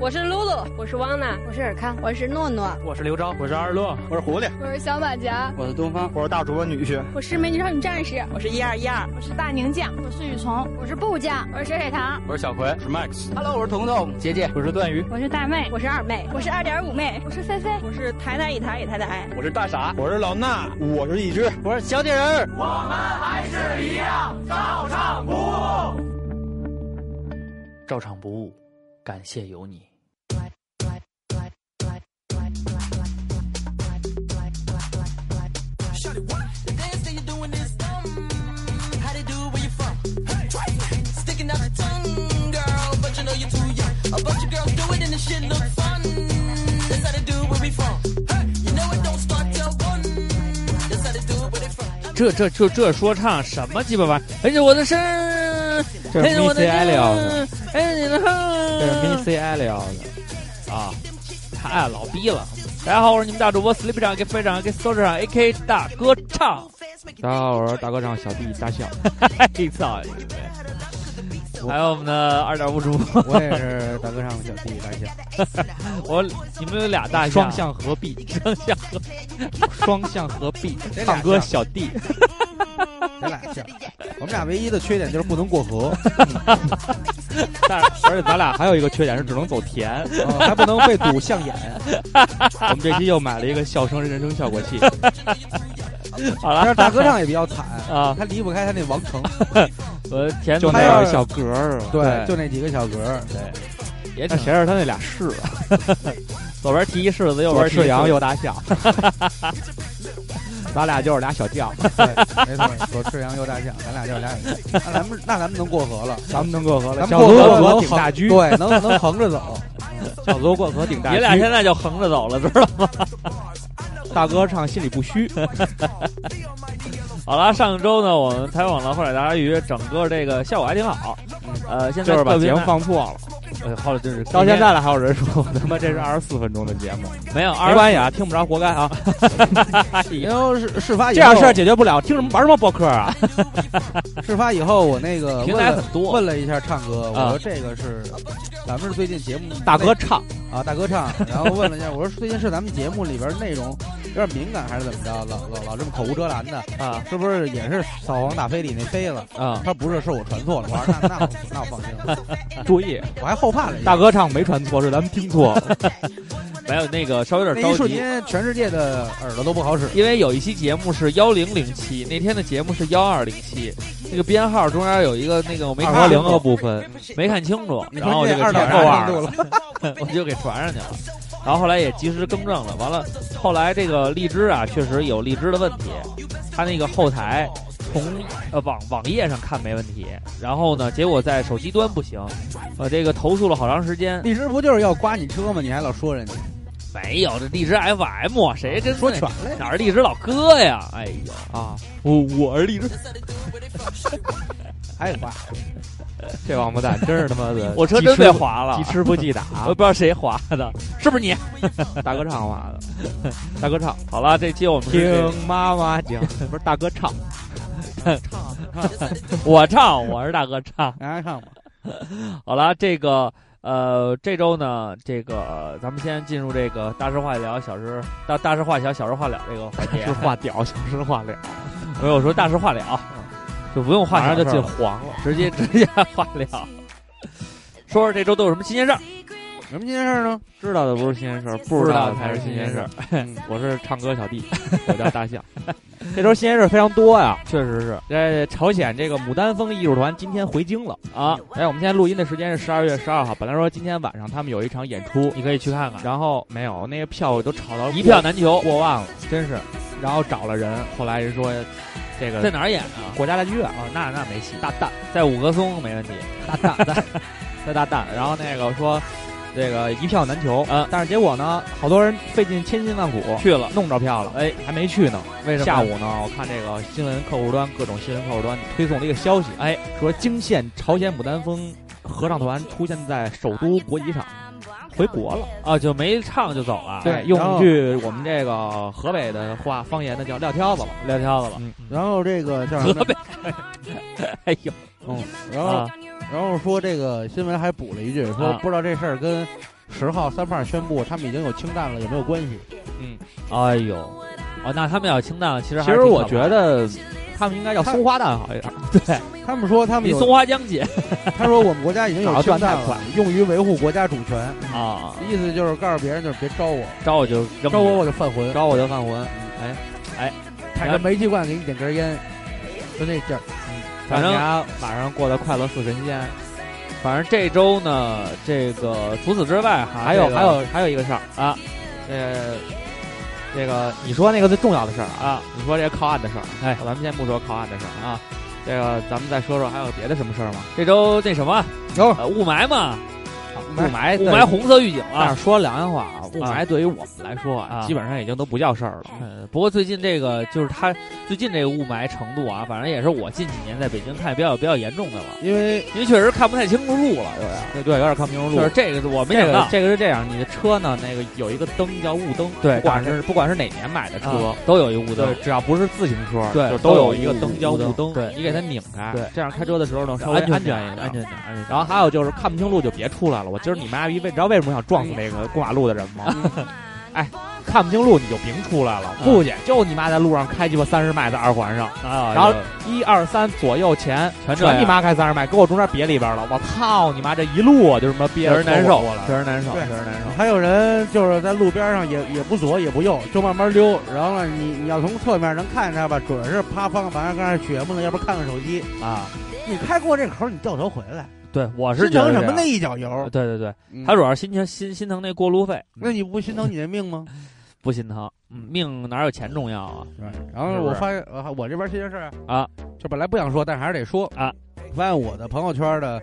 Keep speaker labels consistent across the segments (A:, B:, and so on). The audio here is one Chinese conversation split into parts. A: 我是露露，我是汪娜，
B: 我是尔康，
C: 我是诺诺，
D: 我是刘钊，
E: 我是二乐，
F: 我是狐狸，
G: 我是小马甲，
H: 我是东方，
I: 我是大主播女婿，
J: 我是美女少女战士，
K: 我是一二一二，
L: 我是大宁酱，
M: 我是雨虫，
N: 我是布酱，
O: 我是水水糖，
P: 我是小葵，
Q: 我是 Max。
R: Hello，我是彤彤，
S: 姐姐，
T: 我是段鱼，
K: 我是大妹，
F: 我是二妹，
E: 我是二点五妹，
H: 我是菲菲，
M: 我是台台以台以台台，
A: 我是大傻，
L: 我是老衲，
I: 我是一只，
S: 我是小铁人，
B: 我们还是一样照唱不误，
S: 照唱不误，感谢有你。
B: A bunch of girls do it and the shit look fun. That's how they do where we from. You know it don't start till one. That's how they do where they from.
Q: 这这就这说唱什么鸡巴玩意儿？哎呀，我的哎身，
C: 这是 Missy Elliott，
Q: 哎你的，
C: 这是 Missy Elliott
Q: 啊，太老逼了。大家好，我是你们大主播 Sleep 长给飞长给搜长 AK 大哥唱。
C: 大家好，我是大哥唱小弟大 笑。
Q: 这操你还有我们的二点五主播，
C: 我也是大哥上小弟大象，
Q: 我你们有俩大象，
C: 双向合璧，
Q: 双向合，
C: 双向合璧，
Q: 唱歌小弟，
C: 咱俩像，我们俩唯一的缺点就是不能过 河，
Q: 但是
C: 而且咱俩还有一个缺点是只能走田， 呃、还不能被堵象眼。 我们这期又买了一个笑声人声效果 器。
Q: 好了，
C: 但是大歌唱也比较惨
Q: 啊，
C: 他离不开他那王成，
Q: 我天，
C: 就那点小格儿，
Q: 对，
C: 就那几个小格儿，
Q: 对，也
C: 谁是他那俩啊柿
Q: 子， 左边提一柿子，右边
C: 是羊，右大象， 咱俩就是俩小将，
Q: 没
C: 错，左赤羊右大象，咱俩就是俩小将，那咱们那咱们能过河了，
Q: 咱们能过河了，
C: 小左
Q: 过河顶大狙，
C: 对，能能横着走，
Q: 小左过河顶大狙，
C: 你
Q: 俩现在就横着走了，知道 吗？
C: 大哥唱心里不虚。
Q: 好了，上周呢，我们采访了《后海大鲨鱼》，整个这个效果还挺好。呃，现在
C: 就是把节目放错了。
Q: 呃，后来就是
C: 到现在了，还有人说他妈这是二十四分钟的节目，
Q: 没有
C: 没关系啊，听不着活该啊。然后事事发
Q: 这样事儿解决不了，听什么玩什么播客 啊？
C: 事发以后，我那个
Q: 平台很多，啊
C: 问了一下唱哥，我说这个是咱们是最近节目
Q: 大哥唱
C: 啊，大哥唱，然后问了一下，我说最近是咱们节目里边内容有点敏感还是怎么着？老老老这么口无遮拦的
Q: 啊，
C: 是不是也是扫黄打非里那飞了
Q: 啊？
C: 他不是，是我传错了。我说那那我那我放心了，
Q: 注意，
C: 我还后怕了。
Q: 大哥唱没传错，是咱们听错了。 没有那个稍微有点着急，
C: 一瞬间全世界的耳朵都不好使。
Q: 因为有一期节目是幺零零七，那天的节目是幺二零七，那个编号中间有一个那个我没看
C: 零个部分
Q: 没看清楚，然后这个
C: 二
Q: 调
C: 够
Q: 二了， 我就给传上去了。然后后来也及时更正了，完了后来这个荔枝啊，确实有荔枝的问题，它那个后台。从呃网网页上看没问题，然后呢，结果在手机端不行，呃，这个投诉了好长时间。
C: 荔枝不就是要刮你车吗？你还老说人家？
Q: 没有，这荔枝 FM 谁跟
C: 说全了？
Q: 哪是荔枝老哥呀？哎呦
C: 啊，
Q: 我我是荔枝。
C: 哎哇，这王八蛋真是他妈的！
Q: 我车真被划了，
C: 记吃不记打，
Q: 我不知道谁划的，是不是你？
C: 大哥唱划的，大哥唱。
Q: 好了，这期我们
C: 听妈妈讲，不是大哥唱。
Q: 唱，我唱，我是大哥唱，
C: 大家唱吧。
Q: 好了，这个呃，这周呢，这个咱们先进入这个大事化了，小事大大事化小，小事化了这个环 节。
C: 是化屌，小事化了。
Q: 没有，我说大事化了，就不用化，
C: 马上就进黄了，
Q: 直接直接化了。说说这周都有什么新鲜事儿？
C: 什么新鲜事儿呢？
Q: 知道的不是新鲜事儿，
C: 不
Q: 知
C: 道
Q: 才是新鲜事儿。
C: 我是唱歌小 弟，我叫大象。
Q: 这周新鲜事非常多呀，
C: 确实是。
Q: 呃，朝鲜这个牡丹峰艺术团今天回京了
C: 啊！
Q: 哎，我们现在录音的时间是十二月十二号，本来说今天晚上他们有一场演出，
C: 你可以去看看。
Q: 然后没有，那个票都炒到
C: 一票难求，
Q: 过万了，真是。
C: 然后找了人，后来人说这个
Q: 在哪儿演啊？
C: 呃国家大剧院
Q: 啊，那那没戏。
C: 大蛋
Q: 在五棵松没问题，
C: 大蛋在大蛋。然后那个说。这个呃一票难求，
Q: 嗯，
C: 但是结果呢，好多人费尽千辛万苦
Q: 去了，
C: 弄着票了，
Q: 哎，
C: 还没去呢。
Q: 为什么？
C: 下午呢，我看这个新闻客户端，各种新闻客户端推送了一个消息，
Q: 哎，
C: 说惊现朝鲜牡丹峰合唱团出现在首都国际场，回国了
Q: 啊，就没唱就走了。哎
C: 对，用句我们这个河北的话方言的叫 撂挑子了，
Q: 嗯撂挑子了。
C: 然后这个叫
Q: 河北，哎呦，
C: 嗯，然后。然后说这个新闻还补了一句，说
Q: 啊
C: 不知道这事儿跟十号三胖宣布他们已经有氢弹了有没有关系？
Q: 哎呦，哦，那他们要清淡了，其实
L: 其
Q: 还是
L: 实
Q: 挺
L: 我
Q: 可怕
L: 觉
Q: 的
L: 得他们应该要松花
C: 哎
L: 蛋好一点，
C: 他们说他们
Q: 比
C: 有
Q: 松花江姐
C: 他说我们国家已经有
L: 搞得
C: 氢
L: 断
C: 弹
L: 太
C: 了，用于维护国家主权。
Q: 啊，
C: 意思就是告诉别人，就是别招我，
Q: 招我就扔
C: 招
Q: 你
C: 我我就犯浑。
L: 招我就犯浑。
Q: 嗯
L: 哎，
C: 踩哎个煤气罐给你点根烟，就那劲儿。
Q: 反正
L: 大家马上过得快乐似神仙。
Q: 反正这周呢，这个除此之外哈
L: 还有
Q: 这个
L: 还有还有一个事儿
Q: 啊，
L: 呃，这个你说那个最重要的事儿啊，
Q: 啊，
L: 你说这个靠岸的事儿，
Q: 哎
L: 咱们先不说靠岸的事儿啊，这个咱们再说说还有别的什么事儿吗？哦
Q: 这周那什么，
C: 有
Q: 呃雾霾嘛，
L: 雾霾
Q: 雾
L: 对
Q: 霾哎红色预警
L: 但
Q: 啊。
L: 是说良心话啊，雾
Q: 啊
L: 霾对于我们来说
Q: 啊
L: 基本上已经都不叫事儿了。
Q: 呃不过最近这个就是它最近这个雾霾程度啊，反正也是我近几年在北京看比较比较严重的了，
C: 因为
Q: 因为确实看不太清楚路了，有点儿。
L: 对对，有点看不清
Q: 就
L: 路
Q: 是。这个是我没
L: 这
Q: 想
L: 个
Q: 到，
L: 这个是这样，你的车呢，那个有一个灯叫雾灯，
Q: 对
L: 不管
Q: 打
L: 是不管是哪年买的车
Q: 啊，都有一雾
L: 对
Q: 灯，，
L: 只要不是自行车，
Q: 对
L: 就
Q: 都
L: 都有
Q: 有
L: 一个
Q: 雾
L: 灯叫
Q: 雾
L: 雾
Q: 灯
L: 灯，
Q: 对
L: 你给它拧开，
Q: 对
L: 这样开车的时候能稍微
Q: 安
L: 安全
Q: 点
L: 一点，
Q: 安全。点，
C: 啊
Q: 安全点。
L: 然后还有就是看不清路就别出来了。我今儿你妈逼，为你知道为什么想撞死那个过马路的人吗？ 哎，看不清路你就别出来了，
Q: 嗯
L: 不去，就你妈在路上开鸡巴三十迈在二环上，
C: 哎
Q: 啊，
L: 然后一二三左右前
Q: 全这
L: 全
Q: 样
L: 你妈开三十迈，给我中间别里边了，我操你妈这一路
Q: 啊
L: 我就他妈憋
Q: 确
L: 着
Q: 实难受
L: 过来，
Q: 确实难受，
C: 对
Q: 确实难受。
C: 还有人就是在路边上也也不左也不右，就慢慢溜。然后呢，你你要从侧面能看见他吧，准是啪方向盘上跟那撅木呢，要不然看看手机。
Q: 啊，
C: 你开过这口，你掉头回来，
Q: 对，我是
C: 心
Q: 觉得
C: 疼什
Q: 这
C: 么
Q: 样
C: 那？一脚油？
Q: 对对对，
C: 嗯
Q: 他主要是心疼心心疼那过路费，
C: 那你不心疼你的命吗？
Q: 不心疼，嗯命哪有钱重要啊？
C: 是吧然后我发现呃我这边这件事儿
Q: 啊，
C: 就本来不想说，但是还是得说
Q: 啊。
C: 发现我的朋友圈的，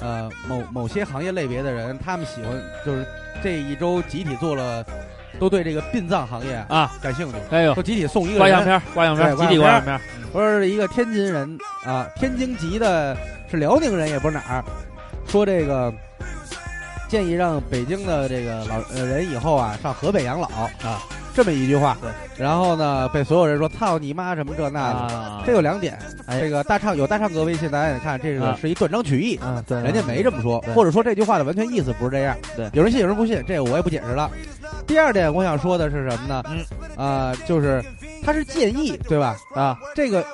C: 呃，某某些行业类别的人，他们喜欢就是这一周集体做了，都对这个殡葬行业
Q: 啊，
C: 感兴趣，
Q: 哎呦，
C: 说集体送一个
Q: 挂相
C: 人，
Q: 片，挂相片，
C: 对
Q: 集体挂
C: 挂
Q: 相片，
C: 说是一个天津人啊，天津籍的，是辽宁人也不是哪儿，说这个。建议让北京的这个老呃人以后啊上河北养老
Q: 啊，
C: 这么一句话。
Q: 对，
C: 然后呢被所有人说操你妈什么这那的，
Q: 啊
C: 这有两点，
Q: 哎
C: 这个大唱有大唱歌微信，大家也看，这个
Q: 啊
C: 是一断章取义，
Q: 啊，对，
C: 人家没这么说
Q: 对，
C: 或者说这句话的完全意思不是这样。
Q: 对
C: 有人信，有人不信，这个我也不解释了。第二点，我想说的是什么呢？
Q: 嗯，
C: 啊，就是他是建议，对吧？
Q: 啊，
C: 这个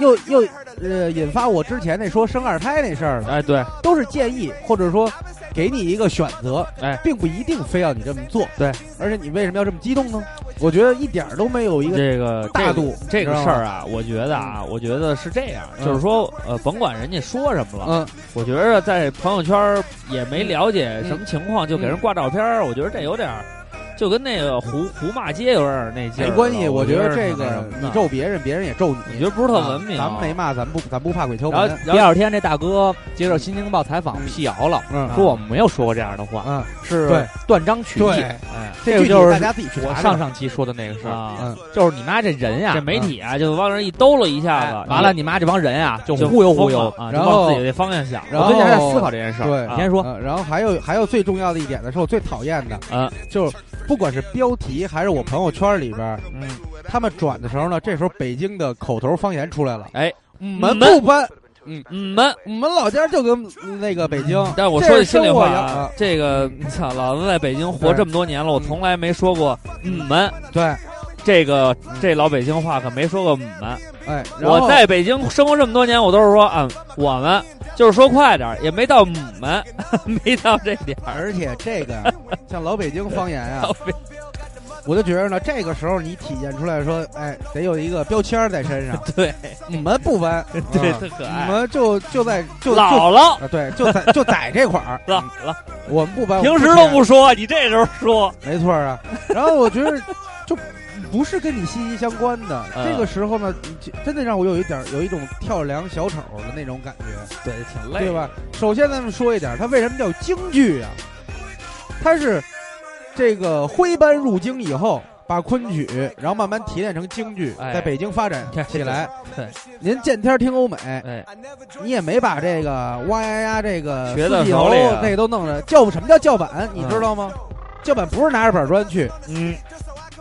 C: 又又呃引发我之前那说生二胎那事儿了，
Q: 哎，对，
C: 都是建议，或者说给你一个选择，
Q: 哎，
C: 并不一定非要你这么做。
Q: 对，
C: 而且你为什么要这么激动呢？我觉得一点儿都没有一个
Q: 这个
C: 大度，
Q: 这
C: 你
Q: 个
C: 知道
Q: 事
C: 吗
Q: 儿啊，我觉得啊，我觉得是这样，
C: 嗯
Q: 就是说，呃，甭管人家说什么了，
C: 嗯，
Q: 我觉着在朋友圈儿也没了解什么情况，就给人挂照片
C: 嗯
Q: 儿，我觉得这有点儿，就跟那个胡胡骂街有点儿那劲儿
C: 没
Q: 了
C: 关系，
Q: 我
C: 觉
Q: 觉
C: 得
Q: 是
C: 这
Q: 那什
C: 个
Q: 么的
C: 你咒别人，别人也咒你，
Q: 你觉得不是特文明啊
C: 咱们没骂，咱不咱不怕鬼敲
L: 然后
C: 门。
L: 第二天这大哥接受《新京报》采访辟谣了，
C: 嗯
L: 说我没有说过这样的话，
Q: 啊
C: 嗯，
L: 是
C: 对
L: 断章取义。
C: 对，
Q: 哎
L: 这个
C: 具体
L: 就是
C: 大家自己去
L: 我
C: 查
L: 上
C: 查。
L: 上期说的那个事儿，
Q: 啊，
C: 嗯，
L: 就是你妈这人呀
Q: 这，媒体啊就往那儿一兜了一下子，
L: 完了你妈这帮人啊，就
Q: 就
L: 忽悠忽悠
Q: 疯了。啊，
C: 然
Q: 就往
C: 后
Q: 自己的方向想，
C: 然
L: 我最近还在
C: 后
L: 思考这件事儿，
C: 对
L: 啊你先说。
C: 呃然后还有还有最重要的一点呢，是我最讨厌的，
Q: 嗯，
C: 就是不管是标题还是我朋友圈里边，
Q: 嗯，
C: 他们转的时候呢，这时候北京的口头方言出来了，
Q: 哎，
C: 我们
Q: 们
C: 不搬，
Q: 嗯们。
C: 我们老家就跟嗯那个北京，
Q: 但是我
C: 这
Q: 说句
C: 是
Q: 心里
C: 生活
Q: 话
C: 呀
Q: 啊
C: 啊，
Q: 这个操，老子在北京活
C: 对
Q: 这么多年了，我从来没说过嗯们，
C: 对，
Q: 这个这老北京话可没说过嗯们。
C: 哎，然后
Q: 我在北京生活这么多年，我都是说啊，我们就是说快点儿，也没到母们， 没到这点儿。
C: 而且这个像老北京方言 啊，我就觉着呢，这个时候你体现出来说，哎，得有一个标签儿在身上，
Q: 对
C: 你们不弯，
Q: 对，哎
C: 嗯
Q: 特可
C: 你
Q: 爱。
C: 们就就在就就
Q: 姥姥，
C: 啊，对，就在就在这块儿，嗯
Q: 姥姥，
C: 我们不弯，
Q: 平时都不说，你这时候说，
C: 不，没错儿啊。然后我觉得就不是跟你息息相关的，
Q: 嗯
C: 这个时候呢，你真的让我有一点儿有一种跳梁小丑的那种感觉。
Q: 对，挺
C: 对吧？首先咱们说一点，它为什么叫京剧啊？它是这个徽班入京以后，把昆曲，然后慢慢提炼成京剧，
Q: 哎
C: 在北京发展起来。
Q: 对
C: 您见天儿听欧美，
Q: 哎，
C: 你也没把这个哇呀呀这个
Q: 学到
C: 四季
Q: 手
C: 头
Q: 里了
C: 那都弄了。叫什么叫叫板？你
Q: 嗯
C: 知道吗？叫板不是拿着板砖去，
Q: 嗯，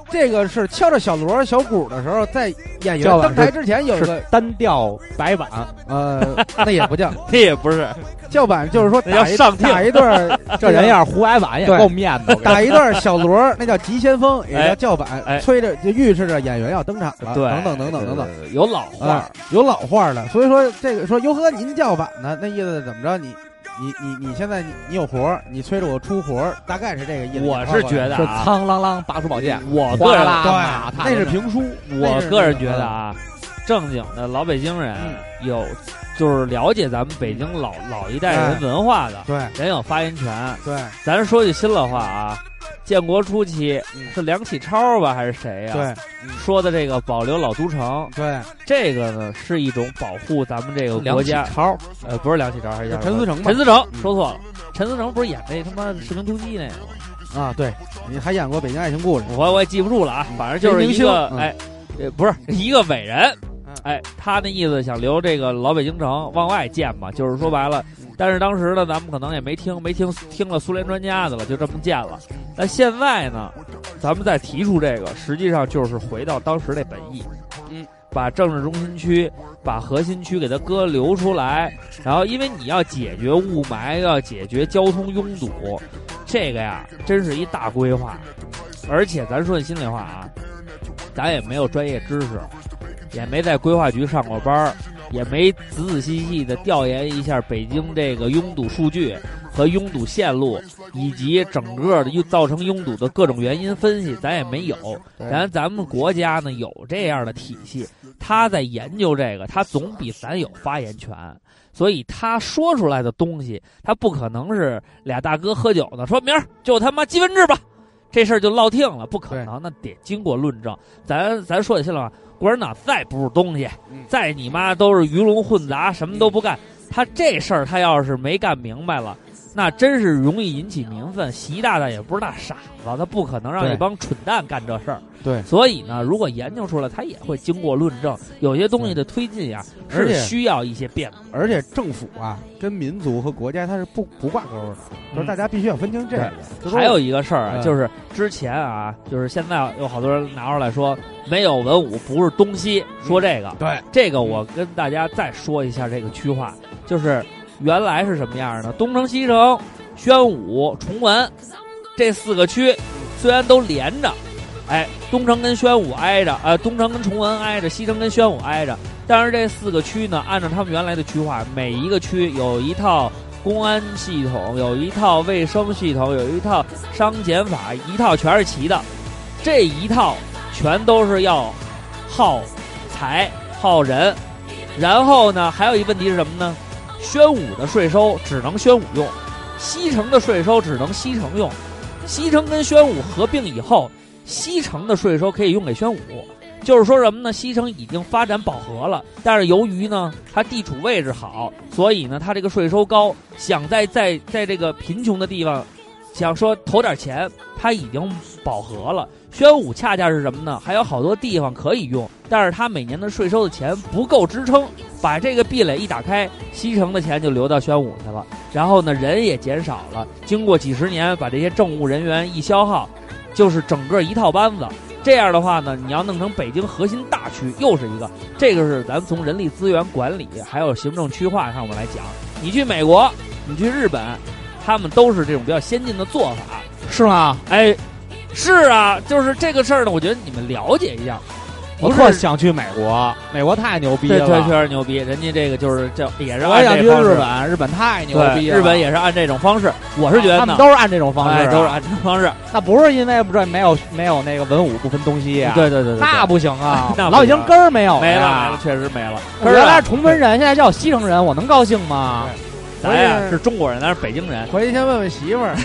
C: 这个是敲着小锣小鼓的时候，在演员
L: 叫
C: 登台之前有一
L: 是
C: 个
L: 单调白板，
C: 呃，那也不叫
Q: 这也不是，
C: 叫板，就是说
Q: 那
C: 打
Q: 叫
C: 一
Q: 上
C: 打
Q: 听。
C: 一 段，
L: 这人要是胡挨板也
C: 对
L: 够面子。我跟你说
C: 打一段小锣，那叫急先锋，也叫叫板，
Q: 哎
C: 催着就预示着演员要登场了，
Q: 对，
C: 等等等等等等。
Q: 等，呃有老话
C: 啊，有老话的，所以说这个说哟呵，您叫板呢，那意思怎么着？你你你你现在你你有活儿，你催着我出活儿，大概是这个意思。
Q: 我是觉得
L: 是
Q: 啊，
L: 苍啷啷拔出宝
C: 哎
L: 剑，
Q: 我
L: 哗
Q: 个人
L: 啦啦
C: 对，
L: 马
C: 那
L: 踏
C: 是
L: 着
C: 评书，
Q: 我
C: 那是嗯
Q: 个人觉得啊，正经的老北京人有就是了解咱们北京老
C: 哎
Q: 老一代人文化的
C: 嗯对
Q: 人有发言权。
C: 对
Q: 咱说句心里话啊，建国初期
C: 嗯
Q: 是梁启超吧还是哎谁呀？啊
C: 对
Q: 说的这个保留老都城，
C: 对，
Q: 这个呢是一种保护咱们这个
L: 梁
Q: 国
L: 启
Q: 家。
L: 超，
Q: 呃，不是梁启超，还是叫
C: 就
Q: 什
C: 陈
Q: 么
C: 思诚吧
Q: 陈思诚
C: 嗯
Q: 说错了，陈思诚不是演那他妈《士兵突击》那个吗？
C: 啊对，你还演过《北京爱情故事》
Q: 我我也记不住了啊，反正就是一
C: 明星
Q: 个
C: 嗯
Q: 哎，呃不是一个伟人
C: 嗯，
Q: 哎，他那意思想留这个老北京城往外建嘛，就是说白了。
C: 嗯
Q: 但是当时呢，咱们可能也没听，没听听了苏联专家的了，就这么建了。
C: 嗯
Q: 那现在呢，咱们再提出这个，实际上就是回到当时那本意，
C: 嗯，
Q: 把政治中心区、把核心区给它割留出来，然后因为你要解决雾霾，要解决交通拥堵，这个呀，真是一大规划。而且咱说句心里话啊，咱也没有专业知识，也没在规划局上过班儿，也没仔仔细细的调研一下北京这个拥堵数据和拥堵线路，以及整个的又造成拥堵的各种原因分析，咱也没有。
C: 对
Q: 咱咱们国家呢有这样的体系，他在研究这个，他总比咱有发言权。所以他说出来的东西，他不可能是俩大哥喝酒呢，说明儿就他妈鸡分制吧，这事儿就落定了，不可能，那得经过论证。咱咱说起心里话，共产党再不是东西
C: 嗯，
Q: 再你妈都是鱼龙混杂，什么都不干，他这事儿他要是没干明白了。那真是容易引起民愤。习大大也不是大傻子，他不可能让
C: 对
Q: 一帮蠢蛋干这事儿。
C: 对
Q: 所以呢，如果研究出来，他也会经过论证。有些东西的推进呀，
C: 对而
Q: 是
C: 且
Q: 需要一些变革。
C: 而且政府啊跟民族和国家它是不不挂钩的，就是大家必须要分清这个。就说
Q: 还有一个事儿啊，
C: 嗯
Q: 就是之前啊，就是现在有好多人拿出来说没有文武不是东西，说这个，
C: 嗯对
Q: 这个我跟大家再说一下这个区划，就是原来是什么样的？东城、西城、宣武、崇文这四个区虽然都连着，哎，东城跟宣武挨着，呃，东城跟崇文挨着，西城跟宣武挨着，但是这四个区呢，按照他们原来的区划，每一个区有一套。公安系统有一套卫生系统，有一套商检法，一套全是齐的，这一套全都是要耗财耗人。然后呢，还有一问题是什么呢？宣武的税收只能宣武用，西城的税收只能西城用。西城跟宣武合并以后，西城的税收可以用给宣武。就是说什么呢？西城已经发展饱和了，但是由于呢它地处位置好，所以呢它这个税收高，想在在在这个贫穷的地方，想说投点钱，它已经饱和了。宣武恰恰是什么呢？还有好多地方可以用，但是它每年的税收的钱不够支撑，把这个壁垒一打开，西城的钱就流到宣武去了。然后呢，人也减少了。经过几十年，把这些政务人员一消耗，就是整个一套班子。这样的话呢，你要弄成北京核心大区，又是一个。这个是咱从人力资源管理还有行政区划上我们来讲。你去美国，你去日本，他们都是这种比较先进的做法。
L: 是吗？
Q: 哎，是啊，就是这个事儿呢，我觉得你们了解一下。
L: 我
Q: 不
L: 特
Q: 是，
L: 想去美国，美国太牛逼
Q: 对
L: 了。
Q: 对，确实牛逼。人家这个就是这也是
L: 我
Q: 按
L: 想去
Q: 这方式
L: 日，本，日本太牛
Q: 对，
L: 逼了。
Q: 日本也是按这种方式。我是觉得
L: 啊他
Q: 呢
L: 们，都是按这种方式
Q: 哎
L: 啊，
Q: 都是按这种方式。
L: 那不是因为不这没有没有那个文武不分东西啊？，
Q: 对对对对，
L: 那不行啊
Q: ，那不行
L: 老北京根儿没有
Q: 没了没了
L: 呀。，
Q: 确实没了。
L: 我原来是崇文人，现在叫西城人，我能高兴吗？
Q: 咱呀是中国人，咱是北京人，
C: 回去先问问媳妇儿，啊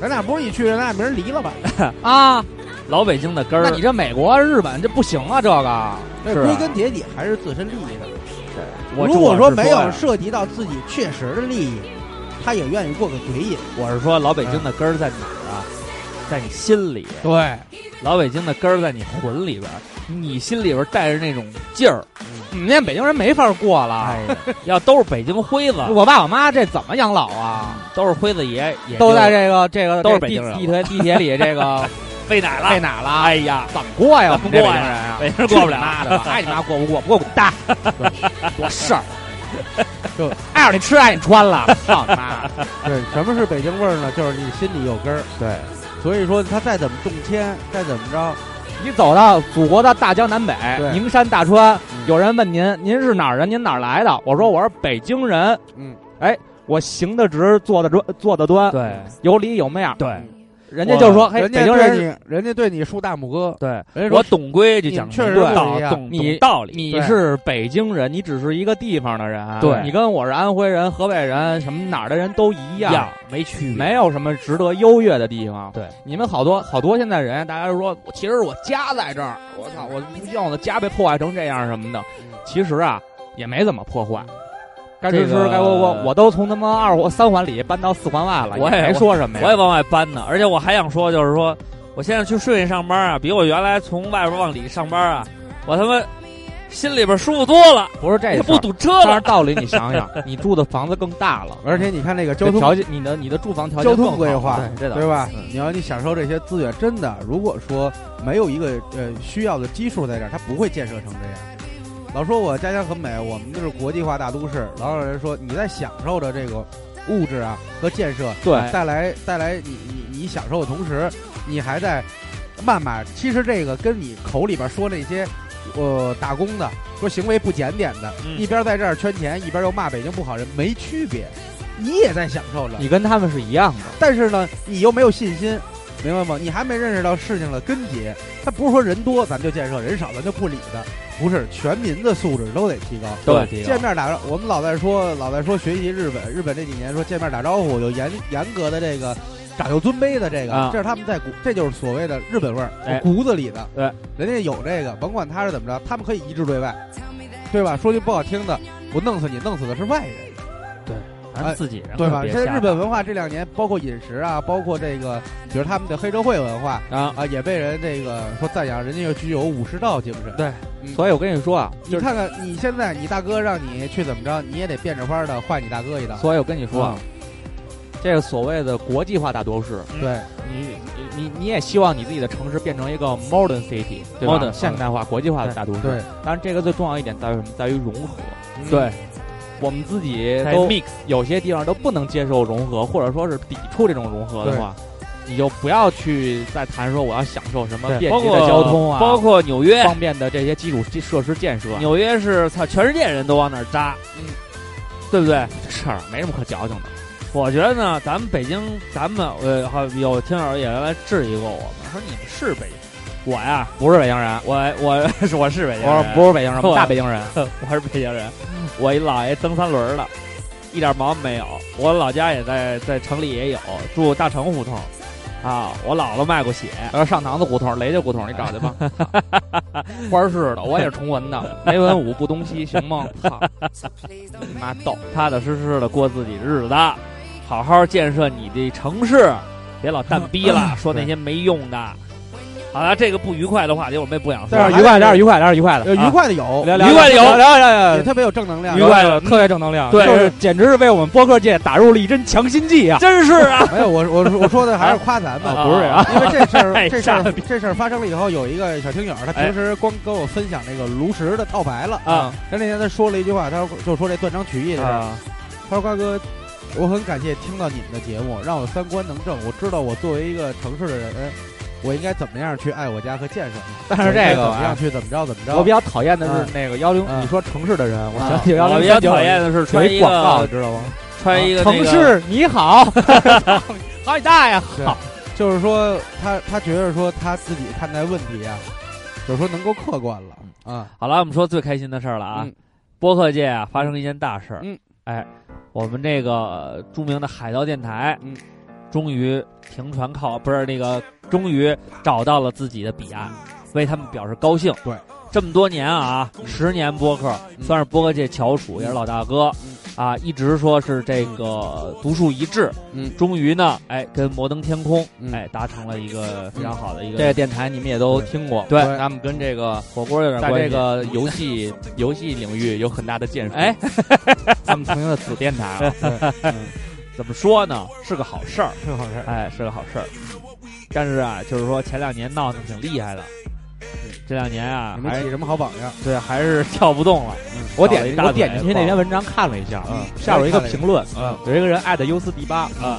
C: 咱俩不是一去，咱俩明儿离了吧？
L: 啊，
Q: 老北京的根
L: 那
Q: 儿
L: 你。这美国、日本这不行啊，这个
C: 对，
Q: 是啊
C: 归根结底还是自身利益上。
Q: 我
C: 如果
Q: 说
C: 没
Q: 呀
C: 有涉及到自己确实的利益，他也愿意过个嘴瘾。
Q: 我是说老北京的根儿在哪儿啊？在你心里，
L: 对，
Q: 老北京的根儿在你魂里边儿，你心里边儿带着那种劲儿。
L: 你们那北京人没法过了。
Q: 哎，要都是北京灰子，
L: 我爸我妈这怎么养老啊？
Q: 都是灰子爷，也
L: 都
Q: 就
L: 在这个这个
Q: 都是
L: 这
Q: 北京人
L: 地地铁地铁里这个
Q: 喂奶了，
N: 被奶了，
Q: 哎呀，
N: 怎么过呀？我
Q: 怎
N: 们
Q: 么
N: 这北
Q: 过
N: 京
Q: 呀
N: 人啊，
Q: 北京人过不了
N: 去你
Q: 哎
N: 妈的吧，爱你妈过不过，不过滚蛋， 多事 儿，就爱让你吃爱你穿了，操你妈！
C: 对，什么是北京味儿呢？就是你心里有根儿。
N: 对，
C: 所以说他再怎么动迁，再怎么着，
N: 你走到祖国的大江南北
C: 对，
N: 名山大川
C: 嗯，
N: 有人问您您是哪儿人，您哪儿来的？我说我是北京人，
C: 嗯，
N: 我行得直，坐得端，坐得端，
Q: 对
N: 有里有面儿。
Q: 对
N: 人家就说，嘿，
C: 人
N: 北
C: 家
N: 京
C: 对
N: 人，
C: 你，人家对你竖大拇哥，
Q: 对，
C: 人家说
Q: 我懂规矩，
C: 你
Q: 讲
C: 确实
N: 不
Q: 道
C: 一样
Q: 懂
N: 你
Q: 懂道理，
N: 你
C: 对
N: 是北京人，你只是一个地方的人，
Q: 对
N: 你跟我是安徽人、河北人，什么哪儿的人都一
Q: 一
N: 样
Q: 样。啊没区别，
N: 没有什么值得优越的地方。
Q: 对，
N: 你们好多好多现在人，大家都说，其实我家在这儿，我操，我不希望我的家被破坏成这样什么的。其实啊，也没怎么破坏，该吃吃
Q: 这个，
N: 该喝喝，我都从他妈二环三环里搬到四环外了，
Q: 我也
N: 没说什么呀。
Q: 我也往外搬呢，而且我还想说，就是说，我现在去顺义上班啊，比我原来从外边往里上班啊，我他妈心里边舒服多了，
N: 哎不是这
Q: 也
N: 事
Q: 不
N: 儿，
Q: 堵车
N: 但是
Q: 了。
N: 道理你想 想，你住的房子更大了，
C: 而且你看那个交
N: 这
C: 通
N: 条件，你的你的住房条件
C: 交通
N: 更好
C: 规划
N: 对这倒是
C: 对吧？你要你享受这些资源，真的，如果说没有一个呃需要的基数在这儿，它不会建设成这样。老说我家乡很美，我们就是国际化大都市。老有人说你在享受着这个物质啊和建设
Q: 哎
N: 对
C: 带来带来你你你享受的同时，你还在谩骂。其实这个跟你口里边说那些呃打工的说行为不检点的，
Q: 嗯
C: 一边在这儿圈钱，一边又骂北京不好人，没区别。你也在享受着，
N: 你跟他们是一样的。
C: 但是呢，你又没有信心，明白吗？你还没认识到事情的根结。他不是说人多咱就建设，人少咱就不理他，不是全民的素质都得提高。
Q: 都得提高
C: 见面打招呼，我们老在说，老在说学习日本，日本这几年说见面打招呼有严严格的这个长幼尊卑的这个，
Q: 啊
C: 这是他们在骨，这就是所谓的日本味儿，
Q: 哎
C: 骨子里的。
Q: 对，
C: 人家有这个，甭管他是怎么着，他们可以一致对外，对吧？说句不好听的，我弄死你，弄死的是外人。
N: 哎
Q: 咱自己人
C: 对
Q: 可
C: 吧？
Q: 别
C: 现在
Q: 瞎
C: 日本文化这两年，包括饮食啊，包括这个，比如他们的黑社会文化
Q: 啊，
C: 啊，也被人这个说赞扬，人家又具有武士道精神。
Q: 对
N: 所以我跟你说啊，
C: 你看看你现在，你大哥让你去怎么着，你也得变着法儿的坏你大哥一道。
N: 所以我跟你说啊，这个所谓的国际化大都市，
Q: 嗯
C: 对，
Q: 啊
N: 你你你也希望你自己的城市变成一个 modern city，对吧
Q: Modern，嗯
N: 现代化、国际化的大都市。
C: 对，
N: 当然这个最重要一点在于什么？在于融合。
Q: 对，
N: 我们自己
Q: 太
N: 都
Q: mix
N: 有些地方都不能接受融合，或者说是抵触这种融合的话，你就不要去再谈说我要享受什么便
Q: 包
N: 捷
Q: 括
N: 的交通啊，
Q: 包括纽约，
N: 方便的这些基础设施建设。啊
Q: 纽约是操，全世界人都往那儿扎，
N: 嗯，
Q: 对不对？
N: 这事儿没什么可矫情的。
Q: 我觉得呢，咱们北京，咱们呃，好有听友也来质疑过我们，说你们是北京，我呀，
N: 不是北京人，
Q: 我我 是我哎是北京人，
N: 我不是北京人，我
Q: 我
N: 们大北京人。
Q: 我是北京人，我一姥爷蹬三轮儿的，一点毛病没有。我老家也在在城里也有，住大成胡同，啊，我姥姥卖过血，
N: 呃，上膛子胡同、雷家胡同，你找去吧。 花市的，我也是崇文的，梅文武不东西，行 吗？操，妈逗！
Q: 踏踏实实的过自己日子，好好建设你的城市，别老蛋逼
N: 嗯
Q: 了，说那些没用的。好了，这个不愉快的话题我们也不想说
C: 但
N: 聊
Q: 了，
C: 是
N: 点愉快，聊点愉快，聊点愉快的，
C: 呃愉快的有，
N: 聊
Q: 聊愉快的有
N: 聊聊聊
C: 也
N: 聊
C: 特别有正能量。
Q: 愉快的
N: 特别正能量，
Q: 对
N: 就是简直是为我们播客界打入了一针强心剂啊！
Q: 真是啊，
C: 没有，我我我说的还是夸咱们，
Q: 啊不是啊
C: 因为这事
Q: 哎
C: 儿这事
Q: 傻哎
C: 儿这事儿发生了以后，有一个小听友，他平时光跟我分享那个炉石的套牌了
Q: 啊。
C: 他那天他说了一句话，他说就说这断章取义的事儿。
Q: 啊，
C: 他说：“瓜哥，我很感谢听到你们的节目，让我三观能正。我知道我作为一个城市的人，我应该怎么样去爱我家和建设。
N: 但
C: 但
N: 是这个
C: 怎么样
N: 吧，
C: 去怎么着怎么着？
N: 我比较讨厌的是那个幺零，
C: 嗯
N: 你说城市的人，我
C: 啊
N: 想起幺
Q: 我
N: 零
Q: 比较讨厌的是
N: 有
Q: 穿
N: 一
Q: 一
N: 广告，
Q: 个
N: 你知道吗？
Q: 穿一个那
N: 城
Q: 个
N: 市你 好，好你大爷好！
C: 就是说他他觉得说他自己看待问题啊，就是说能够客观了
N: 嗯
C: 啊。
Q: 好了，我们说最开心的事儿了啊
C: 嗯！
Q: 播客界啊发生了一件大事儿，
C: 嗯，
Q: 哎，我们这个呃著名的海盗电台，
C: 嗯，
Q: 终于停船靠不是那个，终于找到了自己的彼岸，为他们表示高兴。
C: 对，
Q: 这么多年啊，十年播客
C: 嗯
Q: 算是播客界翘楚，也是老大哥
C: 嗯，
Q: 啊，一直说是这个独树一帜，
C: 嗯
Q: 终于呢，哎，跟摩登天空，
C: 嗯
Q: 哎，达成了一个非常好的一
N: 这
Q: 个
N: 个电台你们也都听过，
Q: 对
N: 他们跟这个
Q: 火锅，有点
N: 在
Q: 关
N: 这
Q: 系。
N: 个游戏游戏领域有很大的建树。
Q: 哎，
N: 他们曾经的子电 台啊，
Q: 怎么说呢？是个好事儿，
C: 是好事。
Q: 哎，是个好事儿。但是啊，就是说前两年闹得挺厉害的，这两年啊
C: 你，们嗯
Q: 还
C: 起什么好榜样？
Q: 对还是跳不动了。
N: 我
Q: 搞了
N: 点
Q: 一
N: 进
Q: 大
N: 我点进去
Q: 嘴巴
N: 那篇文章看了一下，
C: 嗯
N: 下边有一个评论，
C: 嗯
N: 有一个人艾特优斯迪巴，啊
Q: 嗯，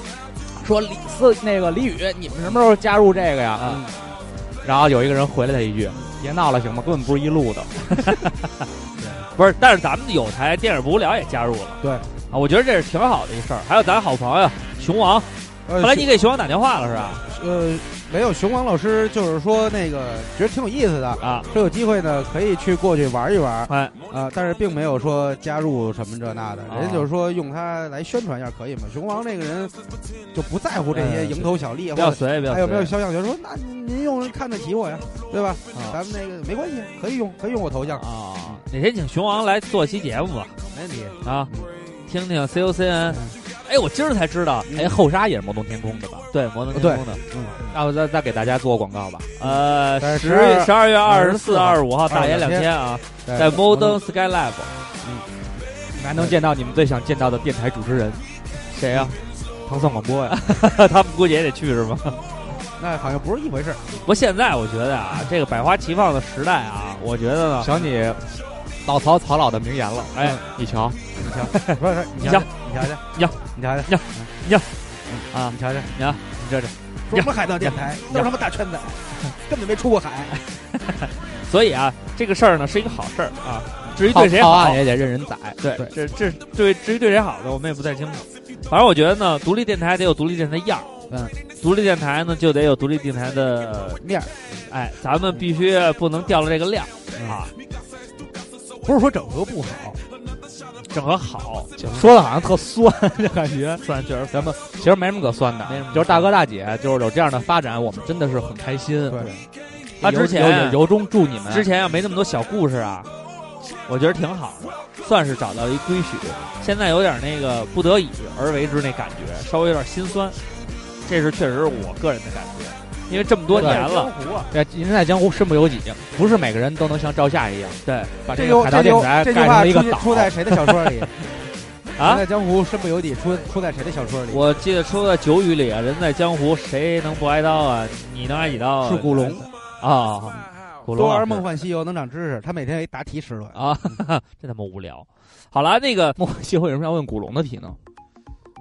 N: 说李四那个李宇，你们什么时候加入这个呀？
Q: 嗯
N: 然后有一个人回了他一句：“别闹了，行吗？根本不是一路的。
Q: 不是，但是咱们有台电影不无聊也加入了。
C: 对
Q: 啊，我觉得这是挺好的一事儿。还有咱好朋友熊王，
C: 后
Q: 后来你给熊王打电话了是吧？
C: 呃，没有熊王老师，就是说那个觉得挺有意思的，
Q: 啊，
C: 说有机会呢可以去过去玩一玩，
Q: 哎，啊
C: 啊，但是并没有说加入什么这那的，人家就是说用它来宣传一下可以吗？熊王这个人就不在乎这些蝇头小利，
Q: 哎
C: 啊
Q: 不
C: 或
Q: 要
C: 者
Q: 随，不要
C: 还有没有
Q: 随。
C: 肖像权说，那您用看得起我呀，对吧？
Q: 啊
C: 咱们那个没关系，可以用，可以用我头像，
Q: 啊，哪天请熊王来做期节目吧？
C: 没问题。
Q: 啊，听听 COCN。哎，我今儿才知道”，
N: 哎，后沙也是摩登天空的吧？
Q: 对，摩登
C: 对
Q: 天空的。
C: 嗯
N: 那我再再给大家做个广告吧。
Q: 呃，
C: 在
Q: 十月十二月二十四、
C: 24
Q: 二十五号大连
C: 两
Q: 两
C: 天
Q: 天啊，在
C: 嗯
Q: Modern Sky Lab。
N: 你还能见到你们最想见到的电台主持人，
Q: 谁呀？
N: 唐宋广播呀。
Q: 他们估计也得去是吗？
C: 那好像不是一回事儿。
Q: 不过现在我觉得啊，这个百花齐放的时代啊，我觉得呢，
N: 想你老曹曹老的名言了。嗯
Q: 哎，
N: 你瞧，
C: 不是，你瞧瞧，你瞧瞧，
Q: 呀
C: 你瞧瞧，
Q: 呀呀
C: 啊，你瞧瞧，
Q: 呀你这这
C: 说什么海盗电台，弄什么大圈子，根本没出过海。
Q: 所以啊，这个事儿呢是一个好事儿啊。至于
N: 对
Q: 对谁
N: 谁
Q: 好，啊
N: 也得任人宰。
Q: 对
C: 对，
Q: 这这对至于对谁好呢，我们也不太清楚。反正我觉得呢，独立电台得有独立电台样儿，
C: 嗯，
Q: 独立电台呢就得有独立电台的
C: 面儿，
Q: 哎，咱们必须不能掉了这个量啊，
C: 不是说整合不好，
Q: 整合好，
N: 说的好像特酸的感觉，
Q: 算确实
N: 咱们其实没什么可酸的，
Q: 没什么
N: 就是大哥大姐，就是有这样的发展，我们真的是很开心。
C: 对，
Q: 啊
N: 由
Q: 之前
N: 由由衷祝你们
Q: 之前要没那么多小故事啊，我觉得挺好的，算是找到一归属。现在有点那个不得已而为之那感觉，稍微有点心酸，这是确实是我个人的感觉，因为这么多年了，
C: 啊
N: 对哎人在江湖身不由己，不是每个人都能像赵夏一样，
Q: 对
N: 把
C: 这
N: 个
C: 有
N: 海盗
C: 这
N: 电
C: 有
N: 台
C: 这句
N: 盖成
C: 话
N: 了一
C: 出
N: 个
C: 现
N: 岛。
C: 出在谁的小说里？人
Q: 啊，
C: 在 江湖身不由己，出出在谁的小说里？
Q: 我记得说的九语里啊，人在江湖，谁能不挨刀啊？你能挨几刀、啊？
C: 是古龙
Q: 啊，古龙
C: 多
Q: 老
C: 玩
Q: 师
C: 梦幻西游能长知识，他每天有一答题十轮。
Q: 啊，这他妈无聊。好了，那个
N: 莫西会为什么要问古龙的题呢？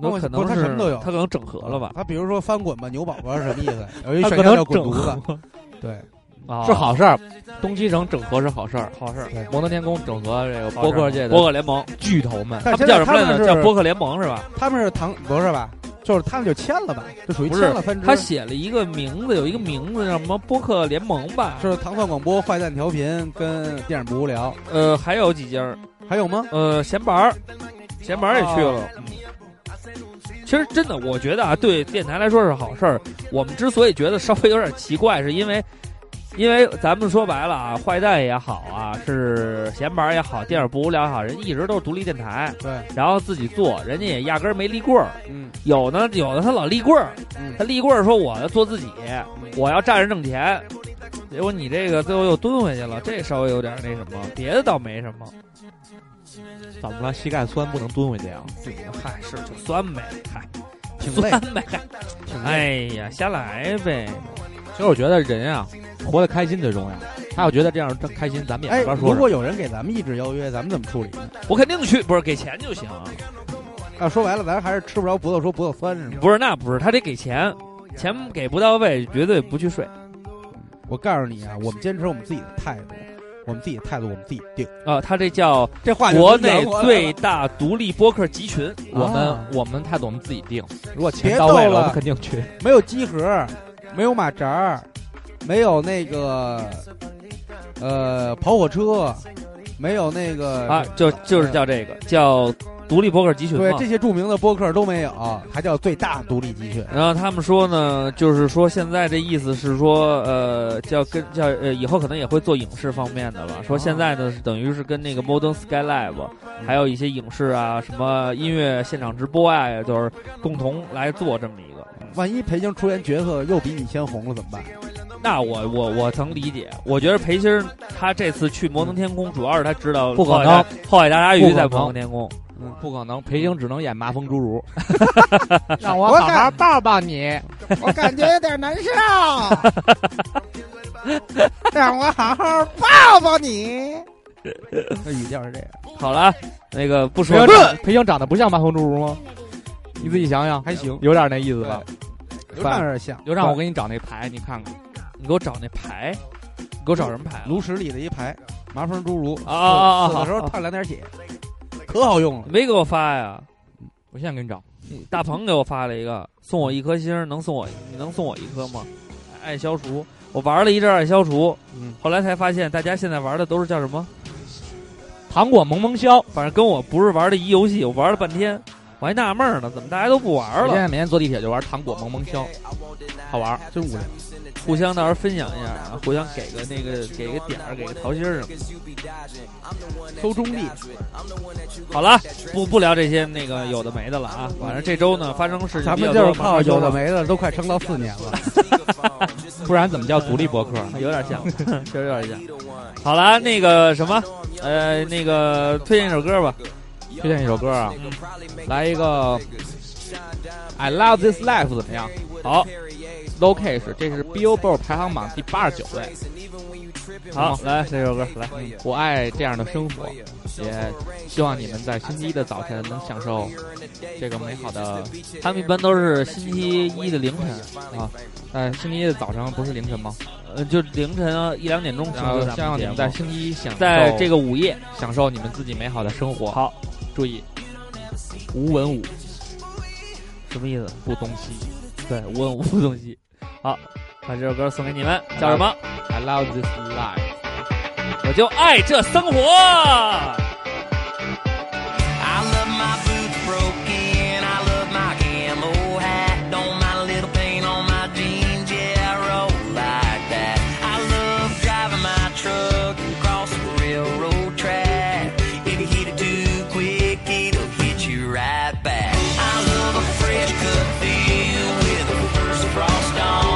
C: 梦
Q: 可
C: 幻
Q: 能
C: 不
Q: 是
C: 是他什么都有
Q: 他可能整合了吧？
C: 他比如说翻滚吧，牛宝宝是什么意 思？有一
Q: 他
C: 选
Q: 可
C: 项
Q: 能
C: 叫滚犊
Q: 整合
C: 子，对，嗯
Q: 啊
N: 是好事儿，东西城整合是好事儿，
Q: 好事儿。
N: 摩登天空整合这个
Q: 好
N: 播
Q: 事儿
N: 客界
Q: 播
N: 的
Q: 客联盟，
N: 巨头们，
C: 但
Q: 们
C: 现
Q: 叫
C: 在
Q: 什
C: 他
Q: 么来
C: 们
Q: 着？
C: 是
Q: 叫播客联盟是吧？
C: 他们是唐不是吧？就是他们就签了吧，就属于
Q: 不是
C: 签了分支。
Q: 他写了一个名字，有一个名字叫什么播客联盟吧？
C: 是糖蒜广播、坏蛋调频跟电影不无聊，
Q: 呃，还有几家儿，
C: 还有吗？
Q: 呃，闲板儿，闲板儿也去了。嗯其实真的，我觉得啊，对电台来说是好事儿。我们之所以觉得稍微有点奇怪，是因为，因为咱们说白了啊，坏蛋也好啊，是闲板儿也好，电影不无聊也好，人一直都是独立电台，
C: 对，
Q: 然后自己做，人家也压根儿没立棍儿。
C: 嗯
Q: 有呢，有的他老立棍儿，
C: 嗯
Q: 他立棍儿说我要做自己，我要站着挣钱。结果你这个最后又蹲回去了，这稍微有点那什么，别的倒没什么。
N: 怎么了？膝盖酸不能蹲回去啊？
Q: 对，嗨，是就酸呗，嗨，
C: 挺累
Q: 酸，呗，
C: 挺累。
Q: 哎呀，瞎来呗。
N: 其实我觉得人啊，活得开心最重要。他要觉得这样开心，咱们也
C: 哎，
N: 没法说
C: 如
N: 什么。
C: 果有人给咱们一纸邀约，咱们怎么处理呢？
Q: 我肯定去，不是给钱就行。
C: 啊，说白了，咱还是吃不着葡萄说葡萄酸是吗？
Q: 不是，那不是，他得给钱，钱给不到位，绝对不去睡
C: 我告诉你啊，我们坚持我们自己的态度，我们自己的态度我们自己定。
Q: 啊。他这叫
C: 这话就
Q: 国
C: 能圆
Q: 内
C: 过来
Q: 最
C: 了
Q: 大独立播客集群。
N: 我
C: 啊
N: 们我们态度我们自己定，如果
C: 别
N: 钱到位
C: 逗了
N: 我们肯定去。
C: 没有鸡盒，没有马扎儿，没有那个呃跑火车，没有那个
Q: 啊，就就是叫这个叫独立博客集群
C: 对
Q: 嘛
C: 这。些著名的播客都没有，还叫最大独立集训。
Q: 然后他们说呢，就是说现在这意思是说，呃，叫跟叫呃，以后可能也会做影视方面的
N: 嗯
Q: 了。说现在呢，是等于是跟那个 Modern Sky Lab，还有一些影视啊，什么音乐现场直播啊，就是共同来做这么一个。
N: 嗯
C: 万一裴京出演角色又比你先红了怎么办？
Q: 那我我我曾理解，我觉得裴鑫儿他这次去摩登天空，主要是他知道
N: 不可能
Q: 后海大后海大鲨
N: 不
Q: 鱼
N: 可
Q: 在
N: 能
Q: 摩登天空。
C: 嗯
N: 不可能，裴行只能演麻风侏儒。让
C: 我好好
N: 抱抱你。
U: 我感觉有点难 受，让我好好抱抱你。
C: 那语调是这样。
Q: 好了，那个不
N: 裴
Q: 说
N: 行
Q: 了，
N: 长裴行长得不像八头侏儒吗？你自己想想，
C: 还行
N: 有点那意思吧。
C: 有点像
N: 刘畅，我给你找那牌，你看看。
Q: 你给我找那牌，你给我找什么牌啊？
C: 炉石里的一排麻风侏儒
Q: 啊啊啊
C: 死的时候烫两点 血，可好用了
Q: 你。没给我发呀？
N: 我现在给你找。
Q: 大鹏给我发了一个，送
C: 嗯
Q: 我一颗星儿，能送我，你能送我一颗吗？爱消除，我玩了一阵儿爱消除，
C: 嗯，
Q: 后来才发现大家现在玩的都是叫什么？
N: 糖果萌萌削，
Q: 反正跟我不是玩的一游戏，我玩了半天，我还纳闷儿呢，怎么大家都不玩
N: 我现
Q: 了？
N: 在每天坐地铁就玩糖果萌萌削，好玩，真无聊。
Q: 互相到时候分享一下啊，互相给个那个给个点儿，给个桃心儿什么的。
C: 搜中立，
Q: 好了，不不聊这些那个有的没的了啊，反正这周呢发生事情
C: 咱
Q: 比较
C: 们
Q: 多
C: 就是靠
Q: 马上
C: 有的
Q: 了
C: 没的，都快撑到四年 了。
N: 不然怎么叫独立博客？
Q: 有点 像，确实有点像。好了，那个什么，呃，那个推荐一首歌吧。
N: 推荐一首歌啊，来一个《I Love This Life》怎么样？
Q: 好，
N: Low Cash，这是 Billboard 排行榜第八十九位。
Q: 好，来这首歌，来，
N: 我爱这样的生活，也希望你们在星期一的早晨能享受这个美好的。
Q: 他们一般都是星期一的凌晨，
N: 呃，星期一的早晨不是凌晨吗？
Q: 呃，就凌晨啊一两点钟听
N: 然后
Q: 咱
N: 希
Q: 们
N: 望你
Q: 节
N: 们
Q: 目，
N: 在星期一享受
Q: 在这个午夜，
N: 享受你们自己美好的生活。好，注意，无文武
Q: 什么意思？
N: 不东西。
Q: 对，无文无东西。好，把这首歌送给你们，叫什么？
N: I love this life。
Q: 我就爱这生活。
V: I love my boots broken. I love my camo hat on my little paint on my jeans. Yeah, I roll like that. I love driving my truck across the railroad track. If you hit it too quick, it'll hit you right back. I love a fresh cut field with a first frost on.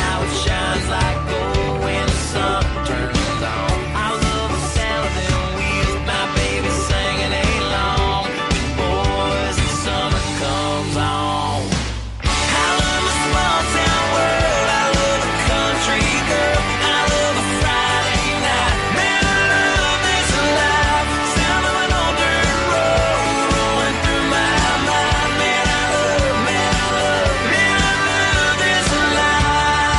V: How it shines like gold when the sun turns on. I love the sound of them wheels. My baby singing along. Boy, as the summer comes on. I love a small town world. I love a country girl. I love a Friday night. Man, I love this life. Sound of an old dirt road rolling through my mind. Man, I love, man, I love, man, I love this life.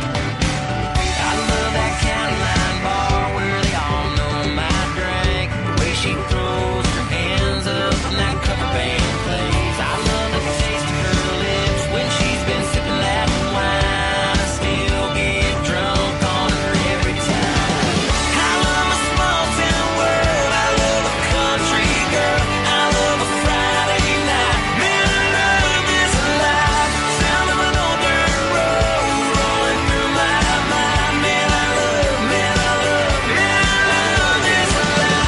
V: I love that county line bar where they all know my drink. The way she throws her hands up in that cover band plays. I love the taste of her lips when she's been sipping that wine. I still get drunk on her every time. I love a small town world. I love a country girl. I love a Friday night. Man, I love this life. Sound of an old dirt road rolling through my mind. Man, I love, man, I love, man, I love this life.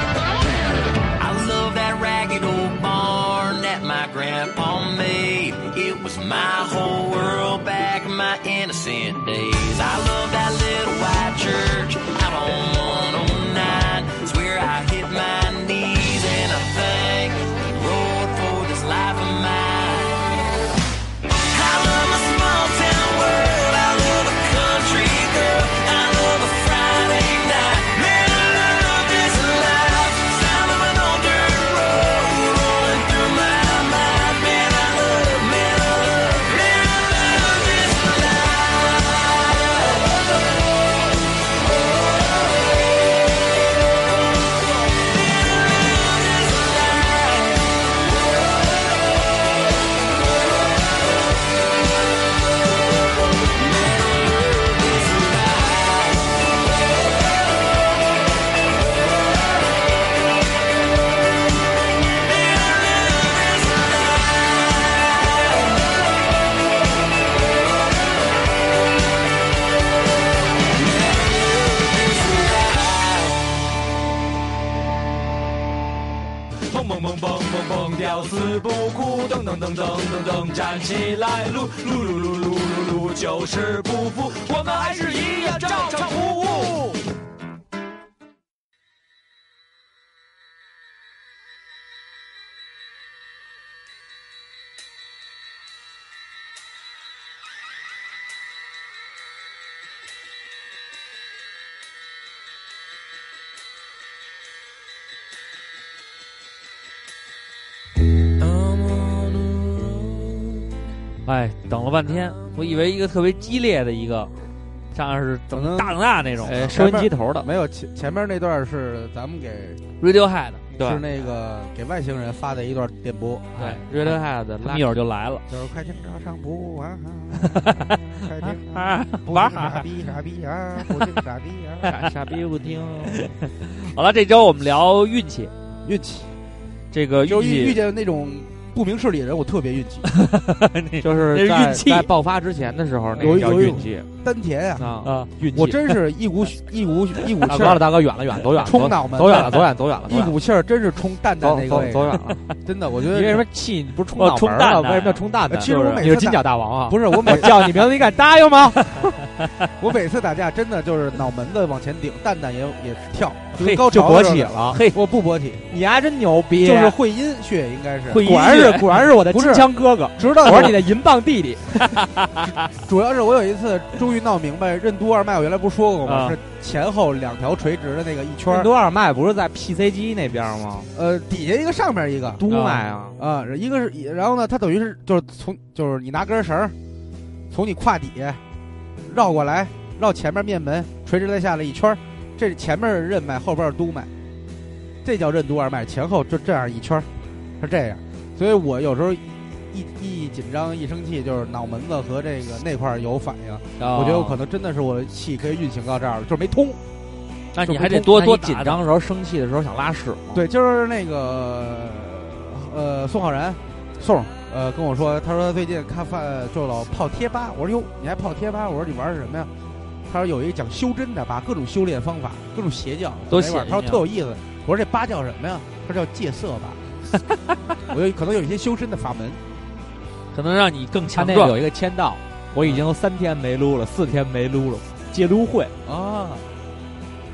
V: I love that ragged old barn that my grandpa made. It was my whole world back in my innocent days. I love that little white church out on 109. It's where I hit my knees and I thank the Lord for this life of mine. I love a small town world. I love a country girl. I love a Friday night. Man, I love this life. Sound of an old dirt road rolling through my mind. Man, I love, man, I love, man, I love this life.
L: 死不哭，噔噔噔噔噔噔，站起来，撸撸撸撸撸撸撸，就是不服，我们还是一样照常服务。
Q: 哎，等了半天，我以为一个特别激烈的一个，像是怎么大等大那种
C: 哎
Q: 收音机头的
C: 没有前前面那段是咱们给
Q: Radiohead，对哎
C: 是那个给外星人发的一段电 波，
Q: 对 Radiohead 的密友就来了，
C: 就是快听照常不 完，快听
Q: 啊，
C: 玩
Q: 玩
C: 傻逼傻逼啊，不听傻逼啊，
N: 傻傻逼不听，
Q: 好了，这周我们聊运气，
C: 运气，
Q: 这个
C: 就
Q: 运
C: 是遇遇
Q: 气，
C: 见那种不明事理的人，我特别运 气，
N: 就
Q: 那是
N: 是
Q: 运
N: 在
Q: 气
N: 在爆发之前的时候，那
C: 有
N: 个
C: 一
N: 叫
C: 有一
N: 运气
C: 丹田啊，
N: 啊，
Q: 啊，运
C: 我真是一股一股一股
N: 大
C: 气
N: 哥了，
C: 儿
N: 大哥远了远了，走远了，
C: 冲脑门，
N: 走远了，走远了，走远了，走
C: 一
N: 远了，
C: 股气儿真是冲蛋蛋
N: 走
C: 那个
N: 走
C: 位
N: 走
C: 置，
N: 远了。
C: 真的，我觉
N: 你
C: 得
N: 为什么气？你不是冲
Q: 我
N: 脑
Q: 冲
N: 门
Q: 蛋
N: 了，
Q: 呢
N: 为什么要哦冲蛋呢？啊
C: 呃其实我
N: 就是
C: 每
N: 你是
C: 次
N: 金
C: 打
N: 角大王啊！
C: 不是我每
N: 我叫你名字，你敢答应吗？
C: 我每次打架真的就是脑门子往前顶，蛋蛋也也跳，
Q: 嘿
C: 跟高
N: 就
C: 潮的
N: 勃
C: 时候
N: 起了，哎
Q: 嘿，
C: 我不勃起，
N: 你还真牛逼！
C: 就是会阴血应该是，
Q: 会
N: 果然是果然是我的金枪哥哥，
C: 直到
N: 我是你的银棒弟弟。
C: 主要是我有一次终于闹明白任督二脉，我原来不是说过吗？
Q: 啊
C: 是前后两条垂直的那个一圈
N: 任
C: 儿，
N: 督二脉不是哦在 PC 机那边吗？
C: 呃，底下一个，上面一个，
N: 督脉啊，
C: 啊、一个是，然后呢，它等于是就是从就是你拿根绳儿从你胯底下绕过来，绕前面面门，垂直的下来一圈儿，这是前面是任脉，后边是督脉，这叫任督二脉，前后就这样一圈儿，是这样。所以我有时候一一一紧张一生气，就是脑门子和这个那块儿有反应，我
N: 哦
Q: 我
C: 觉得我可，能真的是我气可以运行到这儿了，就是没通。
Q: 那你
N: 就
Q: 还
N: 不
Q: 得
N: 通
Q: 多
N: 那
Q: 多
N: 你
Q: 打
N: 紧
Q: 打
N: 张的时候、生气的时候想拉屎吗？
C: 对，就是那个呃宋浩然，宋呃跟我说，他说最近看饭就老泡贴吧，我说哟，你还泡贴吧？我说你玩什么呀？他说有一个讲修真的，把各种修炼方法、各种邪教
Q: 都
C: 没玩儿
Q: 写进
C: 他说
Q: 去
C: 特有意思。我说这吧叫什么呀？他说叫戒色吧。 我有可能有一些修身的法门，
Q: 可能让你更
N: 他
Q: 强
N: 那
Q: 壮
N: 有一个签到，我已经三天没撸了，四天没撸了，戒撸会。
C: 啊，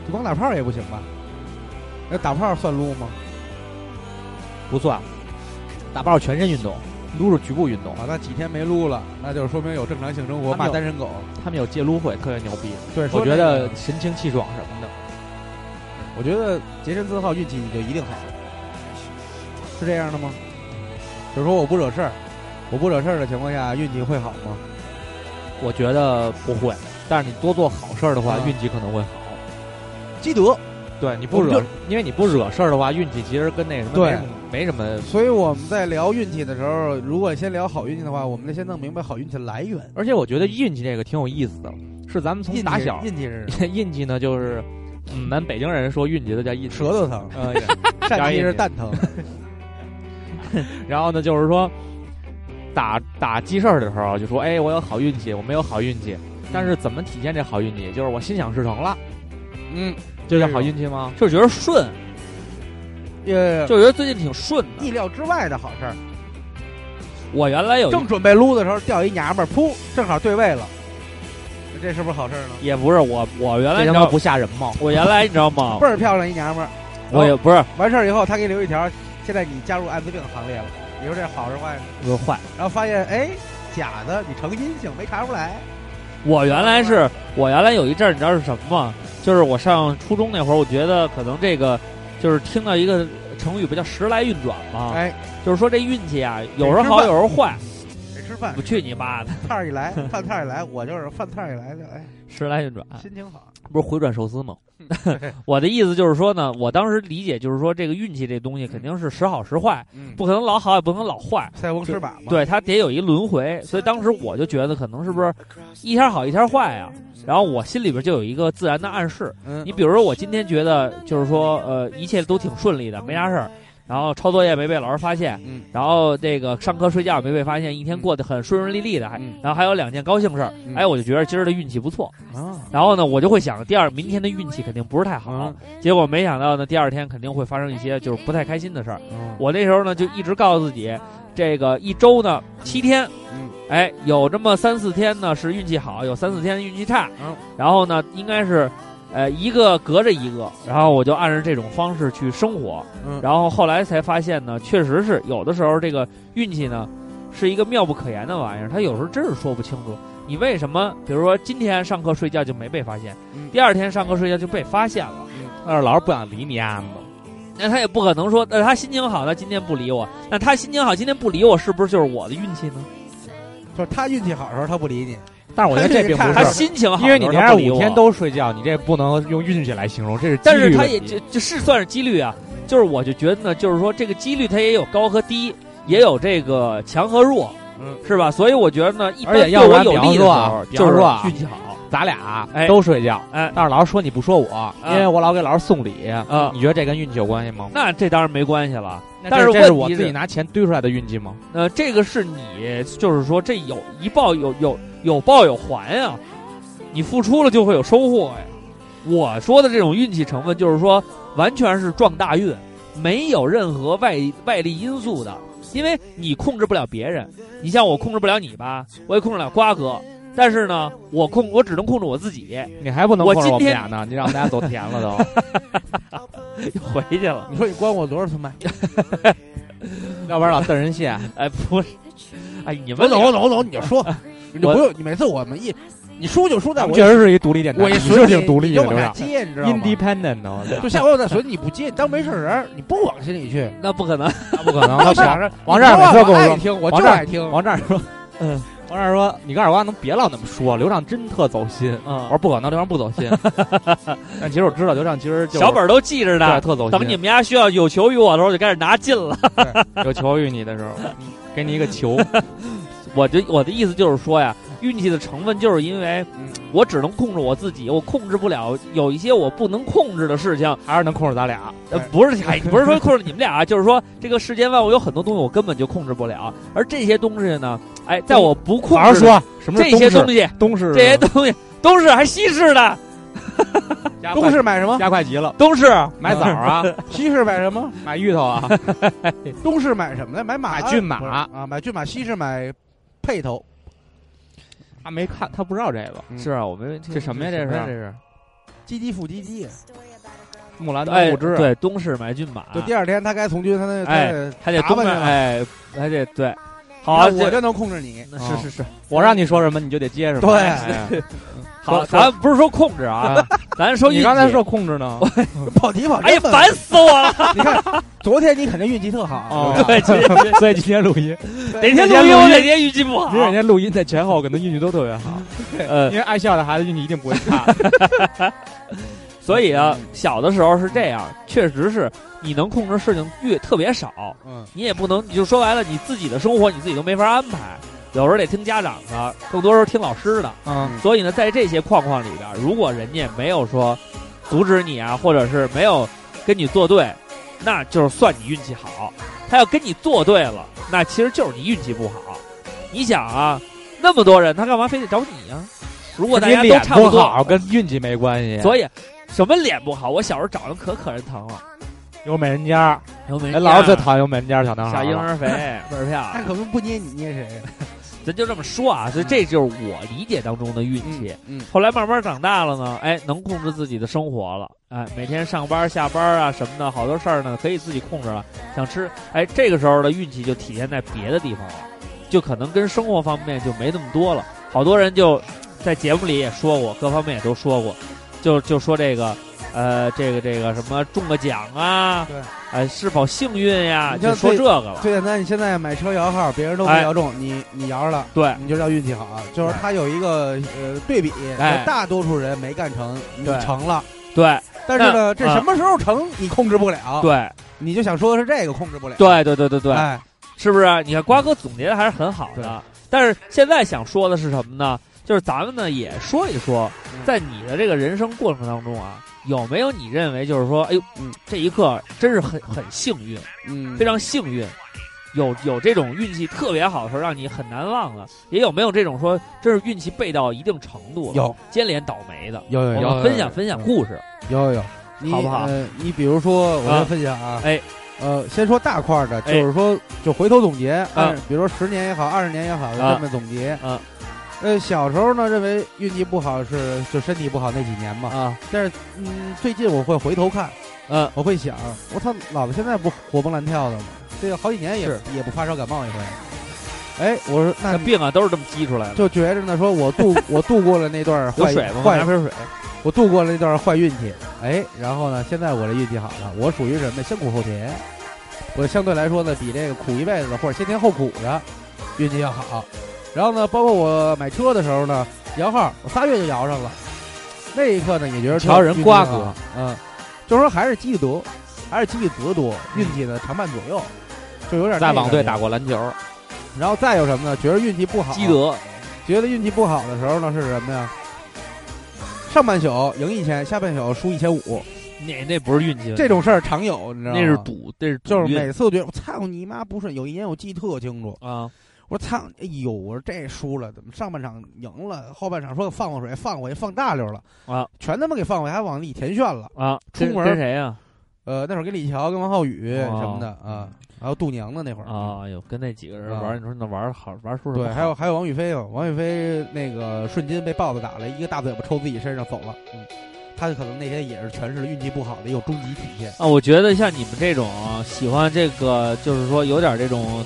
C: 就光打炮也不行吧？那打炮算撸吗？
N: 不算，打炮是全身运动，撸是局部运动。
C: 啊，那几天没撸了，那就是说明有正常性生活，
N: 他们
C: 骂
N: 有
C: 单身狗。
N: 他们有戒撸会，特别牛逼，
C: 对，
N: 我
C: 说
N: 觉
C: 那个
N: 得神清气爽什么的。
C: 我觉得洁身自好，运气你就一定好，是这样的吗？就是说我不惹事儿，我不惹事儿的情况下，运气会好吗？
N: 我觉得不会，但是你多做好事儿的话，
C: 啊
N: 运气可能会好。
C: 积德，
N: 嗯对，你不
C: 我
N: 惹
C: 们，
N: 因为你不惹事儿的话，运气其实跟那什么
C: 对
N: 没什么没什么。
C: 所以我们在聊运气的时候，如果先聊好运气的话，我们得先弄明白好运气的来源。
N: 而且我觉得运气这个挺有意思的，是咱们从
C: 运气
N: 打小
C: 运气 是
N: 运气呢，就是嗯，咱北京人说运气都叫运气
C: 舌，头疼，
N: 呃，
C: 疝气是蛋疼，
N: 然后呢，就是说打打记事儿的时候就说，哎，我有好运气，我没有好运气，但是怎么体现这好运气？就是我心想事成了，
C: 嗯，
N: 这叫好运气吗？
Q: 就是觉得顺，
C: 也
Q: 就觉得最近挺顺的。
C: 意料之外的好事儿。
Q: 我原
N: 哎
Q: 来有一
C: 正准备撸的时候，掉一娘们儿，噗，正好对位了，这是不是好事儿呢？
Q: 也不是我，我原来
N: 这
Q: 你
N: 他
Q: 知
N: 妈
Q: 道，
N: 不吓人吗？
Q: 我原来你知道吗
C: 倍？儿漂亮一娘们儿，
Q: 我也不是
C: 完事儿以后，他给留一条，现在你加入艾滋病行列了，你说这好是坏？
Q: 我坏，
C: 然后发现哎，假的，你成阴性没查出来。
Q: 我原来是我原来有一阵儿，你知道是什么吗？就是我上初中那会儿，我觉得可能这个就是听到一个成语不叫“时来运转”吗？
C: 哎，
Q: 就是说这运气啊，有时候好，有时候坏。
C: 得吃饭
Q: 我，去你妈的！
C: 菜儿一 来，饭菜儿一来，我就是饭菜儿一来就哎，
Q: 时来运转，
C: 心情好。
Q: 不是回转寿司吗？
C: 嗯
Q: 我的意思就是说呢，我当时理解就是说，这个运气这东西肯定是时好时坏，
C: 嗯，
Q: 不可能老好，也不可能老坏。
C: 塞翁失马嘛。，
Q: 对，它得有一轮回，所以当时我就觉得可能是不是一天好一天坏啊？然后我心里边就有一个自然的暗示。
C: 嗯
Q: 你比如说，我今天觉得就是说，呃，一切都挺顺利的，没啥事儿。然后抄作业没被老师发现，
C: 嗯
Q: 然后这个上课睡觉没被发现，一天过得很顺顺利利的，还、
C: 嗯
Q: 然后还有两件高兴事儿，
C: 嗯
Q: 哎，我就觉得今儿的运气不错。
C: 啊，
Q: 然后呢，我就会想，第二明天的运气肯定不是太好，
C: 嗯
Q: 结果没想到呢，第二天肯定会发生一些就是不太开心的事儿。
C: 嗯
Q: 我那时候呢就一直告诉自己，这个一周呢七天，
C: 嗯，
Q: 哎，有这么三四天呢是运气好，有三四天运气差，
C: 嗯，
Q: 然后呢应该是，呃，一个隔着一个，然后我就按照这种方式去生活，
C: 嗯
Q: 然后后来才发现呢，确实是有的时候这个运气呢是一个妙不可言的玩意儿，它有时候真是说不清楚。你为什么，比如说今天上课睡觉就没被发现，
C: 嗯
Q: 第二天上课睡觉就被发现了？
N: 但是老师不想理你啊，
Q: 那他也不可能说，那他心情好，他今天不理我。那他心情好，今天不理我，是不是就是我的运气呢？
C: 就是他运气好的时候他不理你，
N: 但是我觉得这并不
Q: 他
N: 是，
Q: 心情好的时候，
N: 因为你
Q: 他
N: 连
Q: 不理
N: 五
Q: 我
N: 天，都睡觉，你这不能用运气来形容，这是
Q: 但
N: 几
Q: 是
N: 率
Q: 他
N: 问
Q: 也
N: 题
Q: 这这是算是几率啊。就是我就觉得呢，就是说这个几率它也有高和低，也有这个强和弱，
C: 嗯，
Q: 是吧？所以我觉得呢，一般
N: 而且
Q: 对
N: 要不
Q: 我
N: 然
Q: 有
N: 比方
Q: 利的时
N: 说啊
Q: 候，
N: 比
Q: 就
N: 方
Q: 是
N: 说啊
Q: 运气好
N: 咱俩
Q: 哎
N: 都睡觉，
Q: 哎
N: 但是老师说你不说我，因为我老给老师送礼，
Q: 啊。
N: 你觉得这跟运气有关系吗？
Q: 那这当然没关系了，
N: 嗯但
Q: 但
N: 是
Q: 是
N: 这
Q: 问
N: 是
Q: 题
N: 我自己
Q: 是
N: 拿钱堆出来的运气吗？
Q: 呃，这个是你，就是说这有一报有有有报有还呀、你付出了就会有收获呀。我说的这种运气成分，就是说完全是撞大运，没有任何外外力因素的，因为你控制不了别人。你像我控制不了你吧，我也控制不了瓜哥，但是呢，我控我只能控制我自己。
N: 你还不能
Q: 我
N: 控制
Q: 今
N: 我们
Q: 天
N: 俩呢，你让大家走甜了都。
Q: 回去了，
C: 你说你关我多少次麦？
N: 要不然老瞪人 线。
Q: 哎，不是，哎，你
C: 我
Q: 们
C: 懂，
Q: 俩
C: 我懂，我懂，你就 说，你就不用，你每次我们一，你输就输在我一
N: 确实是一独立电台，
C: 我一
N: 你
C: 说
N: 是挺独立
C: 你就
N: 的，
C: 往
N: 刘
C: 下
N: 亮。
C: 接，你知道吗？
N: Independent 呢？我操
C: 就下回我再说你不接，你当没事人儿，你不往心里 去。
Q: 那不可能。
N: 不可能。 他想
C: 着
N: 王站每次都跟 我说
C: 听，我
N: 王
C: 就
N: 站
C: 爱听。
N: 王战说， 嗯，王战说，你跟二瓜能别老那么说，刘畅真特走心。我
Q: 嗯
N: 说，不可能，刘畅不走 心。但其实我知道，刘畅其实就是
Q: 小本儿都记着
N: 对
Q: 呢。
N: 特走心。
Q: 等你们家需要有求于我的时候，就开始拿劲了。
N: 有求于你的时 候，给你一个球。
Q: 我这我的意思就是说呀，运气的成分就是因为
C: 嗯
Q: 我只能控制我自己，我控制不了有一些我不能控制的事情。
N: 还是能控制咱俩。
Q: 呃
C: 哎，
Q: 不是，哎，不是说控制你们俩啊，就是 说这个世间万物有很多东西我根本就控制不了，而这些东西呢，哎，在我不控
N: 好好
Q: 制
N: 说，什么
Q: 这
N: 是
Q: 些
N: 东
Q: 东西，
N: 东是
Q: 这些东西都是还西式的，
C: 东
N: 东是
C: 市买什么？
N: 加快急了，
Q: 都是
N: 买枣 啊，
C: 西市买什么？
N: 买芋头啊，
C: 东市买什么呢？买马，
N: 买骏马
C: 不是啊，买骏马。西市买配头，
N: 他没看，他不知道这个。
Q: 是啊，我们
N: 这什么呀？
Q: 这
N: 这
Q: 什么呀
N: 是这是
C: 鸡鸡腹肌鸡。
A: 啊
N: 木兰当
Q: 哎，
N: 户织，，
Q: 对，东市买骏马，
C: 就第二天他该从军，他那
Q: 哎
C: 他
Q: 还得
C: 打
Q: 东
C: 扮
Q: 市，
C: 上了
Q: 哎，还得对，好啊，
C: 那我
Q: 这
C: 就能控制 你。
Q: 那是是是。
N: 我让你说什么你就得接什么。
C: 对
N: 哎
Q: 好，
N: 说
Q: 咱不是说控制啊，
N: 啊，
Q: 咱说运
N: 你
Q: 气。
N: 刚才说控制 呢，
C: 跑题跑
Q: 哎呀，
C: 真的
Q: 烦死我了！
C: 你看，昨天你肯定运气特好，
N: 哦
C: 对吧
Q: 对，今天
N: 所以今天录音，
Q: 哪天录音我嗯哪天运气 不好
N: 因为。人家录音在前后可能运气都特别好，
Q: 呃，
N: 因为爱笑的孩子运气一定不会差。
Q: 所以啊，小的时候是这样，确实是你能控制事情越特别少，
C: 嗯，
Q: 你也不能，你就说白了，你自己的生活你自己都没法安排，有时候得听家长的，更多时候听老师的。
N: 嗯，
Q: 所以呢，在这些框框里边，如果人家没有说阻止你啊，或者是没有跟你作对，那就是算你运气好；他要跟你作对了，那其实就是你运气不好。你想啊，那么多人，他干嘛非得找你啊？如果大
N: 你
Q: 家
N: 脸
Q: 都差不
N: 不好
Q: 多，
N: 跟运气没关系，
Q: 所以什么脸不好？我小时候长得可可人疼了，
N: 有美人尖儿，
Q: 有没
N: 哎，老啊师最讨厌有美人尖儿小男孩
Q: 小
N: 了。
Q: 啊婴儿肥，倍儿漂亮
C: 他。哎可不不捏你捏谁？啊
Q: 咱就这么说啊，所以这就是我理解当中的运气。
C: 嗯嗯
Q: 后来慢慢长大了呢，哎，能控制自己的生活了，哎，每天上班下班啊什么的，好多事儿呢可以自己控制了。想吃，哎，这个时候的运气就体现在别的地方了，就可能跟生活方面就没那么多了。好多人就在节目里也说过，各方面也都说过，就就说这个。呃，这个这个什么中个奖啊，
C: 对，
Q: 哎，是否幸运呀、
C: 你像
Q: 就说
C: 最
Q: 这个了，
C: 最简单，你现在买车摇号，别人都没
Q: 哎
C: 摇中，你你摇着了，
Q: 对，
C: 你就叫运气好啊。就是他有一个呃对比，
Q: 哎
C: 大多数人没干成，你
Q: 对
C: 成了。
Q: 对
C: 但是呢，
Q: 嗯
C: 这什么时候成你控制不了，
Q: 对
C: 你就想说的是这个控制不了。
Q: 对对对对对，
C: 哎，
Q: 是不是啊？你看瓜哥总结的还是很好的，但是现在想说
N: 嗯
Q: 的是什么呢？就是咱们呢也说一说，在你的这个人生过程当中啊，有没有你认为就是说，哎呦，
N: 嗯
Q: 这一刻真是很很幸运，
C: 嗯
Q: 非常幸运，有有这种运气特别好的时候让你很难忘了，也有没有这种说真是运气背到一定程度了，
C: 有
Q: 接连倒霉的？
C: 有有
Q: 我
C: 有
Q: 们分享分享故事，
C: 有有，你
Q: 好不好
C: 呃你比如说，我
Q: 啊
C: 先分享啊，
Q: 哎，
C: 呃，先说大块儿的，就
Q: 哎嗯
C: 是说，就回头总结，按比如说十年也好，二十年也好，
Q: 啊
C: 这么总结
Q: 啊。
C: 呃，小时候呢，认为运气不好是就身体不好那几年嘛
Q: 啊，
C: 但是嗯，最近我会回头看，
Q: 嗯，
C: 我会想，我操，老子现在不活蹦乱跳的吗？这个好几年也
Q: 是
C: 也不发烧感冒一回。哎，我说那
Q: 那病啊都是这么激出来的。
C: 就觉着呢，说我度我度过了那段
Q: 有
C: 坏
Q: 水吗？
C: 坏
Q: 拿瓶水。
C: 我度过了那段坏运气，哎，然后呢，现在我这运气好了，我属于什么？先苦后甜，我相对来说呢，比这个苦一辈子的或者先甜后苦的运气要好。然后呢，包括我买车的时候呢，摇号，我仨月就摇上了，那一刻呢，也觉得
Q: 瞧人刮骨
C: 运气好，嗯，就说还是机遇多，还是机遇足多，运气呢常伴左右，就有点
N: 在
C: 那个
Q: 哎
N: 网队
C: 感
N: 打
C: 觉。
N: 过篮球，
C: 然后再有什么呢？觉得运气不好，
Q: 基德
C: 觉得运气不好的时候呢，是什么呀？上半宿赢一千，下半宿输一千五，
Q: 那那不是运气问题，
C: 这种事儿常有，你知道吗？
Q: 那是赌，这是赌
C: 就是
Q: 运
C: 每次我觉得我操你妈不顺。有一年我记得特清楚，
Q: 啊，
C: 我说操，哎呦，我说这输了，怎么上半场赢了，后半场说放放水，放回去放大溜了
Q: 啊，
C: 全他妈给放回，还往里填炫了。
Q: 啊，
C: 出
Q: 跟
C: 门
Q: 跟谁呀？
C: 呃，那会儿跟李乔、跟王浩宇
Q: 哦
C: 什么的啊，还有杜娘的那会儿，
Q: 啊，有跟那几个人
C: 啊
Q: 玩儿，你说那玩儿好玩儿出什么
C: 对，
Q: 好
C: 还有还有王宇飞嘛，王宇飞那个瞬间被豹子打了一个大嘴巴抽自己身上走了，嗯，他可能那天也是全是运气不好的一种终极体现。
Q: 啊，我觉得像你们这种啊喜欢这个，就是说有点这种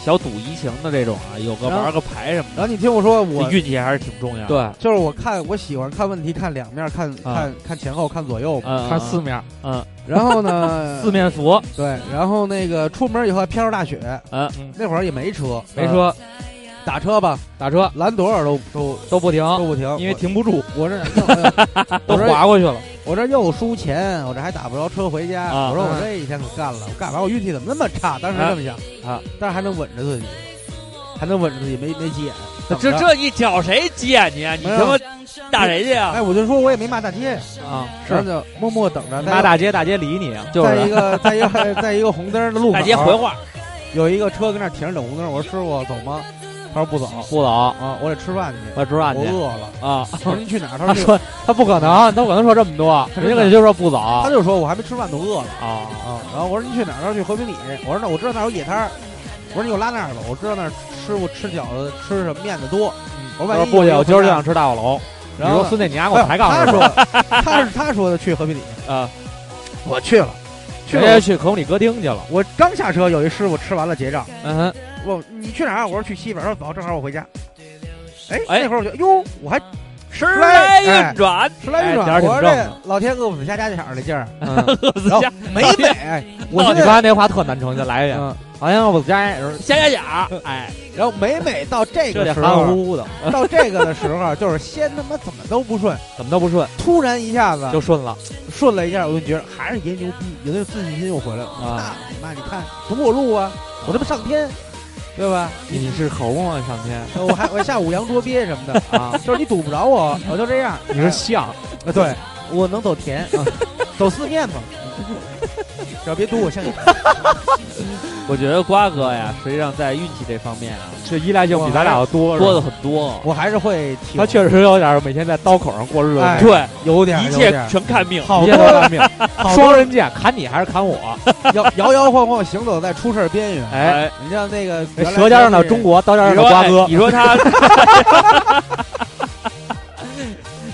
Q: 小赌怡情的这种啊，有个
C: 然后
Q: 玩儿个牌什么
C: 然后你听我说，我
Q: 的，运气还是挺重要的。
N: 对，
C: 就是我看我喜欢看问题，看两面，看
Q: 啊
C: 看看前后，看左右嘛。
Q: 嗯，，
N: 看四面，
C: 然后呢
Q: 四面佛，
C: 对，然后那个出门以后还飘着大雪，
Q: 嗯
N: 嗯
C: 那会儿也没车，
N: 没车
C: 打车吧，
N: 打车
C: 拦多少都都
N: 都不停，
C: 都不停，
N: 因为停不住，
C: 我我这 我
N: 都
C: 这
N: 划过去了。
C: 我这又输钱，我这还打不着车回家。
Q: 啊
C: 我说我这一天可干了，我干完我运气怎么那么差？当时这么想
Q: 啊，
C: 但是还能稳着自己，还能稳着自己，没没急眼。等
Q: 这
C: 着，
Q: 这你找谁急眼去啊？你
C: 没
Q: 他妈
C: 有
Q: 打谁去啊？
C: 哎，我就说我也没骂大街，
Q: 啊，
C: 然后就默默等着。
N: 骂大街，大街理你啊，就
C: 在
N: 是
C: 一个在一个 在一个在一个红灯的路口，啊
Q: 大街回话，
C: 有一个车跟那儿停着等红灯。我说师傅走吗？他说不走
N: 不走，
C: 啊，我得吃饭去，
N: 我知道
C: 我
N: 你
C: 饿了。
N: 啊。
C: 我说您去哪儿？他
N: 他
C: 说那个
N: 说他不可能，他不可啊能说这么 多，人家可能就说不啊走
C: 他就说我还没吃饭都饿了。
N: 啊。
C: 啊，然后我说你去哪儿？他说去和平里。我说那我知道那儿有野摊儿，我说你给我拉那儿吧，我知道那儿师傅吃饺子吃什么面的多。我嗯
N: 我
C: 说万
N: 说
C: 一
N: 不去，
C: 有
N: 我
C: 一
N: 今儿
C: 个回
N: 就
C: 家
N: 想吃大火龙。你
C: 然后
N: 说
C: 呢
N: 孙子，你丫给
C: 哎
N: 我抬杠
C: 他
N: 是吧
C: 说的他是他说的去和平里，哎
N: 啊，
C: 我去了，去
N: 人家
C: 了。
N: 去可姆里戈丁去了。
C: 我刚下车，有一师傅吃完了结账，
N: 嗯哼，
C: 我你去哪儿啊？我说去西边。他说走，正好我回家。哎，
Q: 哎
C: 那会儿我就哟，我还
Q: 时来
C: 哎
Q: 运转，
C: 时来运
N: 哎点儿
C: 转，
N: 挺
C: 我说
N: 正
C: 这
N: 的
C: 老天饿不死瞎家家巧儿这劲儿，
N: 嗯，
Q: 各自
C: 然后
Q: 下
C: 美美。哎我
N: 你
C: 现
N: 刚
C: 在
N: 才那话特难承，再来一遍。
C: 嗯，
N: 好像我家人
Q: 下下牙，哎，
C: 然后每每到这啊
N: 这
C: 个
N: 得
C: 时
N: 含含
C: 候，
N: 糊糊的，
C: 到哎这个的时候，啊就是先他妈怎么都不顺。
N: 怎么都不顺，
C: 突然一下子
N: 就顺了
C: 顺了一下，我就觉得还是爷牛逼，有那自信心又回来了。
N: 啊。
C: 那你妈，你看不过路啊，我他妈上天，对吧？
N: 你是猴吗？上天
C: 我还我下五洋捉鳖什么的，
N: 啊？
C: 就是你堵不着我，我就这样。
N: 你是象，
C: 啊，对，我能走田，啊、走四面嘛，只要别堵我像你。
Q: 我觉得瓜哥呀，实际上在运气这方面啊，
N: 这依赖性比咱俩要多
Q: 多
N: 多
Q: 的
N: 的。
Q: 很多。
C: 我还是会挺，
N: 他确实有点每天在刀口上过日子，
C: 哎
Q: 对，
C: 有点
Q: 一
C: 有
Q: 切
C: 点
Q: 全看命。
C: 好
N: 一
C: 多
N: 天
C: 了
N: 都 命，双刃剑，砍你还是砍我？
C: 摇摇摇晃晃行走在出事儿边缘。
N: 哎，
C: 你像那个
N: 《舌尖上的中，国》，刀尖
Q: 你
N: 上的
Q: 说
N: 瓜
Q: 哎
N: 哥，
Q: 你说他，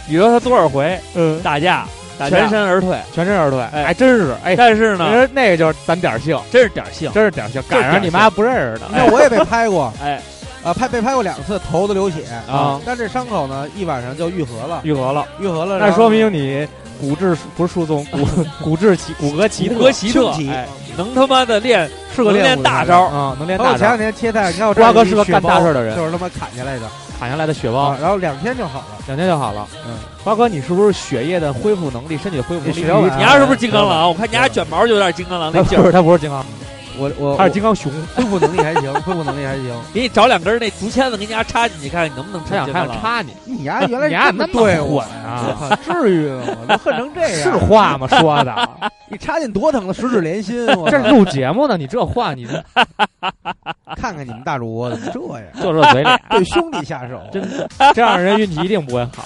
Q: 你说他 多少回
N: 嗯，
Q: 打架，
N: 打架
Q: 全身而退？
N: 全身而退，
Q: 哎
N: 还真是，哎，
Q: 但是
N: 其
Q: 呢，
N: 实那个就是咱点儿性，
Q: 真是点儿性。
N: 真是点儿性，
Q: 点儿
N: 赶上你妈不认识的
C: 你，看我也被拍过，
Q: 哎，
C: 啊，拍被拍过两次，头都流血
N: 啊
C: 但这伤口呢，一晚上就愈合了，
N: 愈合了，
C: 愈合了。
N: 哎那
C: 然后
N: 说明你骨质不是疏 松，骨骨质奇骨骼奇
Q: 骨
N: 特，
Q: 骼奇特，
C: 轻骑
Q: 哎，能他妈的练
N: 是个
Q: 能
N: 练
Q: 练大招
N: 啊，能练
C: 包括
N: 大
C: 前
N: 招
C: 两，天切菜，你看我
N: 瓜哥
C: 这儿有
N: 是个
C: 一血
N: 干大
C: 包
N: 事的人
C: 就是他妈砍下来的
N: 砍下来的血包
C: 啊，，然后两天就好了。
N: 两天就好了。
C: 嗯，
N: 瓜哥，你是不是血液的恢复能力、身体恢复能力？
C: 血小板
Q: 你丫是不是金刚？狼？我看你丫卷毛就有点金刚狼那
N: 他
Q: 劲
N: 不哦
Q: 儿。
N: 是，他不是金刚狼，
C: 我我
L: 它是金刚熊，
C: 我恢复能力还行，恢复能力还行，
Q: 给你找两根那竹签子，给你丫插进去，看看你能不能
L: 它想
Q: 进
L: 它
Q: 来
L: 想
Q: 了。
L: 插你，
C: 你呀原来
L: 你丫
C: 这么
L: 那么
C: 对我
L: 混啊
C: 呀，至于吗？我都恨成这样，
L: 是话吗？说的，
C: 你插进多疼的十指连心，我
L: 这录节目呢，你这话你
C: 看看你们大主播怎么这 样，
L: 就这嘴脸，
C: 对兄弟下手，啊
L: 真 这样人运气一定不会好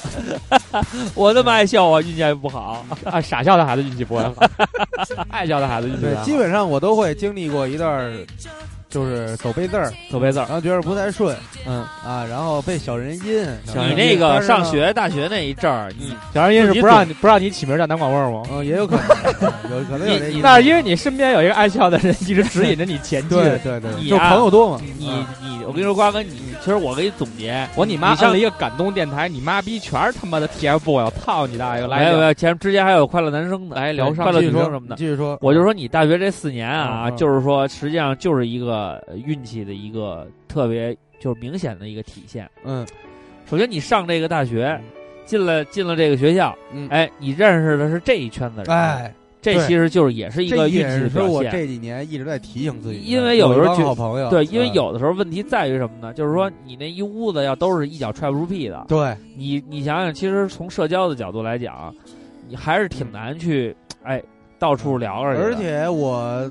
Q: 我他妈爱笑啊，运气还不好。
L: 啊！傻笑的孩子运气不会好，爱笑的孩子运气不
C: 对
L: 会，好
C: 基本上我都会经历过一段儿，就是走背字儿，
L: 特别字儿
C: 然后觉得不太顺
L: 嗯，
C: 啊，然后被小人阴。
L: 小人
Q: 你
L: 阴
Q: 那
C: 但
Q: 个
C: 是呢
Q: 上，学、大学那一阵儿，你
L: 小人因
Q: 自
L: 是
Q: 己
L: 不让你不让你起名叫南广味儿吗？
C: 嗯，也有可能， 有可能有这意思。
L: 那是因为你身边有一个爱笑的人一直指引着你前进。
C: 对对对，
Q: 你
C: 就
Q: 啊
C: 朋友多嘛。
Q: 你你，我跟你说，瓜哥，你其实我给你总结，
L: 我你妈
Q: 你上
L: 上了一个感动电台，你妈逼全是他妈的 TFBOY，我操你大爷！
Q: 没
L: 来
Q: 有没
L: 吧，
Q: 有，前之前还有快乐男生的，
L: 来聊上
Q: 快乐
L: 继
Q: 女
L: 续
Q: 生
L: 说
Q: 什么
C: 你
Q: 的。
C: 继续说，
Q: 我就说你大学这四年啊，
C: 嗯嗯
Q: 就是说实际上就是一个呃运气的一个特别就是明显的一个体现。
C: 嗯
Q: 首先你上这个大学，进了进了这个学校，
C: 嗯，
Q: 哎，你认识的是这一圈子人，，
C: 哎，
Q: 这
C: 对
Q: 其实就是也是一
C: 这
Q: 个运
C: 也
Q: 气的
C: 是
Q: 表
C: 我
Q: 现。
C: 这几年一直在提醒自己的，
Q: 因为有时候
C: 一帮
Q: 觉
C: 好朋友，
Q: 对，因为
C: 嗯
Q: 有的时候问题在于什么呢？就是说你那一屋子要都是一脚踹不出屁的，
C: 对
Q: 你你想想，其实从社交的角度来讲，你还是挺难去哎到处聊着去的。
C: 而且我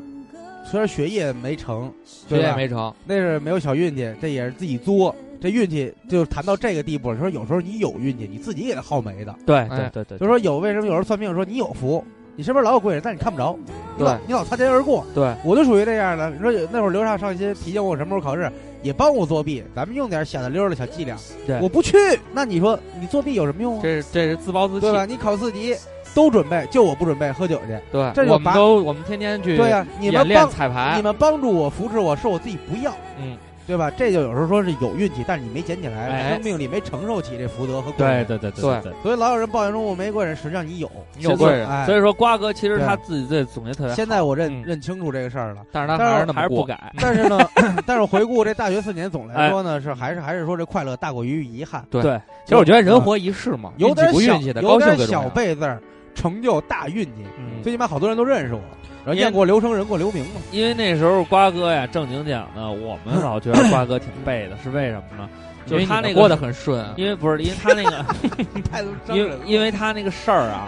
C: 虽然学业没成，
L: 学
C: 对
L: 业
C: 吧？
L: 没成，
C: 那是没有小运气，这也是自己作。这运气就谈到这个地步了，说有时候你有运气，你自己也得耗没的。
Q: 对
L: 哎
Q: 对对对，
C: 就说有为什么有时候算命说你有福，你身边老有贵人，但你看不着，你老
L: 对
C: 你老擦肩而过。
Q: 对，
C: 我就属于这样的。你说有那会儿刘畅上心提醒我什么时候考试，也帮我作弊，咱们用点显得溜儿的小伎俩。
Q: 对
C: 我不去，那你说你作弊有什么用啊？
L: 这是这是自暴自弃
C: 对。吧？你考四级都准备，就我不准备，喝酒去。
L: 对
C: 这，就
L: 我们
C: 把
L: 都我们天天去
C: 对呀、啊你
L: 演
C: 们
L: 练
C: 帮
L: 彩排
C: 你，们帮助我扶持我，是我自己不要，
L: 哎嗯，
C: 对吧？这就有时候说是有运气，但是你没捡起来，
L: 哎
C: 生命里没承受起这福德和贵
Q: 对
C: 人。
Q: 对对对
L: 对
Q: 对。
C: 所以老有人抱怨说我没贵人，实际上你有，
L: 你有贵人，
C: 哎
Q: 所以说，瓜哥其实
C: 对
Q: 他自己这总结特别好，
C: 现在我认
L: 嗯
C: 认清楚这个事儿了。
L: 但是他
C: 但是
L: 还是那
Q: 还
L: 么
Q: 是不
L: 过。
Q: 改。
C: 但是呢， 但是回顾这大学四年，总
L: 哎
C: 来说呢，是还是还是说这快乐大过于遗憾，
L: 对
Q: 对，
L: 其实我觉嗯得人活一世嘛，
C: 有
L: 运气
C: 点
L: 不
C: 小
L: 运气的，
C: 有
L: 高兴
C: 点
L: 最重
C: 小
L: 要。
C: 辈字儿成就大运气。
L: 嗯
C: 最起码好多人都认识我，然后
Q: 因为
C: 雁过留声，人过留名嘛。
Q: 因为那时候瓜哥呀，正经讲呢，我们老觉得瓜哥挺背的，是为什么呢？
L: 因
Q: 就
L: 为
Q: 是
L: 你
Q: 他
L: 们
Q: 那
L: 过得
Q: 个，
L: 很顺啊，
Q: 因为不是因为他那 个，
L: 嗯
C: 太
Q: 因为因为他那个事儿啊，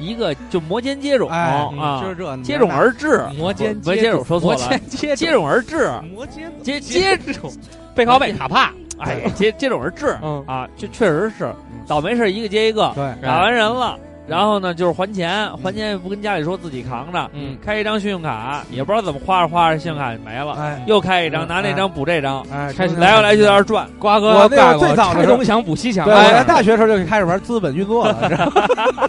Q: 一个就摩肩接踵
C: 哎
L: 哦嗯
Q: 啊
C: 就是，这
Q: 接踵而至，啊
L: 摩肩
Q: 不是接踵说错了，
L: 接
Q: 接踵而至，
L: 摩肩
Q: 接接踵，
L: 背靠背卡帕，
Q: 哎呀，接接踵而至
L: 嗯
Q: 啊，就确实是倒霉事儿一个接一个，
C: 对，
N: 嗯
Q: 打完人了，然后呢就是还钱，还钱也不跟家里说自己扛着，
L: 嗯
Q: 开一张信用卡也不知道怎么花着花着信用卡就没了，
C: 哎
Q: 又开一张，
C: 嗯
Q: 拿那张补这张，
C: 哎，
L: 啊开始
C: 真的
Q: 来回来去在那儿转，
L: 瓜哥
C: 我那会儿
L: 干过
C: 最早的
L: 拆
C: 时候
L: 东墙补西墙，
C: 对，我
L: 哎
C: 在大学的时候就开始玩资本运作了，知 道吗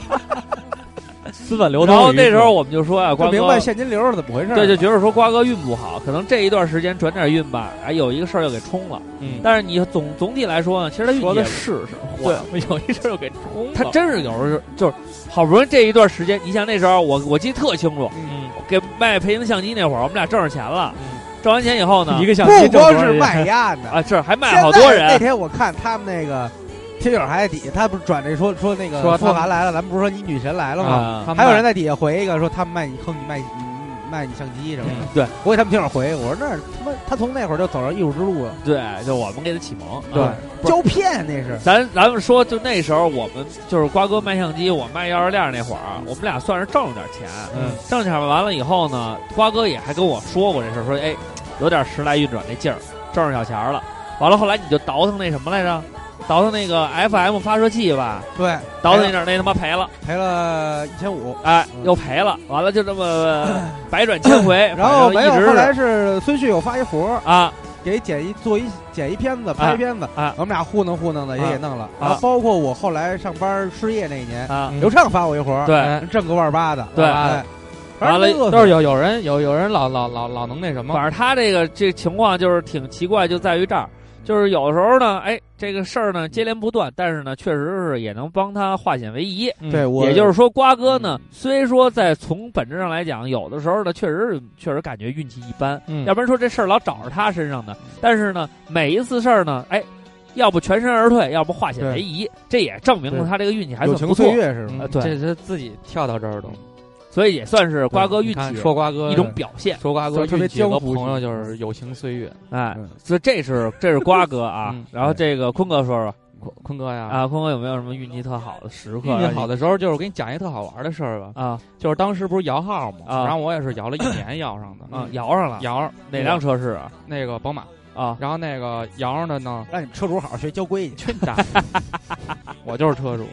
L: 资本流动。
Q: 然后那时候，我们就说啊，瓜
C: 就
Q: 哥
C: 明。白现金流是怎么回事。
Q: 对，就觉得说瓜哥运不好，可能这一段时间转点运吧，哎，有一个事儿又给冲了。
L: 嗯
Q: 但是你总总体来说呢，其实他运气
L: 说
Q: 也
L: 的是是，
Q: 对
L: 我有一阵儿又给冲了。
Q: 他真是有时候就是好不容易这一段时间，你像那时候我我记得特清楚，
L: 嗯，
Q: 给卖培英相机那会儿，我们俩挣着钱了，挣完钱以后呢
L: 一，个相机
C: 不
L: 挣多
C: 光
L: 少
C: 是
L: 钱
C: 卖鸭呢，
Q: 啊是还卖
C: 现
Q: 好
C: 在
Q: 多
C: 那
Q: 人，
C: 天我看他们那个贴友还在底下，他不是转这说说那个
L: 说他
C: 富
L: 们
C: 含来了，咱们不是说你女神来了吗？
Q: 啊
L: 他们
C: 还有人在底下回一个说他们卖你坑你卖你卖你相机什么的
L: 嗯。
Q: 对，
C: 我给他们贴友回，我说那儿他妈他从那会儿就走上艺术之路了，
Q: 对，就我们给他启蒙，
C: 对
Q: 啊，不是
C: 胶片那是。
Q: 咱咱们说，就那时候我们就是瓜哥卖相机，我卖钥匙链那会儿，啊我们俩算是挣了点钱。
L: 嗯，
Q: 挣了点钱完了以后呢，瓜哥也还跟我说过这事儿，说哎，有点时来运转这劲儿，挣着小钱儿了。完了后来你就倒腾那什么来着？倒腾那个 FM 发射器吧，
C: 对，
Q: 倒腾那点儿那他妈赔了，
C: 赔了一千五。
Q: 哎，
C: 嗯
Q: 又赔了，完了就这 么呃百转千回，
C: 然后
Q: 反
C: 没
Q: 正
C: 有，
Q: 一直
C: 后来
Q: 是
C: 是孙旭有发一活儿，
Q: 啊，
C: 给剪一做一剪一片子，拍一片子，
N: 哎
Q: 啊
C: 我们俩糊弄糊弄的也
Q: 啊
C: 给弄了。然后包括我后来上班失业那一年，
Q: 啊
L: 嗯
C: 刘畅发我一活儿，
Q: 对，
C: 挣个万儿八的，
Q: 对
C: 哎
Q: 完了
C: 反正乐死
L: 都是有有人有有人老老老老能那什么，
Q: 反正他这个这情况就是挺奇怪，就在于这儿，就是有时候呢，哎，这个事儿呢接连不断，但是呢，确实是也能帮他化险为夷。
L: 嗯
C: 对，我
Q: 也就是说，瓜哥呢，
C: 嗯
Q: 虽说在从本质上来讲，有的时候呢，确实是确实感觉运气一般，
L: 嗯
Q: 要不然说这事儿老找着他身上呢。但是呢，每一次事儿呢，哎，要不全身而退，要不化险为夷，这也证明了
L: 对
Q: 他这个运气还
C: 友
Q: 算
C: 情
Q: 不错
N: 呃
C: 岁。月是吗？
Q: 嗯
L: 嗯
Q: 对
L: 这是自己跳到这儿都，
Q: 所以也算是瓜哥运
N: 你看
Q: 气
N: 说瓜哥
Q: 一种表现。
N: 说瓜
C: 就
N: 哥
C: 是特别
N: 运气和
C: 江湖
N: 朋友
C: 气
N: 就是友情岁月。
Q: 哎
C: 嗯，
Q: 所以这是 这是瓜哥啊
N: 嗯，
Q: 然后这个坤哥说说
N: 坤坤哥呀，
Q: 啊，坤啊哥有没有什么运气特好的时刻？
N: 运气好
Q: 的
N: 的时候就是我给你讲一特好玩的事儿吧，
Q: 啊
N: 就是当时不是摇号嘛，
Q: 啊
N: 然后我也是摇了一年摇上的
Q: 啊，，摇上了，
N: 嗯摇
Q: 哪辆车是啊？
N: 那个宝马，
Q: 啊，
N: 然后那个摇上的呢，
C: 让你们车主好好学交规去。
N: 我就是车主。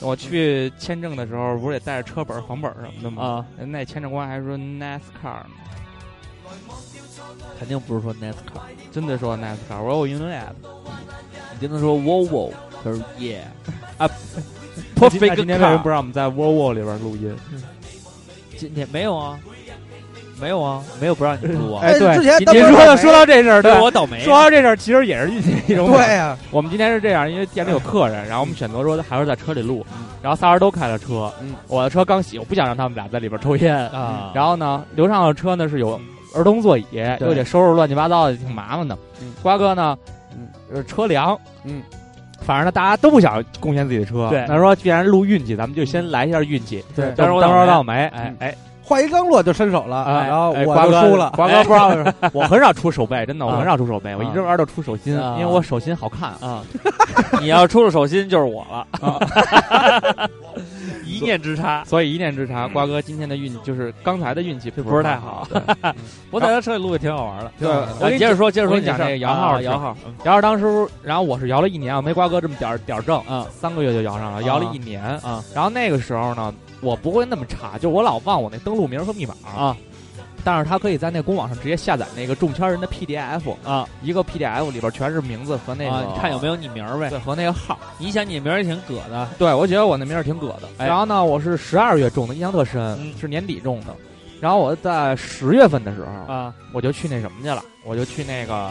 N: 我去签证的时候，不是得带着车本、黄本什么的吗？
Q: 啊，
N: 那签证官还说 NASCAR 呢，
Q: 肯定不是说 NASCAR，
N: 真的说 NASCAR。我说我云南 a
Q: 你跟他说 Volvo，他说 Yeah，啊
N: p 今天为什么不
Q: ，Perfect
N: 让我们在 Volvo 里边录音？
Q: 今天没有啊，没有啊，没有不让你录啊，
C: 哎，
N: 对
C: 之前
N: 你
C: 咱们
N: 说说到这事儿，对
Q: 对，我倒霉啊，
N: 说到这事儿，其实也是运气一种。
C: 对，呀，
N: 我们今天是这样，因为店里有客人，然后我们选择说还是在车里录，然后仨人都开了车，
C: 嗯
N: 我的车刚洗，我不想让他们俩在里边抽烟，
Q: 啊，
N: 然后呢，刘畅的车呢是有儿童座椅，又得收拾乱七八糟的，挺麻烦的。
C: 嗯
N: 瓜哥呢，
C: 嗯
N: 呃，车凉，
C: 嗯，
N: 反正呢，大家都不想贡献自己的车。
Q: 对
N: 那说既然录运气，咱们就先来一下运气。
C: 对
N: 当时
Q: 当时
N: 我
Q: 我
N: 当
Q: 倒
N: 时
Q: 霉
N: 倒霉，哎
C: 嗯
N: 哎，
C: 话一刚落就伸手了，
N: 哎
C: 然后
N: 哎
C: 我
N: 瓜
C: 就
N: 哥
C: 输了。
N: 瓜哥不知道为 什哎么，我很少出手背，真的，我
Q: 啊
N: 很少出手背，我一直玩到出手心，
Q: 啊
N: 因为我手心好看。
Q: 啊， 你要出了手心就是我了， 一念之差，
N: 所以一念之差，瓜哥今天的运气就是刚才的运气
Q: 不是太好。我在他车里录也挺好玩的。
N: 对，我
Q: 啊
N: 跟你
Q: 接着说，接着
N: 我
Q: 说
N: 跟
Q: 你
N: 你讲
Q: 的
N: 这个
Q: 事儿
N: 摇号
Q: 啊
N: 是
Q: 摇号，
N: 摇号当时， 然后我是摇了一年，我没瓜哥这么点儿点儿正，
Q: 嗯，
N: 三个月就摇上了，摇了一年嗯
Q: 啊。
N: 然后那个时候呢，我不会那么查，就我老忘我那登录名和密码
Q: 啊。
N: 但是他可以在那公网上直接下载那个中签人的 PDF
Q: 啊，
N: 一个 PDF 里边全是名字和那
Q: 啊，
N: 个，
Q: 你看有没有你名儿呗？
N: 对和那个号。
Q: 你想你名儿也挺葛的，
N: 对，我觉得我那名儿挺葛的。
Q: 哎
N: 然后呢，我是十二月中的，印象特深，
Q: 嗯
N: 是年底中的。然后我在十月份的时候，
Q: 啊
N: 我就去那什么去了，我就去那个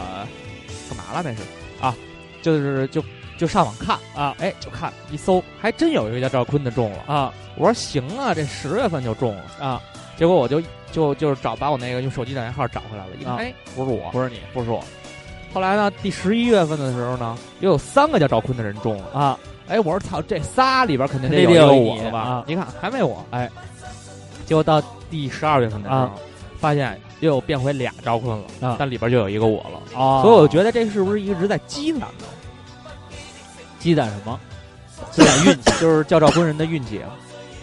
N: 干嘛了？那是啊，就是就就上网看
Q: 啊，
N: 哎，就看一搜，还真有一个叫赵坤的中了。
Q: 啊
N: 我说行啊，这十月份就中了。
Q: 啊，
N: 结果我就就就是找把我那个用手机短信号找回来了，一看、
Q: 啊
N: 哎，不是我，
Q: 不是你
N: 不是我。后来呢，第十一月份的时候呢，又有三个叫赵坤的人中了。
Q: 啊，
N: 哎，我说操，这仨里边肯定得
Q: 肯定
N: 一个
Q: 得有
N: 我
Q: 你
N: 了吧？
Q: 啊
N: 你看还没我，哎，结果到第十二月份的时候，
Q: 啊
N: 发现又变回俩赵坤了，
Q: 啊
N: 但里边就有一个我了，
Q: 哦
N: 所以我觉得这是不是一直在啊积攒呢？
Q: 积攒什么？
N: 积攒运气，就是叫赵坤人的运气。啊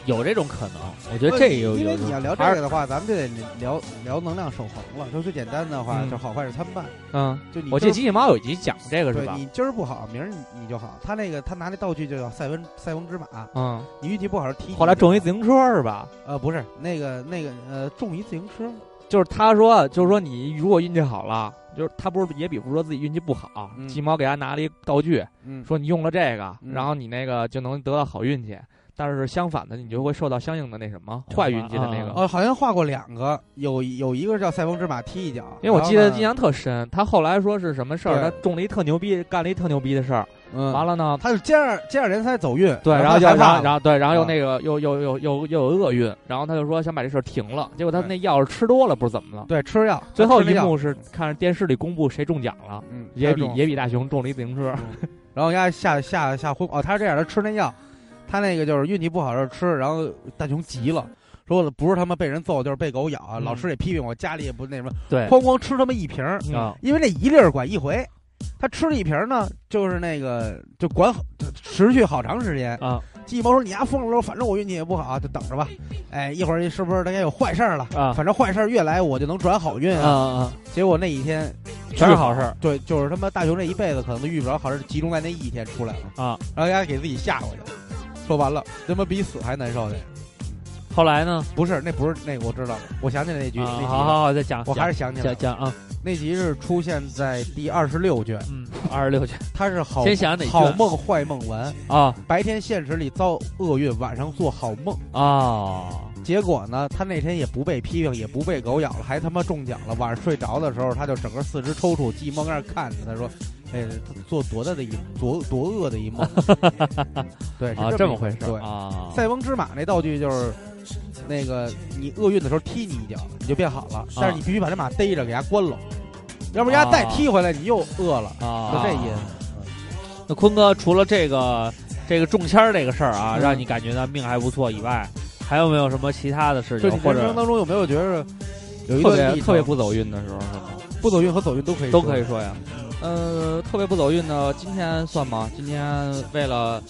Q: 有这种可能，我觉得这个有
C: 因为
Q: 有
C: 你要聊这个的话，咱们就得聊聊能量守恒了。就最简单的话，
N: 嗯
C: 就好坏是参半。
N: 嗯，
C: 就你
N: 我记得
C: 今儿
N: 机器猫有一集讲这个是
C: 对
N: 吧？
C: 你今儿不好，明儿你你就好。他那个他拿那道具就叫塞翁塞翁之马，
N: 嗯，
C: 你运气不好是踢你一脚。
N: 后来中一自行车是吧？
C: 呃不是那个那个呃中一自行车，
N: 就是他说，就是说你如果运气好了，就是他不是也比不说自己运气不好，
C: 嗯
N: 鸡毛给他拿了一道具，
C: 嗯
N: 说你用了这个，
C: 嗯
N: 然后你那个就能得到好运气，但是相反的，你就会受到相应的那什么坏运气的那个。
Q: 啊
C: 呃好像画过两个，有有一个叫塞翁之马踢一脚，
N: 因为我记得
C: 然后
N: 印
C: 呢
N: 象特深，他后来说是什么事儿，
C: 对
N: 他中了一特牛逼，干了一特牛逼的事儿，
C: 嗯
N: 完了呢，
C: 他是接二接二连三走运，
N: 对，然后
C: 后
N: 就
C: 他
N: 然
C: 害
N: 后然后对，然后又
C: 啊
N: 那个又又又又又有厄运，然后他就说想把这事儿停了，结果他那药吃多了不是怎么了
C: 怕，对吃药，
N: 最后
C: 吃
N: 一
C: 药
N: 幕是看着电视里公布谁中奖了，
C: 嗯
N: 野
C: 他
N: 比
C: 中
N: 野比大雄中了一自行车，
C: 然后丫吓吓吓昏哦，他是这样，他吃那药，他那个就是运气不好就吃，然后大熊急了，说我不是他妈被人揍，就是被狗咬啊，
N: 嗯
C: 老师也批评我，家里也不那什么，
Q: 对
C: 哐哐吃他妈一瓶儿，
N: 嗯
Q: 啊
C: 因为这一粒儿管一回，他吃了一瓶儿呢，就是那个就管好持续好长时间
Q: 啊。
C: 鸡毛说你丫疯了，反正我运气也不好，就等着吧，哎，一会儿是不是大家有坏事儿了？
Q: 啊
C: 反正坏事儿越来，我就能转好运
Q: 啊
C: 啊！
Q: 啊，
C: 结果那一天
Q: 嗯全是好事儿
C: 对，就是他妈大熊这一辈子可能都遇不着好事，集中在那一天出来了
Q: 啊，
C: 然后丫给自己吓过去了，说完了，他妈比死还难受的，
Q: 后来呢？
C: 不是，那不是那个，我知道了，我想起来那集，
Q: 啊，
C: 那集
Q: 好好好，再讲，
C: 我还
Q: 是
C: 是想起来
Q: 讲
C: 了，
Q: 讲啊，
C: 那集是出现在第二十六卷，
Q: 嗯，二十六卷，
C: 它是好
Q: 先想哪
C: 好
Q: 卷
C: 梦坏梦丸，
Q: 啊
C: 白天现实里遭厄运，晚上做好梦，
Q: 啊
C: 结果呢，他那天也不被批评，也不被狗咬了，还他妈中奖了，晚上睡着的时候，他就整个四肢抽搐，寂寞在那儿看着，他说。哎，他做多大的一多多恶的一 梦，对，是
Q: 啊，
C: 这
Q: 这么回事
C: 一对
Q: 儿，啊，
C: 塞翁之马那道具就是，那个你厄运的时候踢你一脚，你就变好
Q: 啊
C: 了，但是你必须把这马逮着，给它关了，要不然它再踢回来你又饿了，
Q: 啊，
C: 就这意思。
Q: 那坤哥除了这个这个中签儿这个事儿啊，
C: 嗯
Q: 让你感觉到命还不错以外，还有没有什么其他的事
C: 就
Q: 情
C: 你，
Q: 或
C: 人
Q: 者
C: 生当中有没有觉得有一
N: 特
C: 段历
N: 别
C: 程
N: 特别不走运的时候是吗？
C: 不走运和走运都可以
N: 都可以说呀。呃，特别不走运的，今天算吗？今天为了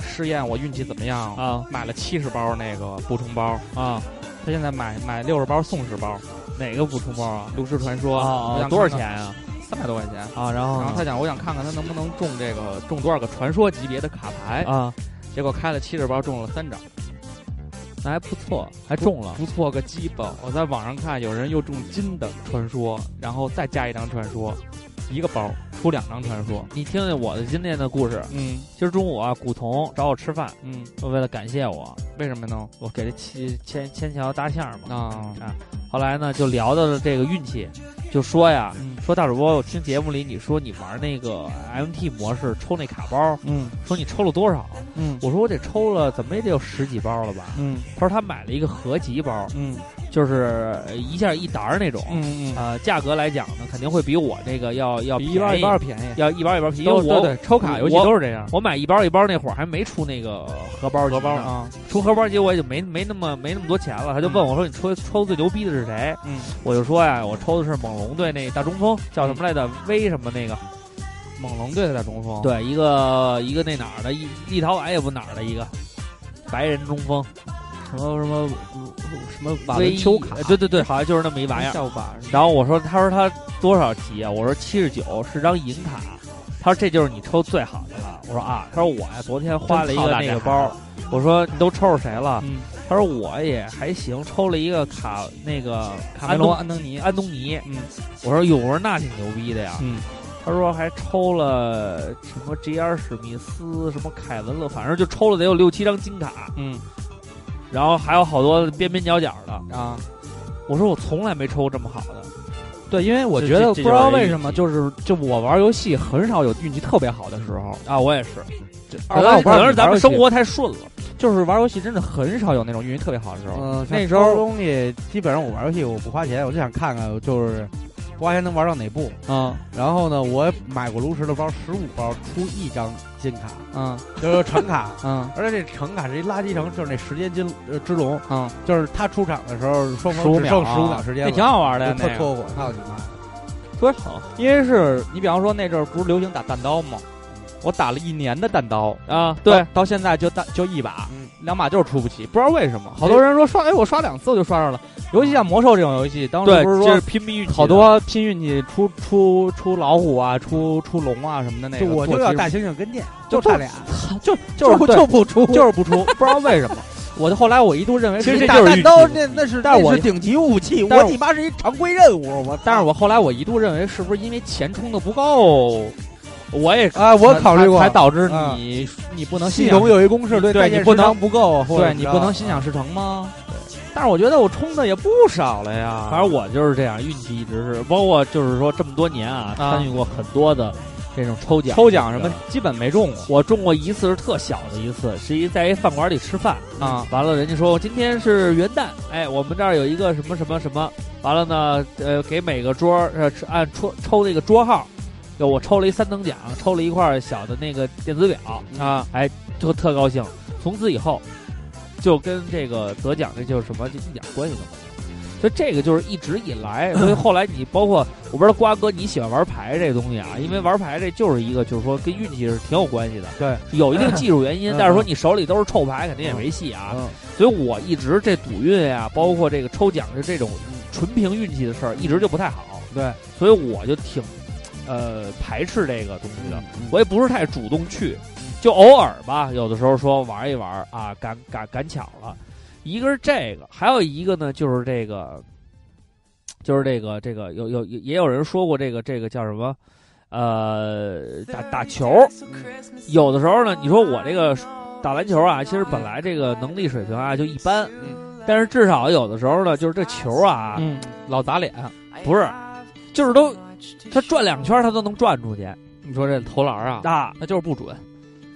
N: 试验我运气怎么样，
Q: 啊
N: 买了七十包那个补充包，
Q: 啊
N: 他现在买买六十包送十包，
Q: 哪个补充包啊？
N: 炉石传说我
Q: 啊
N: 想
Q: 多少
N: 看看
Q: 钱？啊？
N: 三百多块钱。
Q: 啊，然后
N: 然
Q: 呢
N: 后他讲，我想看看他能不能中这个中多少个传说级别的卡牌。
Q: 啊，
N: 结果开了七十包，中了三张，
Q: 那还不错，还中了
N: 不错个鸡巴！我在网上看有人又中金的传说，然后再加一张传说，一个包出两张传说。
Q: 你听听我的今天的故事。
N: 嗯
Q: 今儿中午啊，古潼找我吃饭，
N: 嗯，
Q: 为了感谢我，
N: 为什么呢？
Q: 我给他牵牵牵桥搭线儿嘛。
N: 啊，
Q: 后来呢，就聊到了这个运气，就说呀，
N: 嗯
Q: 说大主播，我听节目里你说你玩那个 MT 模式抽那卡包，
N: 嗯
Q: 说你抽了多少？
N: 嗯
Q: 我说我得抽了，怎么也得有十几包了吧？
N: 嗯
Q: 他说他买了一个合集包，
N: 嗯
Q: 就是呃一下一沓儿那种。
N: 嗯嗯，
Q: 呃，价格来讲呢，肯定会比我这个要要
N: 比
Q: 便宜
N: 一包一包便宜。
Q: 要一包一包便宜。因为
N: 都
Q: 我
N: 对对，抽卡游戏
Q: 我
N: 都是这样。
Q: 我买一包一包那会儿还没出那个荷包
N: 荷包
Q: 机呢
N: 啊，
Q: 出荷包机我也就没没那么没那么多钱了，他就问我说你抽抽最牛逼的是谁？
N: 嗯，
Q: 我就说呀，我抽的是猛龙队那大中锋，叫什么来着？威什么那个？
N: 嗯猛龙队的大中锋，，
Q: 对，一个一个那哪儿的，立立陶宛也不哪儿的一个白人中锋，
N: 什么什么什么瓦
Q: 威
N: 伦丘卡
Q: 呃，对对对，好像就是那么一玩意儿。
N: 下午吧，
Q: 然后我说，他说他多少级啊？我说七十九是张银卡。他说这就是你抽最好的了。我说啊，他说我呀昨天花了
N: 真
Q: 一
N: 操
Q: 个
N: 蛋
Q: 那个
N: 这孩
Q: 包
N: 子，
Q: 我说你都抽着谁了？
N: 嗯，
Q: 他说我也还行，抽了一个卡那个
N: 卡梅隆安东尼，
Q: 安东尼。
N: 嗯
Q: 我说哟，我说那挺牛逼的呀。
N: 嗯
Q: 他说还抽了什么 J.R. 史密斯，什么凯文勒，反正就抽了得有六七张金卡，
N: 嗯
Q: 然后还有好多边边角角的。
N: 啊，
Q: 我说我从来没抽过这么好的。
N: 对，因为我
Q: 这
N: 觉得
Q: 这
N: 不
Q: 这
N: 知道
Q: 就是
N: 为什么，就是就我玩游戏很少有运气特别好的时候，
Q: 啊，我也是，
N: 二八五八
Q: 可能是咱
N: 玩游
Q: 们
N: 戏
Q: 生活太顺了。
N: 就是玩游戏真的很少有那种运气特别好的时候。
C: 嗯，
N: 哦那时候
C: 东西基本上我玩游戏我不花钱，我就想看看就是不花钱能玩到哪步。
N: 嗯
C: 然后呢，我买过炉石的包十五包，出一张金卡，
N: 嗯
C: 就是 橙卡。
N: 嗯
C: 而且这橙卡是一垃圾城，就是那时间金呃之龙，
N: 嗯，
C: 就是他出场的时候，双方
N: 15
C: 只剩
N: 秒啊
C: 十五秒时间
Q: 哎
N: 那
C: 了，
N: 挺好玩的呀，那
C: 就特
N: 个
C: 戳火，操你妈！
N: 不是，因为是你比方说那阵儿不是流行打弹刀吗？我打了一年的弹刀啊，
Q: 对
N: 到，到现在就弹就一把
C: 嗯，
N: 两把就是出不起，不知道为什么。好多人说刷，哎，我刷两次我就刷上了。尤其像魔兽这种游戏，当时
Q: 对，
N: 不是
Q: 这
N: 说
Q: 是啊拼命运气的
N: 好多拼运气出出出老虎啊，出出龙啊什么的那个
C: 就
N: 做
C: 我
N: 其实，
C: 就要大猩猩跟电，
N: 就
C: 差俩，
N: 就就是
C: 就
N: 对
C: 就不出。
N: 就是不出，不知道为什么。我就后来我一度认为，
C: 其实
N: 这
C: 打
N: 就是
C: 弹
N: 运
C: 刀
N: 气。
C: 那那是
N: 但是
C: 那
N: 我
C: 是顶级武器，
N: 但是
C: 我你妈是一常规任务，我
N: 但是我后来我一度认为，是不是因为钱充的不够，我也
C: 啊，我
N: 才
C: 考虑过
N: 才才，导致
C: 啊
N: 你你不能嗯
C: 系
N: 心
C: 统
N: 想
C: 有一公式，
N: 对
C: 在
N: 你
C: 线
N: 不
C: 时
N: 能
C: 啊长不够，啊或者
N: 对
C: 怎
N: 你
C: 么
N: 不
C: 着
N: 能心想事成吗？但是我觉得我充的也不少了呀。
Q: 反正我就是这样，运气一直是，包括就是说这么多年啊，
N: 啊
Q: 参与过很多的这种抽奖，
N: 抽奖什么。基本没中过
Q: 我中过一次是特小的一次，是一在一饭馆里吃饭，
N: 啊。
Q: 完了人家说今天是元旦，哎，我们这儿有一个什么什么什么，完了呢，呃，给每个桌儿呃吃按抽抽那个桌号，就我抽了一三等奖，抽了一块小的那个电子表啊，哎，就特高兴。从此以后，就跟这个得奖这就是什么就一点关系都没有。所以这个就是一直以来，所以后来你包括我不知道瓜哥你喜欢玩牌这东西啊，因为玩牌这就是一个就是说跟运气是挺有关系的，
C: 对，
Q: 有一定技术原因
C: 嗯，
Q: 但是说你手里都是臭牌，肯定也没戏啊。
C: 嗯
Q: 所以我一直这赌运啊，包括这个抽奖的这种纯凭运气的事儿，一直就不太好。
C: 对，
Q: 所以我就挺呃排斥这个东西
C: 嗯
Q: 的，我也不是太主动去，就偶尔吧，有的时候说玩一玩啊，赶赶赶巧了。一个是这个，还有一个呢，就是这个，就是这个这个有有也有人说过这个这个叫什么？呃，打打球，有的时候呢，你说我这个打篮球啊，其实本来这个能力水平啊就一般，但是至少有的时候呢，就是这球啊，
N: 嗯，老砸脸，
Q: 不是，就是都他
N: 啊
Q: 转两圈他都能转出去
N: 你说这投篮啊，
Q: 啊，
N: 那就是不准。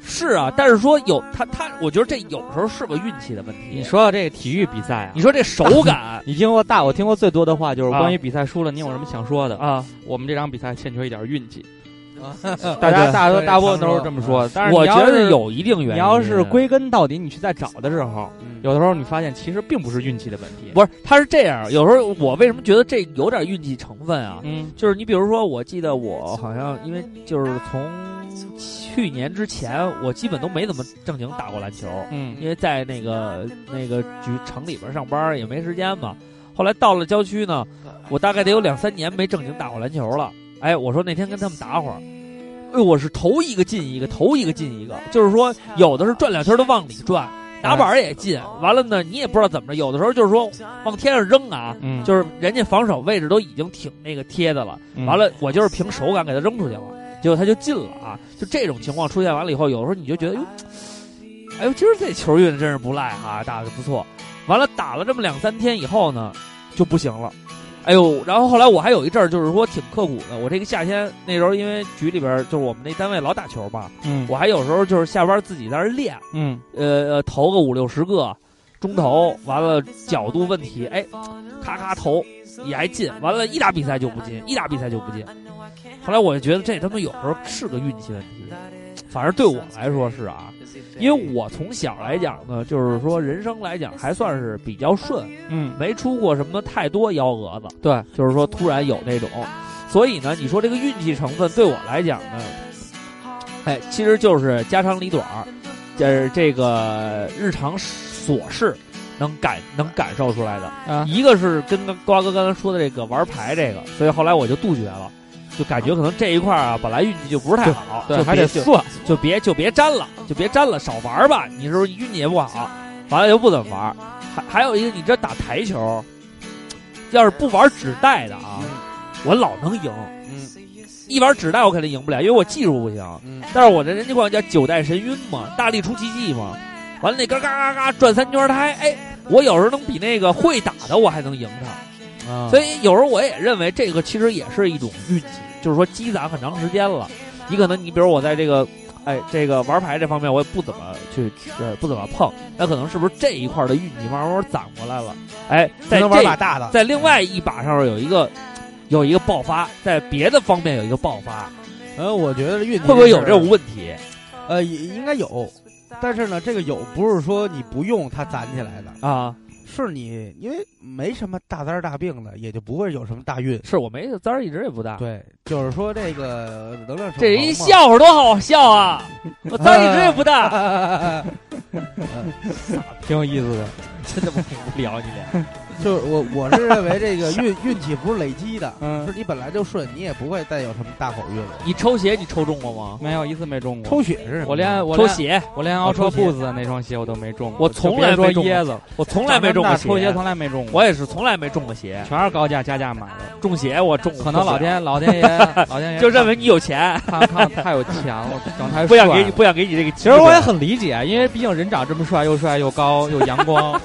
Q: 是啊，但是说有他他，我觉得这有时候是个运气的问题。
N: 你说到这个体育比赛啊，
Q: 你说这手 感
N: 你听过大我听过最多的话就是
Q: 啊
N: 关于比赛输了，你有什么想说的？
Q: 啊
N: 我们这场比赛欠缺一点运气。
L: 大家
Q: 对
L: 大多
C: 对
L: 大部分
C: 常
L: 都是
C: 说
L: 这么说，但是
Q: 我
L: 你
Q: 觉
L: 要
Q: 得
L: 是。
Q: 有一定原因。
L: 你要是归根到底，你去再找的时候，
C: 嗯
L: 有的时候你发现其实并不是运气的问题。
Q: 不是，他是这样。有时候我为什么觉得这有点运气成分啊？
L: 嗯
Q: 就是你比如说，我记得我好像因为就是从去年之前，我基本都没怎么正经打过篮球，
L: 嗯
Q: 因为在那个那个局城里边上班也没时间嘛。后来到了郊区呢，我大概得有两三年没正经打过篮球了。哎，我说那天跟他们打会儿，哎，我是头一个进一个，头一个进一个，就是说有的是转两圈都往里转，打板儿也进，完了呢你也不知道怎么着，有的时候就是说往天上扔啊，
L: 嗯，
Q: 就是人家防守位置都已经挺那个贴的了，
L: 嗯
Q: 完了我就是凭手感给他扔出去了，结果他就进了啊，就这种情况出现完了以后，有时候你就觉得哟，哎呦，今儿这球运真是不赖哈、打的不错。完了打了这么两三天以后呢，就不行了。哎呦，然后后来我还有一阵儿，就是说挺刻苦的。我这个夏天那时候，因为局里边儿就是我们那单位老打球嘛，
L: 嗯
Q: 我还有时候就是下班自己在那儿练，
L: 嗯
Q: 呃，投个五六十个，中投，完了角度问题，哎，咔咔投也还进，完了一打比赛就不进，一打比赛就不进。后来我就觉得这他妈有时候是个运气问题，反正对我来说是啊，因为我从小来讲呢，就是说人生来讲还算是比较顺，
L: 嗯
Q: 没出过什么太多幺蛾子，
L: 对，
Q: 就是说突然有那种，所以呢，你说这个运气成分对我来讲呢，哎，其实就是家长里短儿，就是这个日常琐事能感能感受出来的。
L: 啊
Q: 一个是跟瓜哥刚才说的这个玩牌这个，所以后来我就杜绝了。就感觉可能这一块儿啊，本来运气就不是太好，
L: 对，
Q: 就
L: 还
Q: 别
L: 得
Q: 就
L: 算，
Q: 就别就别沾了，就别沾了，少玩儿吧。你是不是运气也不好，完了又不怎么玩儿。还还有一个，你这打台球，要是不玩纸带的啊，
L: 嗯
Q: 我老能赢。
C: 嗯，
Q: 一玩纸带我肯定赢不了，因为我技术不行。
C: 嗯
Q: 但是我这人家管叫九代神晕嘛，大力出奇迹嘛。完了那嘎嘎嘎嘎转三圈胎，哎，我有时候能比那个会打的我还能赢他。
C: 啊
Q: 所以有时候我也认为这个其实也是一种运气，就是说积攒很长时间了。你可能你比如我在这个，哎，这个玩牌这方面我也不怎么去，呃，不怎么碰，那可能是不是这一块的运气慢慢慢攒过来了？哎，在
C: 嗯能玩把
Q: 这
C: 大的，
Q: 在另外一把上面有一个有一个爆发，在别的方面有一个爆发，
C: 呃，我觉得运气
Q: 会不会有
C: 事儿
Q: 这种问题？
C: 呃，也应该有，但是呢，这个有不是说你不用它攒起来的，
Q: 啊，
C: 是你因为没什么大灾儿大病的，也就不会有什么大运。
Q: 是我没滋儿一直也不大，
C: 对，就是说这个能量守
Q: 这
C: 恒
Q: 一
C: 嘛
Q: 笑话多好笑啊！ 我滋儿一直也不大，
L: 挺有意思的。
Q: 真的无聊你俩。
C: 就是我我是认为这个运运气不是累积的，
L: 嗯
C: 是，你本来就顺，你也不会再有什么大好运了。
Q: 你抽鞋你抽中过吗？
L: 没有一次没中过。
C: 抽血是什么
L: 我连我
Q: 啊抽
L: 连
Q: 鞋，
L: 我连奥
Q: 抽
L: 车
Q: 鞋
L: 布子那双鞋我都没中过，
Q: 我
L: 就
Q: 从
L: 别
Q: 来
L: 说
Q: 没中过
L: 椰子了，
Q: 我从来没中
L: 长这么大
Q: 过
L: 抽
Q: 鞋
L: 鞋，从来没中过，
Q: 我也是从来没中过鞋，
L: 全是高价加价买的。
Q: 中鞋我 中
L: 可能老天老 天爷老天爷
Q: 就认为你有钱，
L: 看看太有钱了，长太帅了
Q: 不想给你不想给你这个
L: 其
Q: 机会。
L: 实我也很理解，因为毕竟人长这么帅，又帅又高又阳光，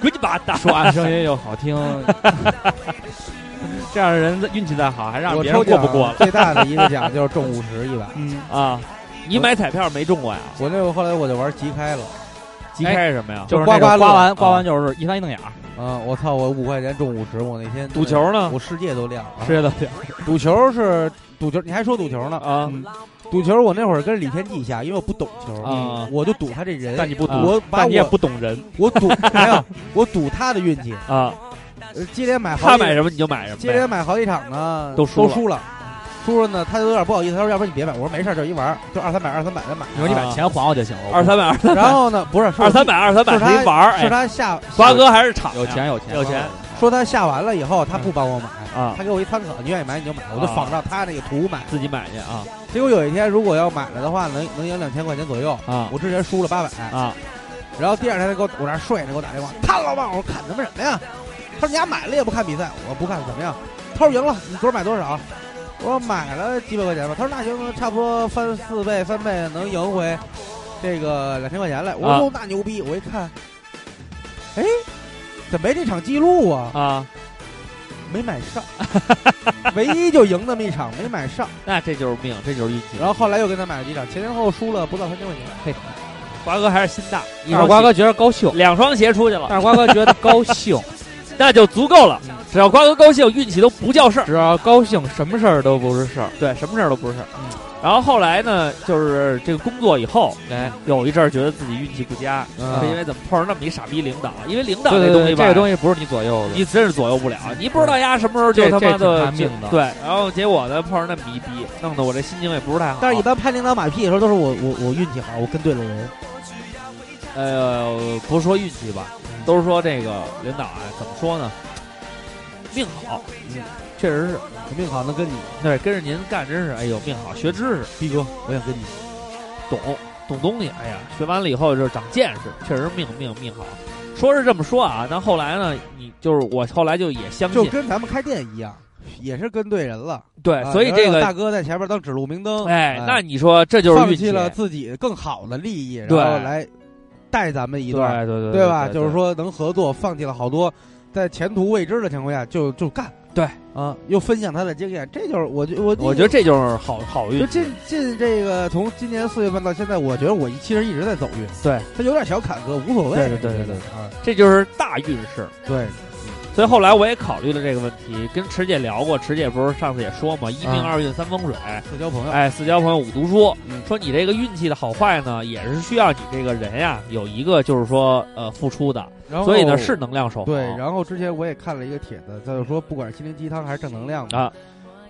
Q: 滚你妈蛋！
L: 说话声音又好听，这样的人运气再好，还让
C: 我
L: 别人
C: 抽
L: 过
C: 奖
L: 不过了？
C: 最大的一个奖就是中五十一百。
L: 嗯，
Q: 啊，你买彩票没中过呀？
C: 我那后来我就玩急开了，
Q: 急开是什么呀？
L: 哎就是
C: 刮
L: 那
C: 刮
L: 个
C: 乐
L: 刮完
C: 啊
L: 刮完就是一翻一瞪眼儿，
C: 啊，我操，我五块钱中五十，我那天
Q: 赌球啊呢？
C: 我世界都亮了。
L: 是的，
C: 赌球是赌球，你还说赌球呢？
Q: 啊
L: 嗯
C: 赌球我那会儿跟李天记下，因为我不懂球
Q: 啊
C: 我就赌他这人。啊
Q: 但你不
L: 啊
Q: 赌
C: 我把
Q: 但你也
C: 我
Q: 不懂人
C: 我赌没有，我赌他的运气。
Q: 啊，
C: 呃接连买好
Q: 他
C: 几
Q: 买什么你就买什么
C: 接
Q: 呗
C: 连。买好几场呢，
Q: 都输
C: 输
Q: 了
C: 了。输了呢，他就有点不好意思，他说：“要不然你别买。”我说：“没事儿，就一玩儿，就二三百，二三百的 买。
L: 你说你把
Q: 啊
L: 钱还我就行了，
Q: 二三百二”
C: 然后呢，不是是
Q: 二三百二三百
C: 是他
Q: 谁玩儿？
C: 是
Q: 哎，
C: 他下
Q: 瓜哥还是厂
L: 有钱有钱
Q: 有钱
C: 说他下完了以后，他不帮我买，
Q: 啊，
C: 他给我一参考，你愿意买你就买，我就
Q: 啊
C: 仿照他那个图买。
Q: 自己买去啊
C: 结果有一天，如果要买了的话，能能赢两千块钱左右。
Q: 啊
C: 我之前输了八百，
Q: 啊！
C: 然后第二天他给我我那儿睡呢，给我打电话，看老板，我说看什么什么呀？他说你家买了也不看比赛，我说不看怎么样？他说赢了，你昨儿买多少？我说买了几百块钱吧。他说那行，差不多翻四倍、三倍能赢回这个两千块钱来。我
Q: 啊
C: 说、哦那牛逼！我一看，哎，怎么没这场记录啊？
Q: 啊，
C: 没买上，唯一就赢那么一场没买上。
Q: 那这就是命，这就是运气。
C: 然后后来又跟他买了几场，前前后后输了不到三千块钱。嘿，
Q: 瓜哥还是心大，一
L: 但是
Q: 双
L: 瓜
Q: 鞋
L: 哥觉得高兴，
Q: 两双鞋出去了，
L: 但是瓜哥觉得高兴，
Q: 那就足够了。只要瓜哥高兴，运气都不叫事儿。
N: 只要高兴，什么事儿都不是事儿。
Q: 对，什么事儿都不是事儿。然后后来呢，就是这个工作以后，
N: 哎，
Q: 有一阵儿觉得自己运气不佳，
N: 嗯
Q: 是因为怎么碰上那么一傻逼领导？因为领导
N: 对对
Q: 东嗯
N: 对，
Q: 西
N: 这
Q: 吧，
N: 个东西不是你左右的。
Q: 你真是左右不了，你不知道丫什么时候就
N: 这
Q: 他妈
N: 这挺
Q: 的
N: 看命的
Q: 对，然后结果呢碰上那么一逼，弄得我这心情也不是太好。
G: 但是一般拍领导马屁的时候，都是我我我运气好，我跟对了人。
Q: 呃，不是说运气吧，
C: 嗯
Q: 都是说这个领导啊，怎么说呢？命好，确实是，
G: 我命好能跟你，
Q: 对，跟着您干真是，哎呦，命好，学知识，
G: 逼哥，我想跟你。
Q: 懂懂东西，哎呀，学完了以后就是长见识，确实命命命好。说是这么说啊，但后来呢，你就是我后来就也相
C: 就
Q: 信，
C: 跟咱们开店一样，也是跟对人了。
Q: 对，
C: 啊
Q: 哎所以
C: 然后
Q: 这
C: 有
Q: 个
C: 大哥在前面当指路明灯，啊
Q: 哎，那你说这就是
C: 放
Q: 运气
C: 弃了自己更好的利益，然
Q: 对
C: 后来带咱们一
Q: 对
C: 段，
Q: 对对
C: 对吧？就是说能合作，放弃了好多在前途未知的情况下就就干，
Q: 对
C: 啊，又分享他的经验，这就是我觉我
Q: 我觉得。这就是好好运
C: 就，进进这个，从今年四月份到现在，我觉得我其实一直在走运，
Q: 对，
C: 他有点小坎坷，无所谓，
Q: 对对对对对
C: 啊，
Q: 这就是大运势。
C: 对，
Q: 所以后来我也考虑了这个问题，跟池姐聊过，池姐不是上次也说嘛，一命
C: 嗯
Q: 二运三风水，
C: 社交
N: 嗯
C: 朋友，
Q: 哎，四交朋友五读书
C: 嗯，
Q: 说你这个运气的好坏呢，也是需要你这个人呀有一个就是说呃付出的，
C: 然
N: 哦
C: 后
Q: 所以呢是哦能量守恒。
C: 对，然后之前我也看了一个帖子，他就说不管是心灵鸡汤还是正能量的
Q: 啊，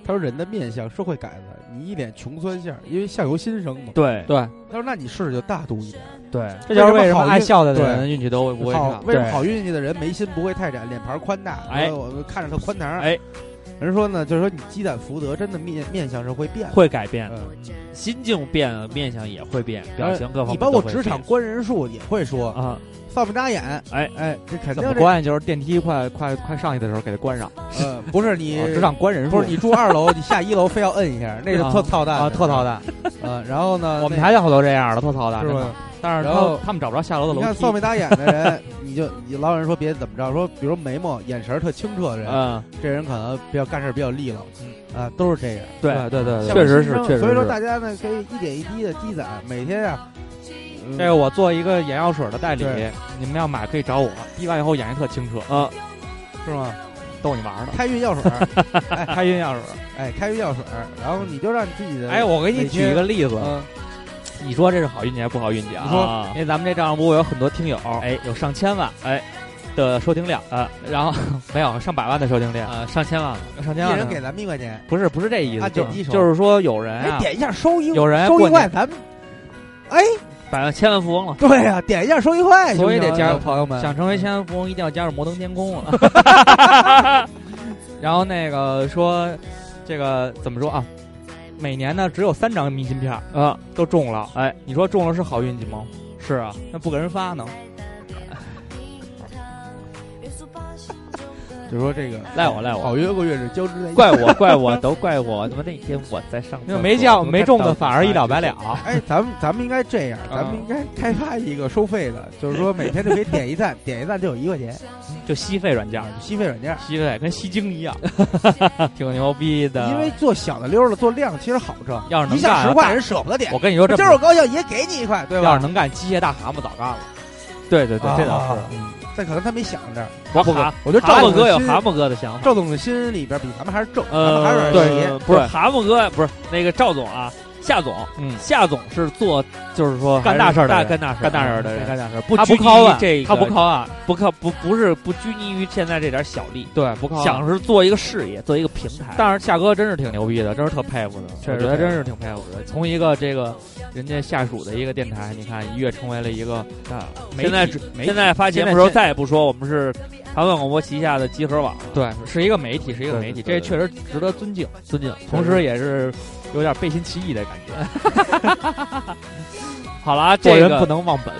C: 他说人的面相是会改的，你一脸穷酸相，因为相由心生嘛。
Q: 对
N: 对
C: 他说那你试试就大度一点，
Q: 对
N: 这就是为
C: 为
N: 什
C: 什
N: 么
C: 么好运
N: 爱笑的人运气都会不会
C: 好
N: 差。
C: 为什么
Q: 对
C: 好运气的人眉心不会太窄，脸盘宽大，
Q: 哎
C: 说我们看着他宽囊。
Q: 哎，
C: 人说呢，就是说你积攒福德，真的面面相是会变的。
Q: 会改变的，
C: 嗯，
Q: 心境变了，面相也会变，表情
N: 哎
Q: 各方面
C: 你包括
Q: 都会
C: 职场
Q: 变
C: 观人术也会说，
Q: 啊，
C: 扫不扎眼，
Q: 哎
C: 哎，这肯
N: 怎
C: 定
N: 么
C: 这
N: 关？就是电梯快快快上去的时候给它关上，
C: 呃，不是你
N: 哦职场关人数
C: 不是你住二楼，你下一楼非要摁一下，那是特操蛋
N: 啊，特操
C: 蛋。
N: 蛋。
C: 嗯，然后呢，
N: 我们
C: 那
N: 台下好多这样的，特操蛋
C: 是。
N: 真
C: 吧
N: 的？但是
C: 然后
N: 他他们找不着下楼的
C: 你看
N: 楼
C: 扫
N: 梯。
C: 眉打眼的人，你就你老有人说别怎么着，说比如眉毛、眼神儿特清澈的人，
Q: 嗯，
C: 这人可能比较干事儿比较利落，啊，都是这样。
Q: 对
N: 对对对，对
Q: 确实是
C: 相由心生
Q: 确实
C: 所以说
Q: 是
C: 大家呢可以一点一滴的积攒，每天呀，嗯
N: 这个我做一个眼药水的代理
C: 对，嗯
N: 你们要买可以找我。滴完以后眼睛特清澈，
Q: 啊，
C: 是吗？
N: 逗你玩儿呢。
C: 开运药水儿，
N: 开运药水。
C: 哎，开运药水儿，然后你就让你自己的
N: 哎，我给你举一个例子，
C: 嗯
N: 你说这是好运气还是不好运气啊？
C: 你说
Q: 啊
N: 因为咱们这账上部有很多听友，哎，有上千万，哎。的收听量啊，然后没有上百万的收听量，
Q: 啊上千万了，
N: 上
C: 一
N: 千万
C: 人
N: 的
C: 给咱们一块钱，
N: 不是不是这意思，
C: 按
N: 就
C: 点击收
N: 就是说有人啊
C: 哎，，点一下收一
N: 有人
C: 收
N: 过
C: 一块，
N: 年，
C: 咱们哎，
Q: 百万千万富翁了，
C: 对呀，点一下收一块，
N: 所以得加入
C: 朋友们嗯
N: 想成为千万富翁，一定要加入摩登天空啊。然后那个说，这个怎么说啊？每年呢只有三张明信片啊都中了，哎，你说中了是好运气吗？是啊，那不给人发呢？
C: 就说这个
Q: 赖我赖我
C: 好月过月是交织在一起。
Q: 哎怪我 怪我都怪我，他妈那天我在上厕
N: 因
Q: 所，
N: 为没叫
Q: 我
N: 没
Q: 看
N: 中
Q: 到
N: 的
Q: 你
N: 反而一
Q: 发
N: 了百
Q: 这
N: 了。啊
C: 哎，咱们咱们应该这样，咱们应该开发一个收费的，就是说每天就可以点一赞，点一赞就有一块钱，
N: 就吸费软件，
C: 吸费软件。
N: 吸费跟吸精一样，挺牛逼
Q: 啊
N: 的。
C: 因为做小的溜了，做量其实好挣，
N: 要是能
C: 一下
N: 干
C: 十块人舍不得点
N: 我，跟你说这
C: 今
N: 么，
C: 儿我高兴也给你一块，对
N: 要
C: 吧
N: 是？能干，机械大蛤蟆早干了。
Q: 对对对，这倒
C: 啊
Q: 是。嗯
C: 但可能他没想到这儿，
Q: 我
C: 不
Q: 蛤，
C: 我觉得
Q: 蛤
C: 赵
Q: 蟆
C: 总
Q: 哥有
C: 心
Q: 蛤蟆哥的想法。
C: 赵总的心里边比咱们还是正，咱们还
Q: 呃，
C: 是有点邪
Q: 对，不是蛤蟆哥，不是那个赵总啊，夏总，
N: 嗯
Q: 夏总是做就是说
N: 干大事儿的
Q: 大
N: 人
Q: 干大事儿
N: 干大事儿的人
Q: 干大事儿，不
N: 他
Q: 拘
N: 不
Q: 泥
N: 靠
Q: 于
N: 啊
Q: 这，
N: 他不
Q: 靠
N: 靠啊，
Q: 不靠不不是不拘泥于现在这点小利，
N: 对，不靠啊岸。
Q: 想是做一个事业，做一个平台。
N: 但是夏哥真是挺牛逼的，真是特佩服的，
Q: 确
N: 我
Q: 实
N: 觉得
Q: 佩服
N: 真是挺佩服的。从一个这个人家下属的一个电台，你看一跃成为了一个啊，媒体
Q: 现在只
N: 媒体
Q: 现在发节目的时候再也不说我们是长短广播旗下的集合网了，
N: 对是一个媒体，是一个
Q: 对
N: 媒体，
Q: 对
N: 这
Q: 对
N: 确实值得尊敬，
Q: 尊敬。
N: 同时也是有点背信弃义的感觉。
Q: 好了啊，
N: 做
Q: 这
N: 人
Q: 个
N: 不能忘本，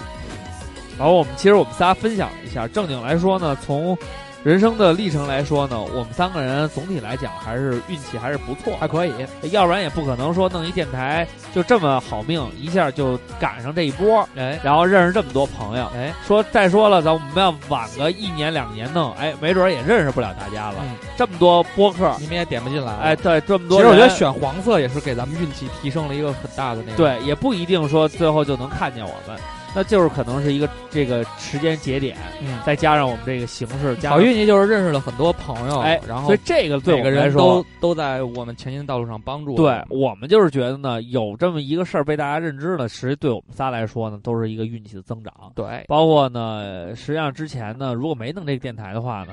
Q: 然后我们其实我们仨分享了一下，正经来说呢，从人生的历程来说呢，我们三个人总体来讲还是运气还是不错的，
N: 还可以。
Q: 要不然也不可能说弄一电台就这么好命，一下就赶上这一波，
N: 哎
Q: 然后认识这么多朋友。
N: 哎，
Q: 说再说了，咱我们要晚个一年两年弄，哎，没准儿也认识不了大家了。
N: 嗯
Q: 这么多播客，
N: 你们也点不进来。啊
Q: 哎，，对，这么
N: 其
Q: 多
N: 实我觉得
Q: 人
N: 选黄色也是给咱们运气提升了一个很大的那个。
Q: 对，也不一定说最后就能看见我们。那就是可能是一个这个时间节点，
N: 嗯
Q: 再加上我们这个形式，加上
N: 好运气就是认识了很多朋友，
Q: 哎，
N: 然后
Q: 所以这个对我
N: 每个
Q: 们来
N: 人
Q: 说
N: 都，都在我们前进的道路上帮助。
Q: 对，我们就是觉得呢，有这么一个事儿被大家认知了，实际对我们仨来说呢，都是一个运气的增长。
N: 对，
Q: 包括呢，实际上之前呢，如果没弄这个电台的话呢，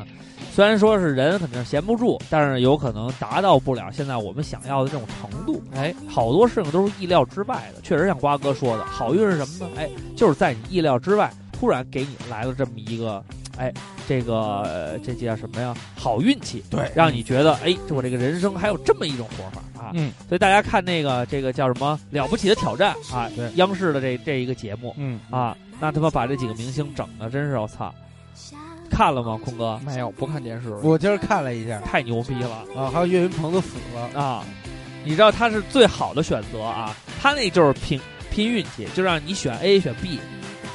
Q: 虽然说是人肯定闲不住，但是有可能达到不了现在我们想要的这种程度。
N: 哎，
Q: 好多事情都是意料之外的，确实像瓜哥说的，好运是什么呢？哎，就是在你意料之外，突然给你来了这么一个，哎，这个、呃这叫什么呀？好运气，
C: 对
Q: 让你觉得哎，这我这个人生还有这么一种活法啊！
N: 嗯，
Q: 所以大家看那个这个叫什么《了不起的挑战》啊
C: 对，
Q: 央视的这这一个节目，
N: 嗯，
Q: 啊，那他妈把这几个明星整的真是我操！看了吗，坤哥？
N: 没有不看电视，
C: 我今儿看了一下
Q: 太牛逼了
C: 啊，还有岳云鹏都死了，
Q: 啊！你知道他是最好的选择啊，他那就是拼拼运气，就让你选 A 选 B，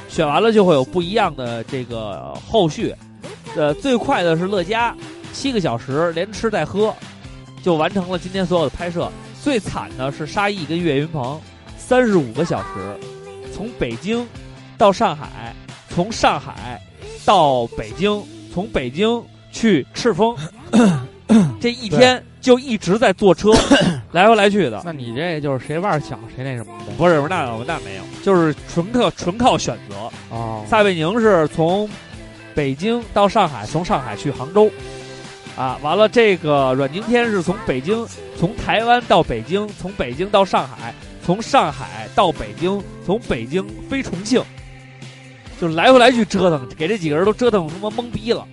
Q: 选完了就会有不一样的这个后续。呃，最快的是乐嘉，七个小时连吃带喝就完成了今天所有的拍摄。最惨的是沙溢跟岳云鹏，三十五个小时，从北京到上海，从上海到北京，从北京去赤峰，这一天就一直在坐车来回来去的。
N: 那你这就是谁腕儿小谁那什么
Q: 不是，不是那我那没有，就是纯靠纯靠选择。
N: 的哦
Q: 撒贝宁是从北京到上海，从上海去杭州，啊，完了这个阮经天是从北京，从台湾到北京，从北京到上海，从上海到北京，从北京飞重庆，就来回来去折腾，给这几个人都折腾他妈懵逼了。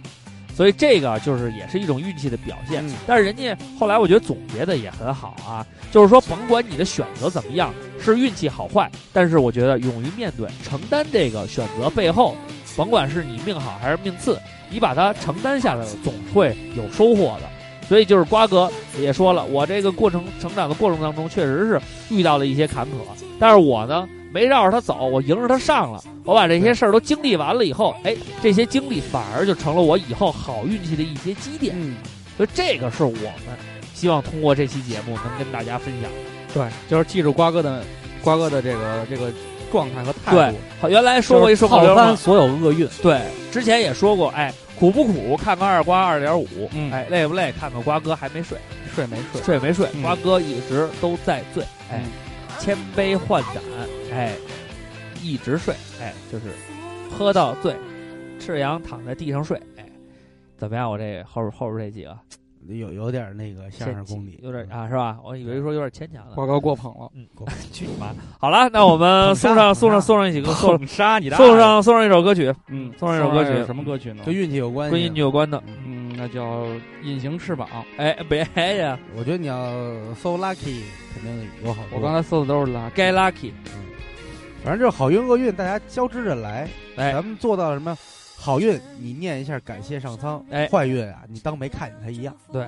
Q: 所以这个就是也是一种运气的表现，
C: 嗯
Q: 但是人家后来我觉得总结的也很好啊，就是说甭管你的选择怎么样，是运气好坏，但是我觉得勇于面对、承担这个选择背后，甭管是你命好还是命次，你把它承担下来了，总会有收获的。所以就是瓜哥也说了，我这个过程成长的过程当中，确实是遇到了一些坎坷，但是我呢没绕着他走，我迎着他上了。我把这些事儿都经历完了以后，哎，这些经历反而就成了我以后好运气的一些积淀。
N: 嗯，
Q: 所以这个是我们希望通过这期节目能跟大家分享。
N: 对，就是记住瓜哥的瓜哥的这个这个状态和态
Q: 对
N: 度。，
Q: 好，原来说过一说口溜
G: 翻
Q: 吗？
G: 所有厄运，
Q: 对，之前也说过，哎，苦不苦？看看二瓜二点五，
N: 嗯
Q: 哎，累不累？看看瓜哥还没睡，
N: 睡没睡？
Q: 睡没睡？
N: 嗯
Q: 瓜哥一直都在醉，哎
N: 嗯，
Q: 千杯换盏，哎，一直睡，哎，就是喝到醉，赤羊躺在地上睡，哎，怎么样？我这后后边这几个
C: 有有点那个相声功底，嗯
N: 嗯
Q: 有点啊，是吧？我以为说有点牵强的，
N: 瓜哥过捧了，
Q: 去你妈！好了，那 我们
N: 捧杀
Q: 呃送上
N: 捧杀
Q: 送上送上几个送
N: 杀你
Q: 送上送上一首歌曲，
N: 嗯，
Q: 送上一首歌曲
N: 什么歌曲呢
C: 跟？运气有关系。
Q: 跟音乐有关的。
N: 嗯，那叫《隐形翅膀》。
Q: 哎，别呀，
C: 我觉得你要 so lucky，肯定有好多。
N: 我刚才搜的都是垃圾。
Q: 嗯该 lucky，
C: 反正就是好运厄运，大家交织着来。
Q: 哎
C: 咱们做到什么？好运你念一下，感谢上苍。
Q: 哎
C: 坏运啊，你当没看见他一样。
N: 对